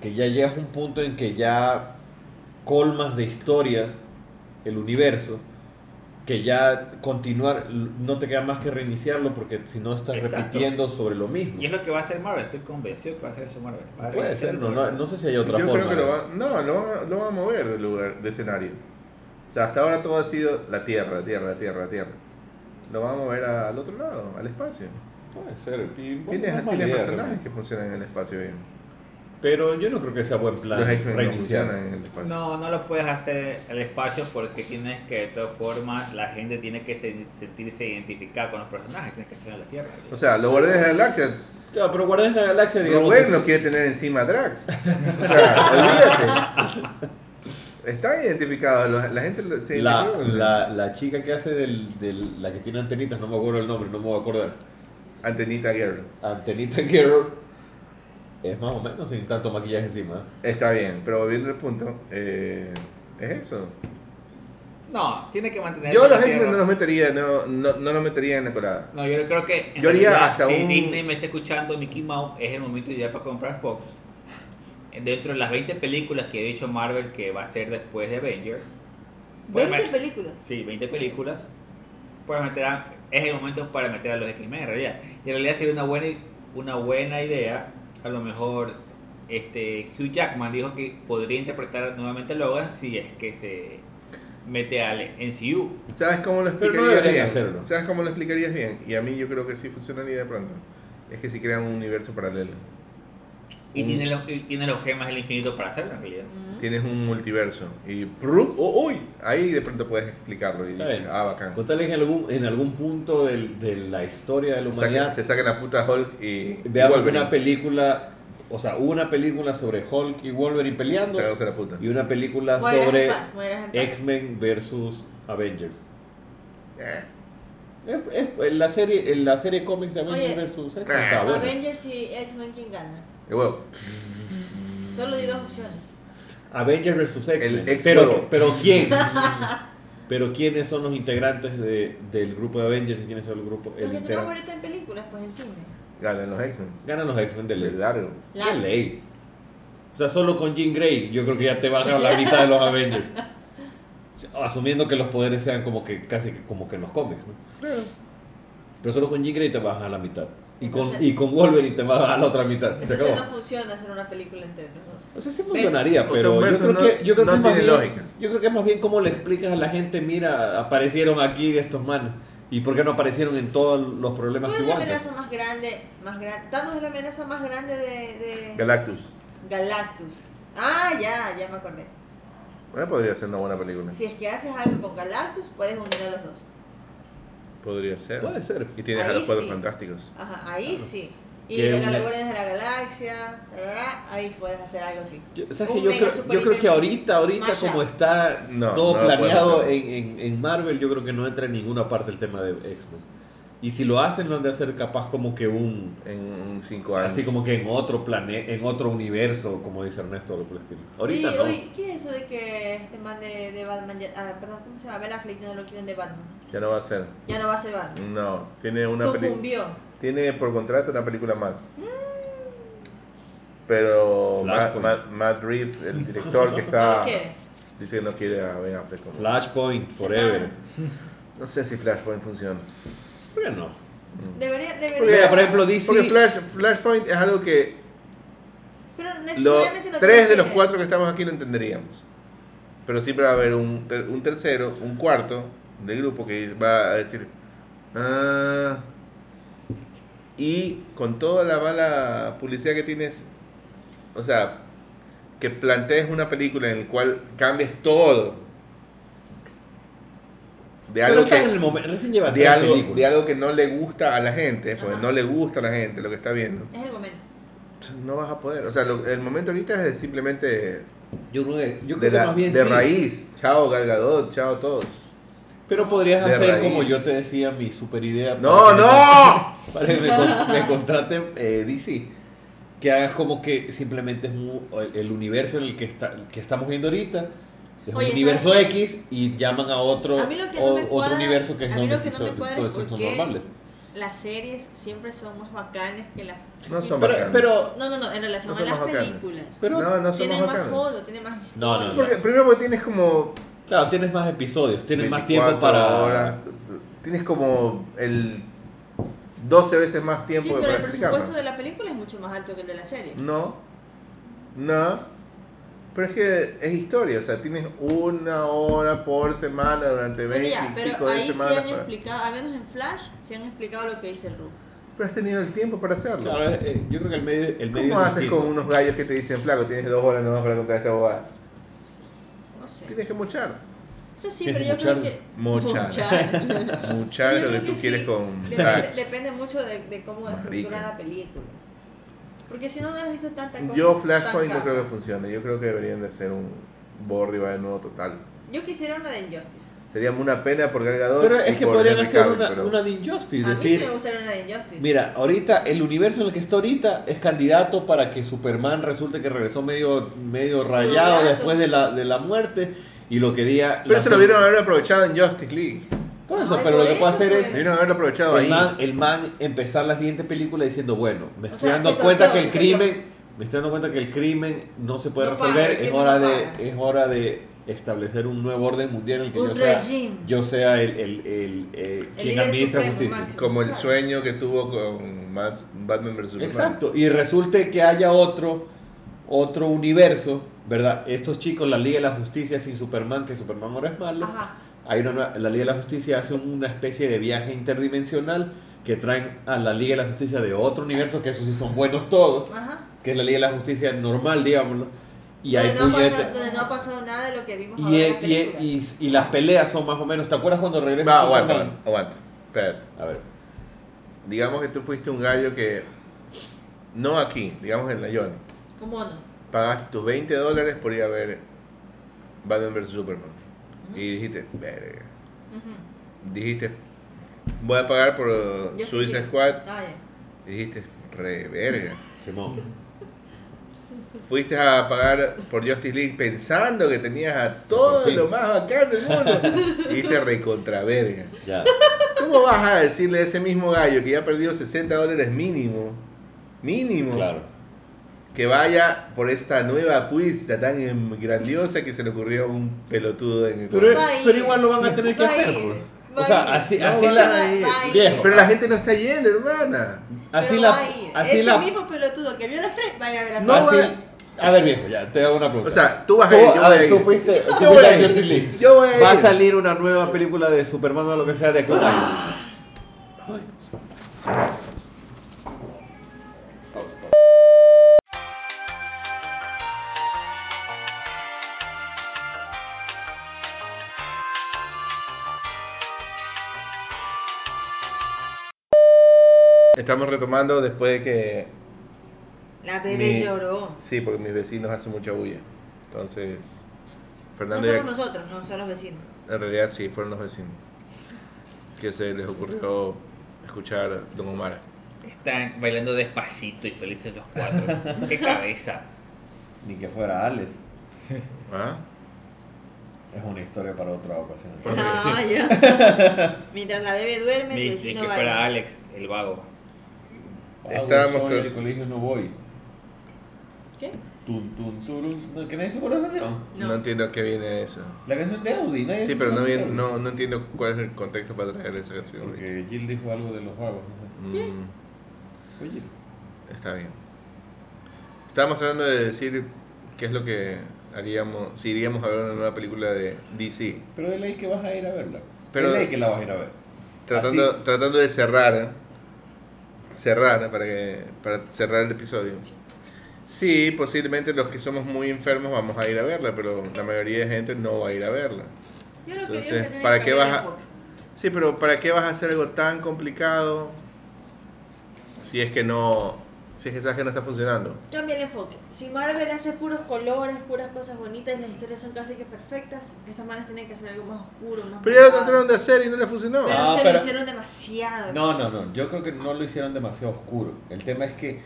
Speaker 1: que ya llegas a un punto en que ya colmas de historias el universo que ya continuar l- no te queda más que reiniciarlo porque si no estás
Speaker 4: Exacto.
Speaker 1: repitiendo sobre lo mismo.
Speaker 4: Y es lo que va a hacer Marvel, estoy convencido que va a hacer eso Marvel. Va a
Speaker 1: Puede
Speaker 4: reiniciar
Speaker 1: ser,
Speaker 4: el
Speaker 1: no, no,
Speaker 4: universo.
Speaker 1: no sé si hay otra
Speaker 3: Yo
Speaker 1: forma.
Speaker 3: creo que lo va, no, lo van, lo van a mover de lugar, de escenario. O sea, hasta ahora todo ha sido la Tierra, la Tierra, la Tierra, la Tierra. Lo van a mover al otro lado, al espacio.
Speaker 1: Puede ser. y- bueno, no
Speaker 3: Tienes,
Speaker 1: es mala
Speaker 3: tienes
Speaker 1: idea,
Speaker 3: personajes
Speaker 1: realmente.
Speaker 3: que funcionan en el espacio bien.
Speaker 1: Pero yo no creo que sea buen plan
Speaker 3: Los X-Men no
Speaker 1: reiniciar.
Speaker 3: funcionan en el
Speaker 1: pues.
Speaker 3: espacio.
Speaker 4: No, no lo puedes hacer el espacio porque tienes que, de todas formas, la gente tiene que se- sentirse identificada con los personajes, tienes que hacer en la Tierra.
Speaker 3: O sea, los Guardianes de la Galaxia,
Speaker 1: Claro, Ah, pero Guardianes de la Galaxia, digamos. que
Speaker 3: Rubén no
Speaker 1: sí.
Speaker 3: quiere tener encima a Drax. O sea, (laughs) olvídate. Están identificados, los- la gente lo- se
Speaker 1: la,
Speaker 3: identifica con-
Speaker 1: la, la chica que hace del, del- la que tiene antenitas, no me acuerdo el nombre, no me voy a acordar.
Speaker 3: Antenita Girl.
Speaker 1: Antenita (laughs) Girl es más o menos sin tanto maquillaje encima. ¿eh?
Speaker 3: Está bien, pero volviendo al punto, eh, es eso.
Speaker 4: No, tiene que mantener.
Speaker 3: Yo a los
Speaker 4: la
Speaker 3: X-Men no
Speaker 4: Tierra.
Speaker 3: los metería, no, no, no los metería en la colada.
Speaker 4: No, yo creo que en
Speaker 3: Yo haría
Speaker 4: realidad,
Speaker 3: hasta
Speaker 4: si
Speaker 3: un-
Speaker 4: Disney me está escuchando, Mickey Mouse es el momento ideal para comprar Fox. Dentro de las 20 películas que ha dicho Marvel que va a ser después de Avengers, puedes
Speaker 2: 20
Speaker 4: met-
Speaker 2: películas.
Speaker 4: sí, 20 películas, puedes meter a- es el momento para meter a los X-Men en realidad. Y en realidad sería una buena, i- una buena idea. A lo mejor este Hugh Jackman dijo que podría interpretar nuevamente a Logan si es que se mete al MCU.
Speaker 3: ¿Sabes cómo lo
Speaker 1: Pero
Speaker 3: explicarías
Speaker 1: no deberían
Speaker 3: bien?
Speaker 1: hacerlo.
Speaker 3: ¿Sabes cómo lo explicarías bien? Y a mí yo creo que sí funcionaría de pronto. Es que si crean un universo paralelo.
Speaker 4: Y,
Speaker 3: Mm.
Speaker 4: tiene los, y tiene los gemas del infinito para hacerlo en realidad.
Speaker 2: Ujú.
Speaker 3: Tienes un multiverso y ¡prup! ¡Oh, uy! ahí de pronto puedes explicarlo y
Speaker 1: Está
Speaker 3: dices,
Speaker 1: bien.
Speaker 3: ah, bacán.
Speaker 1: Con tal en algún, en algún punto del- de la historia de la
Speaker 3: Se saca,
Speaker 1: humanidad,
Speaker 3: se saca la puta Hulk y.
Speaker 1: veamos
Speaker 3: y Wolverine.
Speaker 1: una película, o sea, una película sobre Hulk y Wolverine peleando
Speaker 3: Sacándose la puta.
Speaker 1: y una película
Speaker 2: Mueras
Speaker 1: sobre
Speaker 2: en paz, mueras en paz.
Speaker 1: X-Men versus Avengers.
Speaker 3: Eh,
Speaker 1: Es, es- la serie, en la serie cómics de Avengers
Speaker 2: Oye,
Speaker 1: versus X-Men
Speaker 3: ah,
Speaker 1: está buena.
Speaker 2: Avengers y X-Men, ¿quién gana?
Speaker 3: el huevo.
Speaker 2: Solo di dos opciones.
Speaker 3: Mm,
Speaker 1: Avengers vs
Speaker 3: El
Speaker 1: X-Men.
Speaker 3: ex
Speaker 1: Pero,
Speaker 3: huevo.
Speaker 1: pero quién? pero quiénes son los integrantes de- del grupo de Avengers y quiénes son el grupo el
Speaker 2: Porque tenemos
Speaker 1: integrante.
Speaker 2: ahorita en películas, pues en cine.
Speaker 3: Ganan los X-Men.
Speaker 1: Ganan los X-Men de
Speaker 3: De
Speaker 1: ley.
Speaker 3: largo.
Speaker 1: De ley. O sea, solo con Jean Grey yo creo que ya te bajan
Speaker 2: (laughs)
Speaker 1: la mitad de los Avengers. Asumiendo que los poderes sean como que casi que- como que en los cómics, ¿no?
Speaker 3: Claro.
Speaker 1: Pero solo con Jean Grey te bajan a la mitad. Y con,
Speaker 2: Entonces-
Speaker 1: y con Wolverine te bajan a la otra mitad. Se acabó.
Speaker 2: Entonces no funciona hacer una película entre los dos.
Speaker 1: O sea, sí funcionaría,
Speaker 3: O sea,
Speaker 1: pero
Speaker 3: un
Speaker 1: yo
Speaker 3: verso
Speaker 1: creo,
Speaker 3: no-
Speaker 1: que, yo, creo
Speaker 3: no
Speaker 1: que es más
Speaker 3: tiene
Speaker 1: bien,
Speaker 3: lógica.
Speaker 1: yo creo que es más bien cómo le explicas a la gente, mira, aparecieron aquí estos manes, y por qué no aparecieron en todos los problemas que
Speaker 2: ¿Cuál es
Speaker 1: hubo
Speaker 2: la
Speaker 1: antes.
Speaker 2: amenaza más grande? Más gran... Thanos es la amenaza más grande de, de
Speaker 3: Galactus.
Speaker 2: Galactus. Ah, ya, ya me acordé.
Speaker 3: Eh, podría ser una buena película.
Speaker 2: Si es que haces algo con Galactus, puedes unir a los dos.
Speaker 3: Podría ser.
Speaker 1: Puede ser.
Speaker 3: Y tienes a
Speaker 2: Ahí
Speaker 3: los cuatro
Speaker 2: sí.
Speaker 3: fantásticos.
Speaker 2: Ajá, ahí sí. Y
Speaker 1: Que
Speaker 2: los
Speaker 1: una-
Speaker 2: Guardianes de la Galaxia, tarará, ahí puedes hacer algo así.
Speaker 1: Yo, ¿sabes qué?
Speaker 2: Un
Speaker 1: Yo
Speaker 2: mega
Speaker 1: creo,
Speaker 2: super
Speaker 1: yo creo que
Speaker 2: hiper
Speaker 1: ahorita, ahorita
Speaker 2: mashup.
Speaker 1: como está
Speaker 3: No,
Speaker 1: todo
Speaker 3: no lo
Speaker 1: planeado
Speaker 3: puedo hacer.
Speaker 1: en, en- en Marvel, yo creo que no entra en ninguna parte el tema de X-Men. Y si lo hacen, lo han de hacer capaz como que un...
Speaker 3: En cinco años.
Speaker 1: Así como que en otro planeta, en otro universo, como dice Ernesto, algo por el estilo. Ahorita
Speaker 2: Oye,
Speaker 1: no.
Speaker 2: oye, ¿Qué es eso de que este man de, de Batman, ya- ah, perdón, ¿cómo se llama? Ben Affleck ya no lo quieren de Batman.
Speaker 3: Ya no va a ser.
Speaker 2: Ya no va a ser Batman.
Speaker 3: No. Tiene una película.
Speaker 2: Sucumbió.
Speaker 3: Tiene por contrato una película más.
Speaker 2: Mm.
Speaker 3: Pero Matt,
Speaker 1: Flashpoint.
Speaker 3: Matt- Matt Reeves,
Speaker 2: (laughs)
Speaker 3: el director que está.
Speaker 2: No quiere.
Speaker 3: Dice que no quiere a Ben Affleck. como-
Speaker 1: Flashpoint, Forever.
Speaker 3: No sé si Flashpoint funciona.
Speaker 1: ¿Por qué no?
Speaker 2: Debería,
Speaker 1: Porque,
Speaker 2: debería.
Speaker 1: por ejemplo, DC...
Speaker 3: ah, Porque Flash- Flashpoint es algo que
Speaker 2: Pero
Speaker 3: lo-
Speaker 2: necesariamente no
Speaker 3: tres
Speaker 2: tiene
Speaker 3: de los
Speaker 2: que-
Speaker 3: cuatro que estamos aquí lo entenderíamos. Pero siempre va a haber un, ter- un tercero, un cuarto del grupo que va a decir. Ah, Y con toda la mala publicidad que tienes, o sea, que plantees una película en la cual cambies todo de
Speaker 1: Pero
Speaker 3: algo,
Speaker 1: está
Speaker 3: que,
Speaker 1: en el momento, recién lleva
Speaker 3: de,
Speaker 1: tres
Speaker 3: algo,
Speaker 1: películas.
Speaker 3: de algo que no le gusta a la gente, pues
Speaker 2: Ajá.
Speaker 3: no le gusta a la gente lo que está viendo,
Speaker 2: Es el momento.
Speaker 3: no vas a poder. O sea, lo- el momento ahorita es simplemente
Speaker 1: Yo creo que, yo
Speaker 3: de,
Speaker 1: creo que
Speaker 3: la-
Speaker 1: más bien
Speaker 3: de
Speaker 1: sí.
Speaker 3: raíz. Chao Galgadot, chao todos.
Speaker 1: Pero podrías
Speaker 3: De
Speaker 1: hacer
Speaker 3: raíz.
Speaker 1: como yo te decía, mi super idea.
Speaker 3: ¡No, no!
Speaker 1: (laughs) Para que me, con- me contraten eh, DC. Que hagas como que simplemente es un- el universo en el que, está, que estamos viendo ahorita. Es
Speaker 2: Oye,
Speaker 1: un universo
Speaker 2: ¿sabes qué?
Speaker 1: X y llaman a otro,
Speaker 2: A mí lo que no
Speaker 1: o-
Speaker 2: me
Speaker 1: otro
Speaker 2: cuadra-
Speaker 1: universo que es
Speaker 2: a mí
Speaker 1: donde
Speaker 2: lo
Speaker 1: sí
Speaker 2: que no me
Speaker 1: son,
Speaker 2: cuadra
Speaker 1: todos
Speaker 2: es
Speaker 1: son
Speaker 2: por qué-
Speaker 1: normales.
Speaker 2: Las series siempre son más bacanes que las.
Speaker 3: No son
Speaker 1: Pero,
Speaker 3: bacanes.
Speaker 1: pero,
Speaker 2: No, no, no, en relación
Speaker 3: No
Speaker 2: a
Speaker 3: son
Speaker 2: las
Speaker 3: más bacanes.
Speaker 2: películas.
Speaker 1: pero-
Speaker 3: no, no somos
Speaker 2: tiene más
Speaker 3: bacanes.
Speaker 2: fondo, tiene más
Speaker 1: No,
Speaker 2: historia.
Speaker 1: no, no.
Speaker 3: Porque, primero porque tienes como
Speaker 1: claro, tienes más episodios, tienes más
Speaker 3: 24
Speaker 1: tiempo para.
Speaker 3: horas, tienes como el 12 veces más tiempo
Speaker 2: sí, pero
Speaker 3: para
Speaker 2: el
Speaker 3: explicarlo.
Speaker 2: presupuesto de la película es mucho más alto que el de la serie.
Speaker 3: No, no, pero es que es historia, o sea, tienes una hora por semana durante
Speaker 2: Bueno,
Speaker 3: 20
Speaker 2: ya,
Speaker 3: y pico
Speaker 2: pero
Speaker 3: de
Speaker 2: ahí se
Speaker 3: semanas.
Speaker 2: han
Speaker 3: para-
Speaker 2: explicado, al menos en Flash, se han explicado lo que dice el Ru.
Speaker 3: Pero has tenido el tiempo para hacerlo.
Speaker 1: Claro, eh, eh, yo creo que el medio. El medio
Speaker 3: ¿Cómo
Speaker 1: es
Speaker 3: haces
Speaker 1: distinto.
Speaker 3: con unos gallos que te dicen, flaco, tienes dos horas nomás para contar esta bobada?
Speaker 2: No sé.
Speaker 3: Tienes que muchar.
Speaker 2: O sea, sí,
Speaker 1: ¿Qué es
Speaker 2: pero yo
Speaker 1: mochar?
Speaker 2: creo que.
Speaker 3: Mochar.
Speaker 2: Mochar.
Speaker 3: Muchar
Speaker 2: Yo
Speaker 3: lo que
Speaker 2: creo
Speaker 3: tú
Speaker 2: sí,
Speaker 3: quieres con
Speaker 2: Depende,
Speaker 3: Flash.
Speaker 2: depende mucho de, de cómo
Speaker 3: Más
Speaker 2: estructura
Speaker 3: rica.
Speaker 2: la película. Porque si no, no has visto tanta cosa.
Speaker 3: Yo Flashpoint
Speaker 2: tan
Speaker 3: no creo que
Speaker 2: capa.
Speaker 3: funcione. Yo creo que deberían de hacer un Borri va de nuevo total.
Speaker 2: Yo quisiera una de Injustice.
Speaker 3: Sería una pena por Gal Gadot
Speaker 1: Pero
Speaker 3: y
Speaker 1: es que
Speaker 3: por
Speaker 1: podrían
Speaker 3: Henry
Speaker 1: hacer
Speaker 3: Cavill,
Speaker 1: una,
Speaker 3: pero-
Speaker 1: una de Injustice.
Speaker 2: A mí sí
Speaker 1: decir,
Speaker 2: me gustaría una de Injustice.
Speaker 1: Mira, ahorita el universo en el que está ahorita es candidato para que Superman resulte que regresó medio, medio rayado
Speaker 2: Colorado.
Speaker 1: después de la, de la muerte y lo quería.
Speaker 3: Pero
Speaker 1: la
Speaker 3: se lo
Speaker 1: seg-
Speaker 3: vieron haber aprovechado en Justice League.
Speaker 1: Por eso,
Speaker 2: Ay,
Speaker 1: pero
Speaker 2: por
Speaker 1: lo que puede
Speaker 2: eso,
Speaker 1: hacer
Speaker 2: pues.
Speaker 1: es
Speaker 3: Debieron haberlo aprovechado
Speaker 1: el
Speaker 3: ahí.
Speaker 1: man, el man empezar la siguiente película diciendo, bueno, me
Speaker 2: O
Speaker 1: estoy
Speaker 2: sea,
Speaker 1: dando
Speaker 2: se
Speaker 1: cuenta
Speaker 2: torteó,
Speaker 1: que el
Speaker 2: se torteó.
Speaker 1: crimen, me estoy dando cuenta que el crimen no se puede
Speaker 2: No paga, el
Speaker 1: resolver, es
Speaker 2: crimen
Speaker 1: hora
Speaker 2: no
Speaker 1: de,
Speaker 2: paga.
Speaker 1: es hora de establecer un nuevo orden mundial en el que
Speaker 2: Un
Speaker 1: yo sea,
Speaker 2: régimen.
Speaker 1: yo sea el, el- el, eh, quien
Speaker 2: líder
Speaker 1: administra
Speaker 2: supremo,
Speaker 1: justicia.
Speaker 2: máximo.
Speaker 3: Como el
Speaker 2: Claro.
Speaker 3: sueño que tuvo con Mats- Batman vs. Superman.
Speaker 1: Exacto, y resulte que haya otro otro universo, ¿verdad? Estos chicos, la Liga de la Justicia sin Superman, que Superman ahora es malo.
Speaker 2: Ajá.
Speaker 1: Hay una, nueva- la Liga de la Justicia hace una especie de viaje interdimensional que traen a la Liga de la Justicia de otro universo, que esos sí son buenos todos,
Speaker 2: Ajá.
Speaker 1: que es la Liga de la Justicia normal, digámoslo. Y hay
Speaker 2: donde, no ha
Speaker 1: puñeta-
Speaker 2: pasado, donde no ha pasado nada de lo que vimos
Speaker 1: y, e-
Speaker 2: ahora en la
Speaker 1: y,
Speaker 2: película.
Speaker 1: y- y las peleas son más o menos. ¿Te acuerdas cuando regresa
Speaker 3: Va,
Speaker 1: Superman?
Speaker 3: aguanta, aguanta, aguanta. Espérate.
Speaker 1: A ver.
Speaker 3: Digamos que tú fuiste un gallo que. No aquí, digamos en la Yona.
Speaker 2: ¿Cómo no?
Speaker 3: pagaste tus 20 dólares por ir a ver Batman vs Superman. Y dijiste, verga.
Speaker 2: Ujú.
Speaker 3: Dijiste, voy a pagar por uh,
Speaker 2: Yo sí
Speaker 3: Suicide
Speaker 2: quiero.
Speaker 3: Squad.
Speaker 2: Ah, ya.
Speaker 3: Y dijiste, re verga.
Speaker 1: Simón.
Speaker 3: Fuiste a pagar por Justice League pensando que tenías a todo
Speaker 1: Por fin.
Speaker 3: lo más bacán del
Speaker 2: (laughs)
Speaker 3: mundo. y dijiste, recontra verga.
Speaker 1: Ya.
Speaker 3: (laughs) ¿Cómo vas a decirle a ese mismo gallo que ya ha perdido 60 dólares mínimo? Mínimo.
Speaker 1: Claro.
Speaker 3: que vaya por esta nueva apuesta tan em, grandiosa que se le ocurrió a un pelotudo en el
Speaker 1: Pero,
Speaker 2: Va a ir.
Speaker 1: pero igual lo van a tener que
Speaker 2: Va a
Speaker 1: hacer,
Speaker 2: ir.
Speaker 1: pues. O
Speaker 2: Va a
Speaker 1: sea,
Speaker 2: ir.
Speaker 1: así,
Speaker 3: No,
Speaker 1: así
Speaker 3: va
Speaker 1: la.
Speaker 2: a ir. Va a ir.
Speaker 1: viejo,
Speaker 3: Pero la gente no está yendo, hermana.
Speaker 1: así
Speaker 2: Pero
Speaker 1: la.
Speaker 2: va a ir.
Speaker 1: Así
Speaker 2: Ese
Speaker 1: la.
Speaker 2: mismo pelotudo que vio las tres va a ir a ver a
Speaker 3: No
Speaker 1: así-
Speaker 3: va-
Speaker 1: A ver, viejo, ya, te hago una pregunta.
Speaker 3: O sea, tú vas a ir, yo
Speaker 1: a
Speaker 3: voy
Speaker 1: ver,
Speaker 3: a ir.
Speaker 1: tú fuiste. tú
Speaker 3: Yo
Speaker 1: fuiste
Speaker 3: voy a
Speaker 1: a
Speaker 3: ir.
Speaker 1: Justice League.
Speaker 3: Yo voy a
Speaker 1: Va a
Speaker 3: ir.
Speaker 1: salir una nueva película de Superman o lo que sea de aquí a un año.
Speaker 3: Estamos retomando después de que...
Speaker 2: La bebé
Speaker 3: mi-
Speaker 2: lloró.
Speaker 3: Sí, porque mis vecinos hacen mucha bulla. Entonces,
Speaker 2: No
Speaker 3: Fernando ya-
Speaker 2: somos nosotros, no son los vecinos.
Speaker 3: En realidad sí, fueron los vecinos. Que se les ocurrió escuchar a Don Omar.
Speaker 4: Están bailando despacito y felices los cuatro. ¡Qué cabeza!
Speaker 1: Ni que fuera Alex.
Speaker 3: ¿Ah?
Speaker 1: Es una historia para otra ocasión.
Speaker 2: Ah, ya.
Speaker 1: (laughs)
Speaker 2: Mientras la bebé duerme, el
Speaker 4: Ni ni
Speaker 2: vecino
Speaker 4: que
Speaker 2: baila.
Speaker 4: fuera Alex, el vago.
Speaker 3: Estábamos
Speaker 1: Hago un sueño
Speaker 3: con-
Speaker 1: en el colegio no voy.
Speaker 2: ¿Qué?
Speaker 1: Tun, tun, turun. ¿No- ¿Que nadie se acuerda de la canción?
Speaker 2: No.
Speaker 3: No. entiendo a qué viene eso.
Speaker 1: La canción de Audi, nadie
Speaker 3: Sí,
Speaker 1: escuchó
Speaker 3: pero no,
Speaker 1: la
Speaker 3: viene-
Speaker 1: canción.
Speaker 3: no, no entiendo cuál es el contexto para traer esa canción. ahorita.
Speaker 1: Porque Jill dijo algo de los vagos, no sé.
Speaker 3: Mm.
Speaker 1: Fue Jill.
Speaker 3: Está bien. Estábamos tratando de decir qué es lo que haríamos, si iríamos a ver una nueva película de DC.
Speaker 1: Pero de ley que vas a ir a verla.
Speaker 3: Pero- Ah,
Speaker 1: de ley que la vas a ir a ver.
Speaker 3: Tratando,
Speaker 1: Así.
Speaker 3: tratando de cerrar cerrar, para, que, para cerrar el episodio. Sí, posiblemente los que somos muy enfermos vamos a ir a verla, pero la mayoría de gente no va a ir a verla.
Speaker 2: Yo lo que digo es
Speaker 3: Entonces,
Speaker 2: que
Speaker 3: ¿para
Speaker 2: tienen
Speaker 3: qué
Speaker 2: que
Speaker 3: vas
Speaker 2: cambiar
Speaker 3: a-
Speaker 2: el enfoque.
Speaker 3: Sí, pero ¿para qué vas a hacer algo tan complicado si es que no, si es que sabes que no está funcionando?
Speaker 2: Cambia el enfoque. Si Marvel hace puros colores, puras cosas bonitas y las historias son casi que perfectas, estas manos tienen que hacer algo más oscuro, más
Speaker 3: Pero ya lo
Speaker 2: malvado.
Speaker 3: trataron de hacer y no le funcionó.
Speaker 2: Pero
Speaker 1: Ah,
Speaker 2: es que
Speaker 1: pero-
Speaker 2: lo hicieron demasiado.
Speaker 1: No, no, no. Yo creo que no lo hicieron demasiado oscuro. El tema es que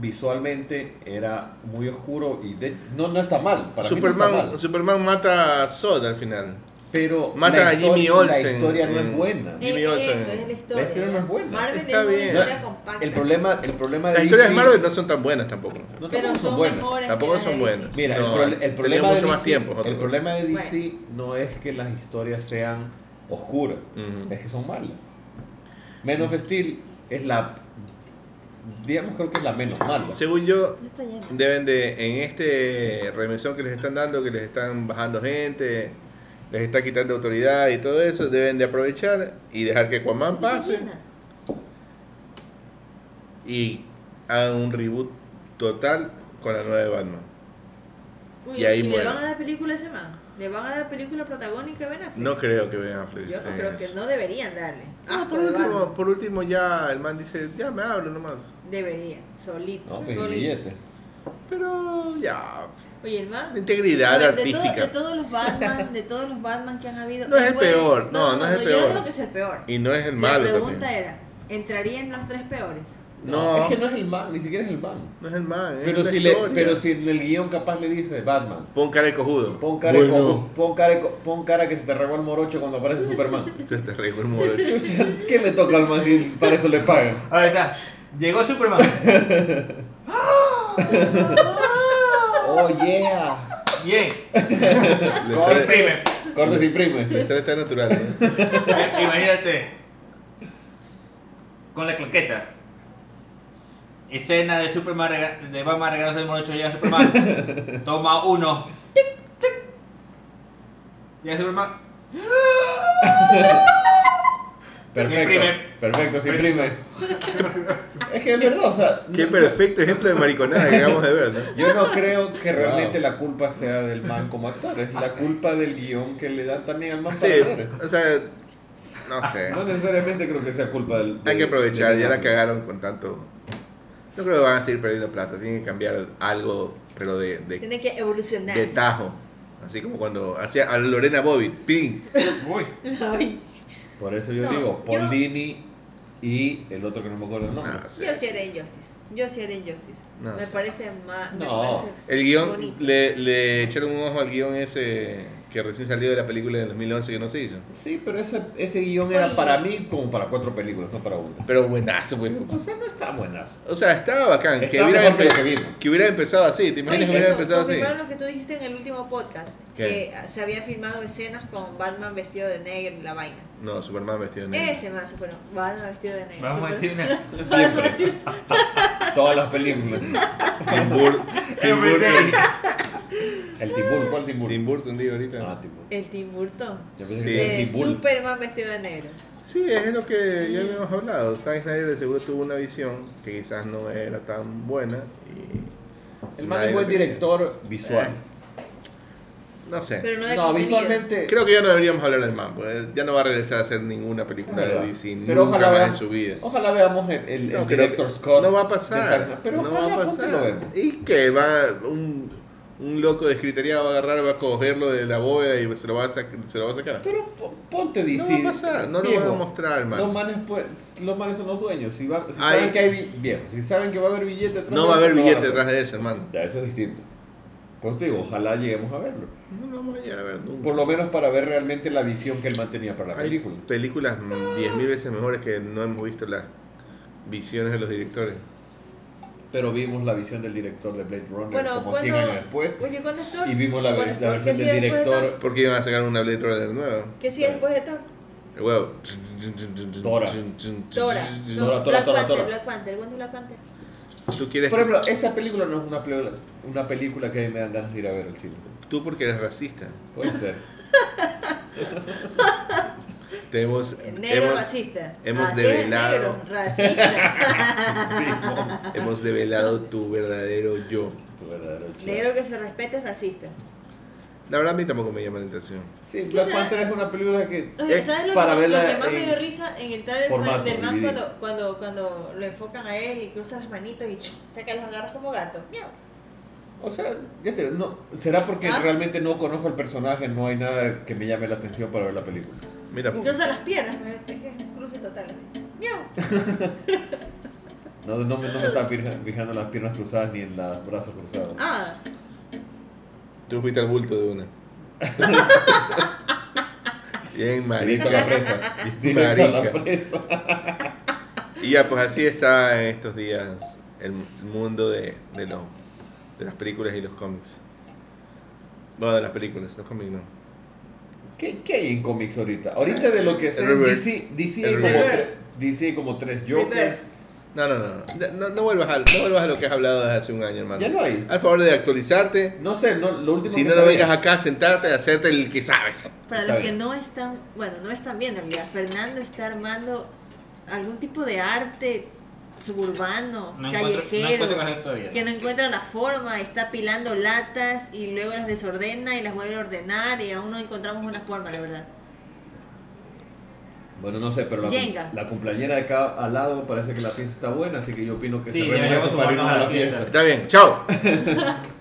Speaker 1: visualmente era muy oscuro y de- no, no está mal. Para mí no está
Speaker 3: Superman,
Speaker 1: mal.
Speaker 3: Superman mata a Zod al final.
Speaker 1: Pero
Speaker 3: mata
Speaker 1: la
Speaker 3: a Jimmy
Speaker 1: historia- La
Speaker 3: Olsen,
Speaker 1: historia no
Speaker 3: eh.
Speaker 1: es buena.
Speaker 2: Eh,
Speaker 3: Jimmy Olsen.
Speaker 2: eso es la historia.
Speaker 1: La historia no es buena.
Speaker 2: Marvel
Speaker 3: Está
Speaker 2: es una
Speaker 3: bien.
Speaker 2: historia
Speaker 1: No,
Speaker 2: compacta.
Speaker 1: el problema, el problema de
Speaker 3: Las historias de
Speaker 1: DC
Speaker 3: Marvel no son tan buenas tampoco.
Speaker 1: no
Speaker 2: pero
Speaker 1: tampoco
Speaker 2: son,
Speaker 1: son buenas.
Speaker 2: mejores. que
Speaker 3: Tampoco
Speaker 2: las de
Speaker 3: son
Speaker 2: DC.
Speaker 3: buenas.
Speaker 1: Mira,
Speaker 3: No,
Speaker 1: el, pro- el
Speaker 3: tenía
Speaker 1: problema
Speaker 3: mucho
Speaker 1: de
Speaker 3: más
Speaker 1: DC,
Speaker 3: tiempo, pues. otra
Speaker 1: el
Speaker 3: cosa.
Speaker 1: problema de DC no es que las historias sean oscuras,
Speaker 3: Ujú.
Speaker 1: es que son malas. Men of Steel es la digamos creo que es la menos mala.
Speaker 3: Según yo,
Speaker 2: No está lleno.
Speaker 3: deben de, en este remesón que les están dando, que les están bajando gente, les está quitando autoridad y todo eso, deben de aprovechar y dejar que
Speaker 2: No
Speaker 3: Aquaman
Speaker 2: está
Speaker 3: pase
Speaker 2: llena.
Speaker 3: y hagan un reboot total con la nueva de Batman.
Speaker 2: Uy,
Speaker 3: Y ahí
Speaker 2: le
Speaker 3: muere.
Speaker 2: van a dar película a ese man. Le van a dar película protagónica a Ben Affleck.
Speaker 3: No creo que vean a Fleck
Speaker 2: Yo no
Speaker 3: en
Speaker 2: creo
Speaker 3: eso.
Speaker 2: que no deberían darle.
Speaker 3: Ah,
Speaker 2: Asco
Speaker 3: por,
Speaker 2: de
Speaker 3: último,
Speaker 2: Batman.
Speaker 3: por último ya el man dice, ya me hablo nomás.
Speaker 2: Debería, solito,
Speaker 1: No, pues,
Speaker 2: solito.
Speaker 1: billete.
Speaker 3: Pero ya,
Speaker 2: Oye, el man.
Speaker 3: la integridad
Speaker 2: A ver, de, todo-
Speaker 3: artística.
Speaker 2: de todos los Batman, de todos los Batman que han habido.
Speaker 3: No es
Speaker 2: él
Speaker 3: el
Speaker 2: puede-
Speaker 3: peor, no, no es el
Speaker 2: Yo
Speaker 3: peor.
Speaker 2: no digo que es el peor.
Speaker 3: Y no es el
Speaker 2: La
Speaker 3: malo
Speaker 2: pregunta
Speaker 3: también.
Speaker 2: era, ¿entraría en los tres
Speaker 3: (laughs)
Speaker 2: peores?
Speaker 1: No,
Speaker 3: No.
Speaker 1: es que no es el man, ni siquiera es el man.
Speaker 3: No es el man, es
Speaker 1: Pero
Speaker 3: la
Speaker 1: si le,
Speaker 3: historia.
Speaker 1: pero si en el guión capaz le dice Batman,
Speaker 3: Pon cara de cojudo.
Speaker 1: pon cara, de
Speaker 3: Bueno.
Speaker 1: co- pon cara, de co- pon cara que se te regó el morocho cuando aparece Superman.
Speaker 3: Te te reí por el (laughs) modo.
Speaker 1: Chucha, (laughs) ¿Qué le toca al man si para eso le pagan?
Speaker 4: Ahora está. Llegó Superman.
Speaker 1: Oh yeah.
Speaker 4: Bien.
Speaker 3: Le sale-
Speaker 4: Imprime.
Speaker 1: Cortes imprime.
Speaker 3: le sale tan natural. ¿eh?
Speaker 4: Imagínate. Con la claqueta. Escena de Superman rega- de Batman regalándose el morocho llega Superman. Toma uno. Tic, tic. Llega Superman.
Speaker 1: Perfecto.
Speaker 4: Imprime.
Speaker 1: Perfecto, se imprime. Es que es verdad, o sea,
Speaker 3: (laughs) Qué
Speaker 1: no-
Speaker 3: perfecto ejemplo de mariconada que acabamos de ver, ¿no?
Speaker 1: yo no creo que
Speaker 3: Wow.
Speaker 1: realmente la culpa sea del man como actor, es la culpa del guión que le dan también al man
Speaker 3: Sí,
Speaker 1: para ver.
Speaker 3: o sea, no sé.
Speaker 1: No necesariamente creo que sea culpa del.
Speaker 3: Hay que
Speaker 1: del-
Speaker 3: aprovechar,
Speaker 1: del-
Speaker 3: ya la cagaron con tanto. Yo creo que van a seguir perdiendo plata, tienen que cambiar algo, pero de, de,
Speaker 2: Tiene que evolucionar.
Speaker 3: de tajo. Así como cuando hacía a Lorena Bobby, ping.
Speaker 4: Uy.
Speaker 2: (laughs) Ay,
Speaker 1: Por eso yo
Speaker 2: No,
Speaker 1: digo,
Speaker 2: yo-
Speaker 1: Paul Dini y el otro que no me acuerdo el nombre.
Speaker 3: No sé.
Speaker 2: Yo sí era Injustice. Yo sí era Injustice.
Speaker 3: No
Speaker 2: me
Speaker 3: sé.
Speaker 2: parece más...
Speaker 1: No.
Speaker 3: El guión, le, le echaron un ojo al guión ese que recién salió de la película del 2011 que no se hizo.
Speaker 1: Sí, pero ese, ese guión era
Speaker 2: Oye.
Speaker 1: para mí como para cuatro películas, no para una.
Speaker 3: Pero buenazo, güey.
Speaker 1: O sea, no está buenazo.
Speaker 3: O sea, estaba bacán.
Speaker 1: Está
Speaker 3: que, hubiera
Speaker 1: mejor que lo que
Speaker 3: empe-
Speaker 1: vimos.
Speaker 3: que hubiera empezado así. ¿Te imaginas que hubiera empezado así?
Speaker 2: confirmaron lo que tú dijiste en el último podcast.
Speaker 3: ¿Qué?
Speaker 2: Que ah, se habían filmado escenas con Batman vestido de negro y la vaina.
Speaker 3: No, Superman vestido de negro.
Speaker 2: Ese más, bueno, Batman vestido de negro.
Speaker 4: Vamos a
Speaker 2: Super-
Speaker 4: decir
Speaker 2: (laughs)
Speaker 4: una.
Speaker 2: Batman vestido-
Speaker 1: Todas las películas.
Speaker 3: Tim, Bur- Tim
Speaker 4: Everyday.
Speaker 3: Burton.
Speaker 1: El Timbur, ¿cuál Timbur?
Speaker 3: Tim Burton, digo ahorita.
Speaker 1: Ah, Timbur.
Speaker 2: El Tim Burton.
Speaker 1: Yo pensé
Speaker 3: Sí.
Speaker 1: que era
Speaker 2: Eh,
Speaker 1: el Timbur.
Speaker 2: Superman vestido de negro.
Speaker 3: Sí, es lo que ya habíamos hablado. Zack Snyder de seguro tuvo una visión que quizás no era tan buena. Y
Speaker 1: El man es buen director Eh, visual.
Speaker 3: No sé.
Speaker 2: Pero no de
Speaker 1: No,
Speaker 2: contenido.
Speaker 1: visualmente.
Speaker 3: Creo que ya no deberíamos hablar del man, pues ya no va a regresar a hacer ninguna
Speaker 1: Es
Speaker 3: película
Speaker 1: verdad.
Speaker 3: de DC
Speaker 1: Pero
Speaker 3: nunca
Speaker 1: ojalá
Speaker 3: más
Speaker 1: veamos,
Speaker 3: en su vida.
Speaker 1: Ojalá veamos el, el,
Speaker 3: No,
Speaker 1: el
Speaker 3: creo
Speaker 1: director
Speaker 3: que
Speaker 1: Scott.
Speaker 3: No va a
Speaker 1: de
Speaker 3: pasar.
Speaker 1: Zack- Pero
Speaker 3: no
Speaker 1: ojalá
Speaker 3: va a
Speaker 1: ponte
Speaker 3: pasar.
Speaker 1: lo vemos.
Speaker 3: Y que va un, un loco descriteriado va a agarrar, va a cogerlo de la bóveda y se lo va a, sac- se lo va a sacar.
Speaker 1: Pero po- ponte DC.
Speaker 3: No va a pasar, no lo
Speaker 1: viejo.
Speaker 3: van a mostrar, man.
Speaker 1: Los manes, pues, los manes son los dueños. Si, va- si
Speaker 3: Ay.
Speaker 1: saben que hay bi- viejo, si saben que va a haber billete detrás
Speaker 3: No
Speaker 1: de
Speaker 3: va a
Speaker 1: eso,
Speaker 3: haber
Speaker 1: lo van
Speaker 3: billete
Speaker 1: hacer.
Speaker 3: detrás de eso, hermano.
Speaker 1: Ya, eso es distinto. Por eso te digo, ojalá lleguemos a verlo.
Speaker 3: No lo vamos a llegar a ver nunca.
Speaker 1: Por lo menos para ver realmente la visión que el man tenía para la
Speaker 3: Hay
Speaker 1: película.
Speaker 3: películas mm, 10.000 veces mejores que no hemos visto las visiones de los directores.
Speaker 1: Pero vimos la visión del director de Blade Runner
Speaker 2: Bueno,
Speaker 1: como 100
Speaker 2: cuando,
Speaker 1: años después.
Speaker 2: Oye, ¿cuándo es Thor?
Speaker 1: Y vimos la,
Speaker 2: ¿Cuándo
Speaker 1: vers-
Speaker 2: es
Speaker 1: la
Speaker 2: Thor?
Speaker 1: versión
Speaker 2: ¿Qué
Speaker 1: del
Speaker 2: sigue después de Thor?
Speaker 1: director
Speaker 3: ¿Por qué iban a sacar una Blade Runner nueva?
Speaker 2: ¿Qué sigue después de Thor?
Speaker 3: El huevo.
Speaker 1: Dora.
Speaker 2: Dora. No,
Speaker 1: Dora, Dora,
Speaker 2: Black
Speaker 1: Dora,
Speaker 2: Panther,
Speaker 1: Dora.
Speaker 2: Black Panther. ¿Cuándo es Black Panther?
Speaker 3: ¿Tú quieres
Speaker 1: Por ejemplo, esa película no es una, película- una película que me dan ganas de ir a ver al cine.
Speaker 3: tú porque eres racista?
Speaker 1: Puede ser.
Speaker 3: Te hemos,
Speaker 1: Em,
Speaker 2: Negro
Speaker 3: hemos-
Speaker 2: racista.
Speaker 3: hemos
Speaker 2: Así es,
Speaker 3: develado.
Speaker 2: negro
Speaker 1: (laughs)
Speaker 2: racista. (laughs)
Speaker 3: hemos develado tu verdadero yo.
Speaker 1: Tu verdadero chico.
Speaker 2: negro que se respete es racista.
Speaker 3: La verdad a mí tampoco me llama la atención.
Speaker 1: Sí, Black
Speaker 2: O sea-
Speaker 1: Panther es una película que.
Speaker 2: Oye,
Speaker 3: Eh,
Speaker 2: ¿sabes lo,
Speaker 1: para
Speaker 2: que,
Speaker 1: verla
Speaker 2: lo que más me
Speaker 1: en
Speaker 2: dio risa en el trailer
Speaker 1: formato
Speaker 2: del man
Speaker 1: DVD?
Speaker 2: cuando, cuando, cuando lo enfocan a él y cruza las manitos y chu, saca las agarras como gato? Miau.
Speaker 1: O sea, ya te- no, será porque
Speaker 2: ¿Ah?
Speaker 1: realmente no conozco el personaje, no hay nada que me llame la atención para ver la película.
Speaker 3: Mira,
Speaker 2: Cruza las piernas, pues, es que es un cruce total así. Miau.
Speaker 1: No, no, me, no me estaba fija- fijando en las piernas cruzadas ni en los brazos cruzados.
Speaker 2: Ah,
Speaker 3: tú fuiste al bulto de una. Bien,
Speaker 1: Directo a
Speaker 3: marica.
Speaker 1: la presa. Directo a la
Speaker 3: Marica.
Speaker 1: presa.
Speaker 3: Y ya, pues así está en estos días el mundo de, de, lo- de las películas y los cómics. Bueno, de las películas, los cómics no.
Speaker 1: ¿Qué, qué hay en cómics ahorita? Ahorita de lo que sé,
Speaker 3: River.
Speaker 1: DC, DC, hay
Speaker 3: El
Speaker 1: como
Speaker 3: River.
Speaker 1: tres, DC hay como tres Jokers.
Speaker 3: No, no, no, no, no, no vuelvas a, no vuelvas a lo que has hablado desde hace un año, hermano.
Speaker 1: Ya no hay.
Speaker 3: Al favor de actualizarte,
Speaker 1: No sé, no, lo último
Speaker 3: si
Speaker 1: que
Speaker 3: no, no
Speaker 1: sabía.
Speaker 3: vengas acá a sentarte a hacerte el que sabes.
Speaker 2: Para
Speaker 1: Está
Speaker 2: los
Speaker 1: bien.
Speaker 2: que no están, bueno, no están viendo en realidad, Fernando está armando algún tipo de arte suburbano,
Speaker 4: No encuentro- no
Speaker 2: callejero,
Speaker 4: encuentro qué hacer todavía.
Speaker 2: que no encuentra la forma, está pilando latas y luego las desordena y las vuelve a ordenar y aún no encontramos una forma, la verdad.
Speaker 1: Bueno, no sé, pero la,
Speaker 2: Jenga.
Speaker 1: la cumpleañera de acá al lado parece que la fiesta está buena, así que yo opino que
Speaker 4: Sí,
Speaker 1: (laughs) cerremos
Speaker 4: deberíamos
Speaker 1: esto para irnos
Speaker 4: sumarnos
Speaker 1: a la fiesta.
Speaker 3: Está bien, chao.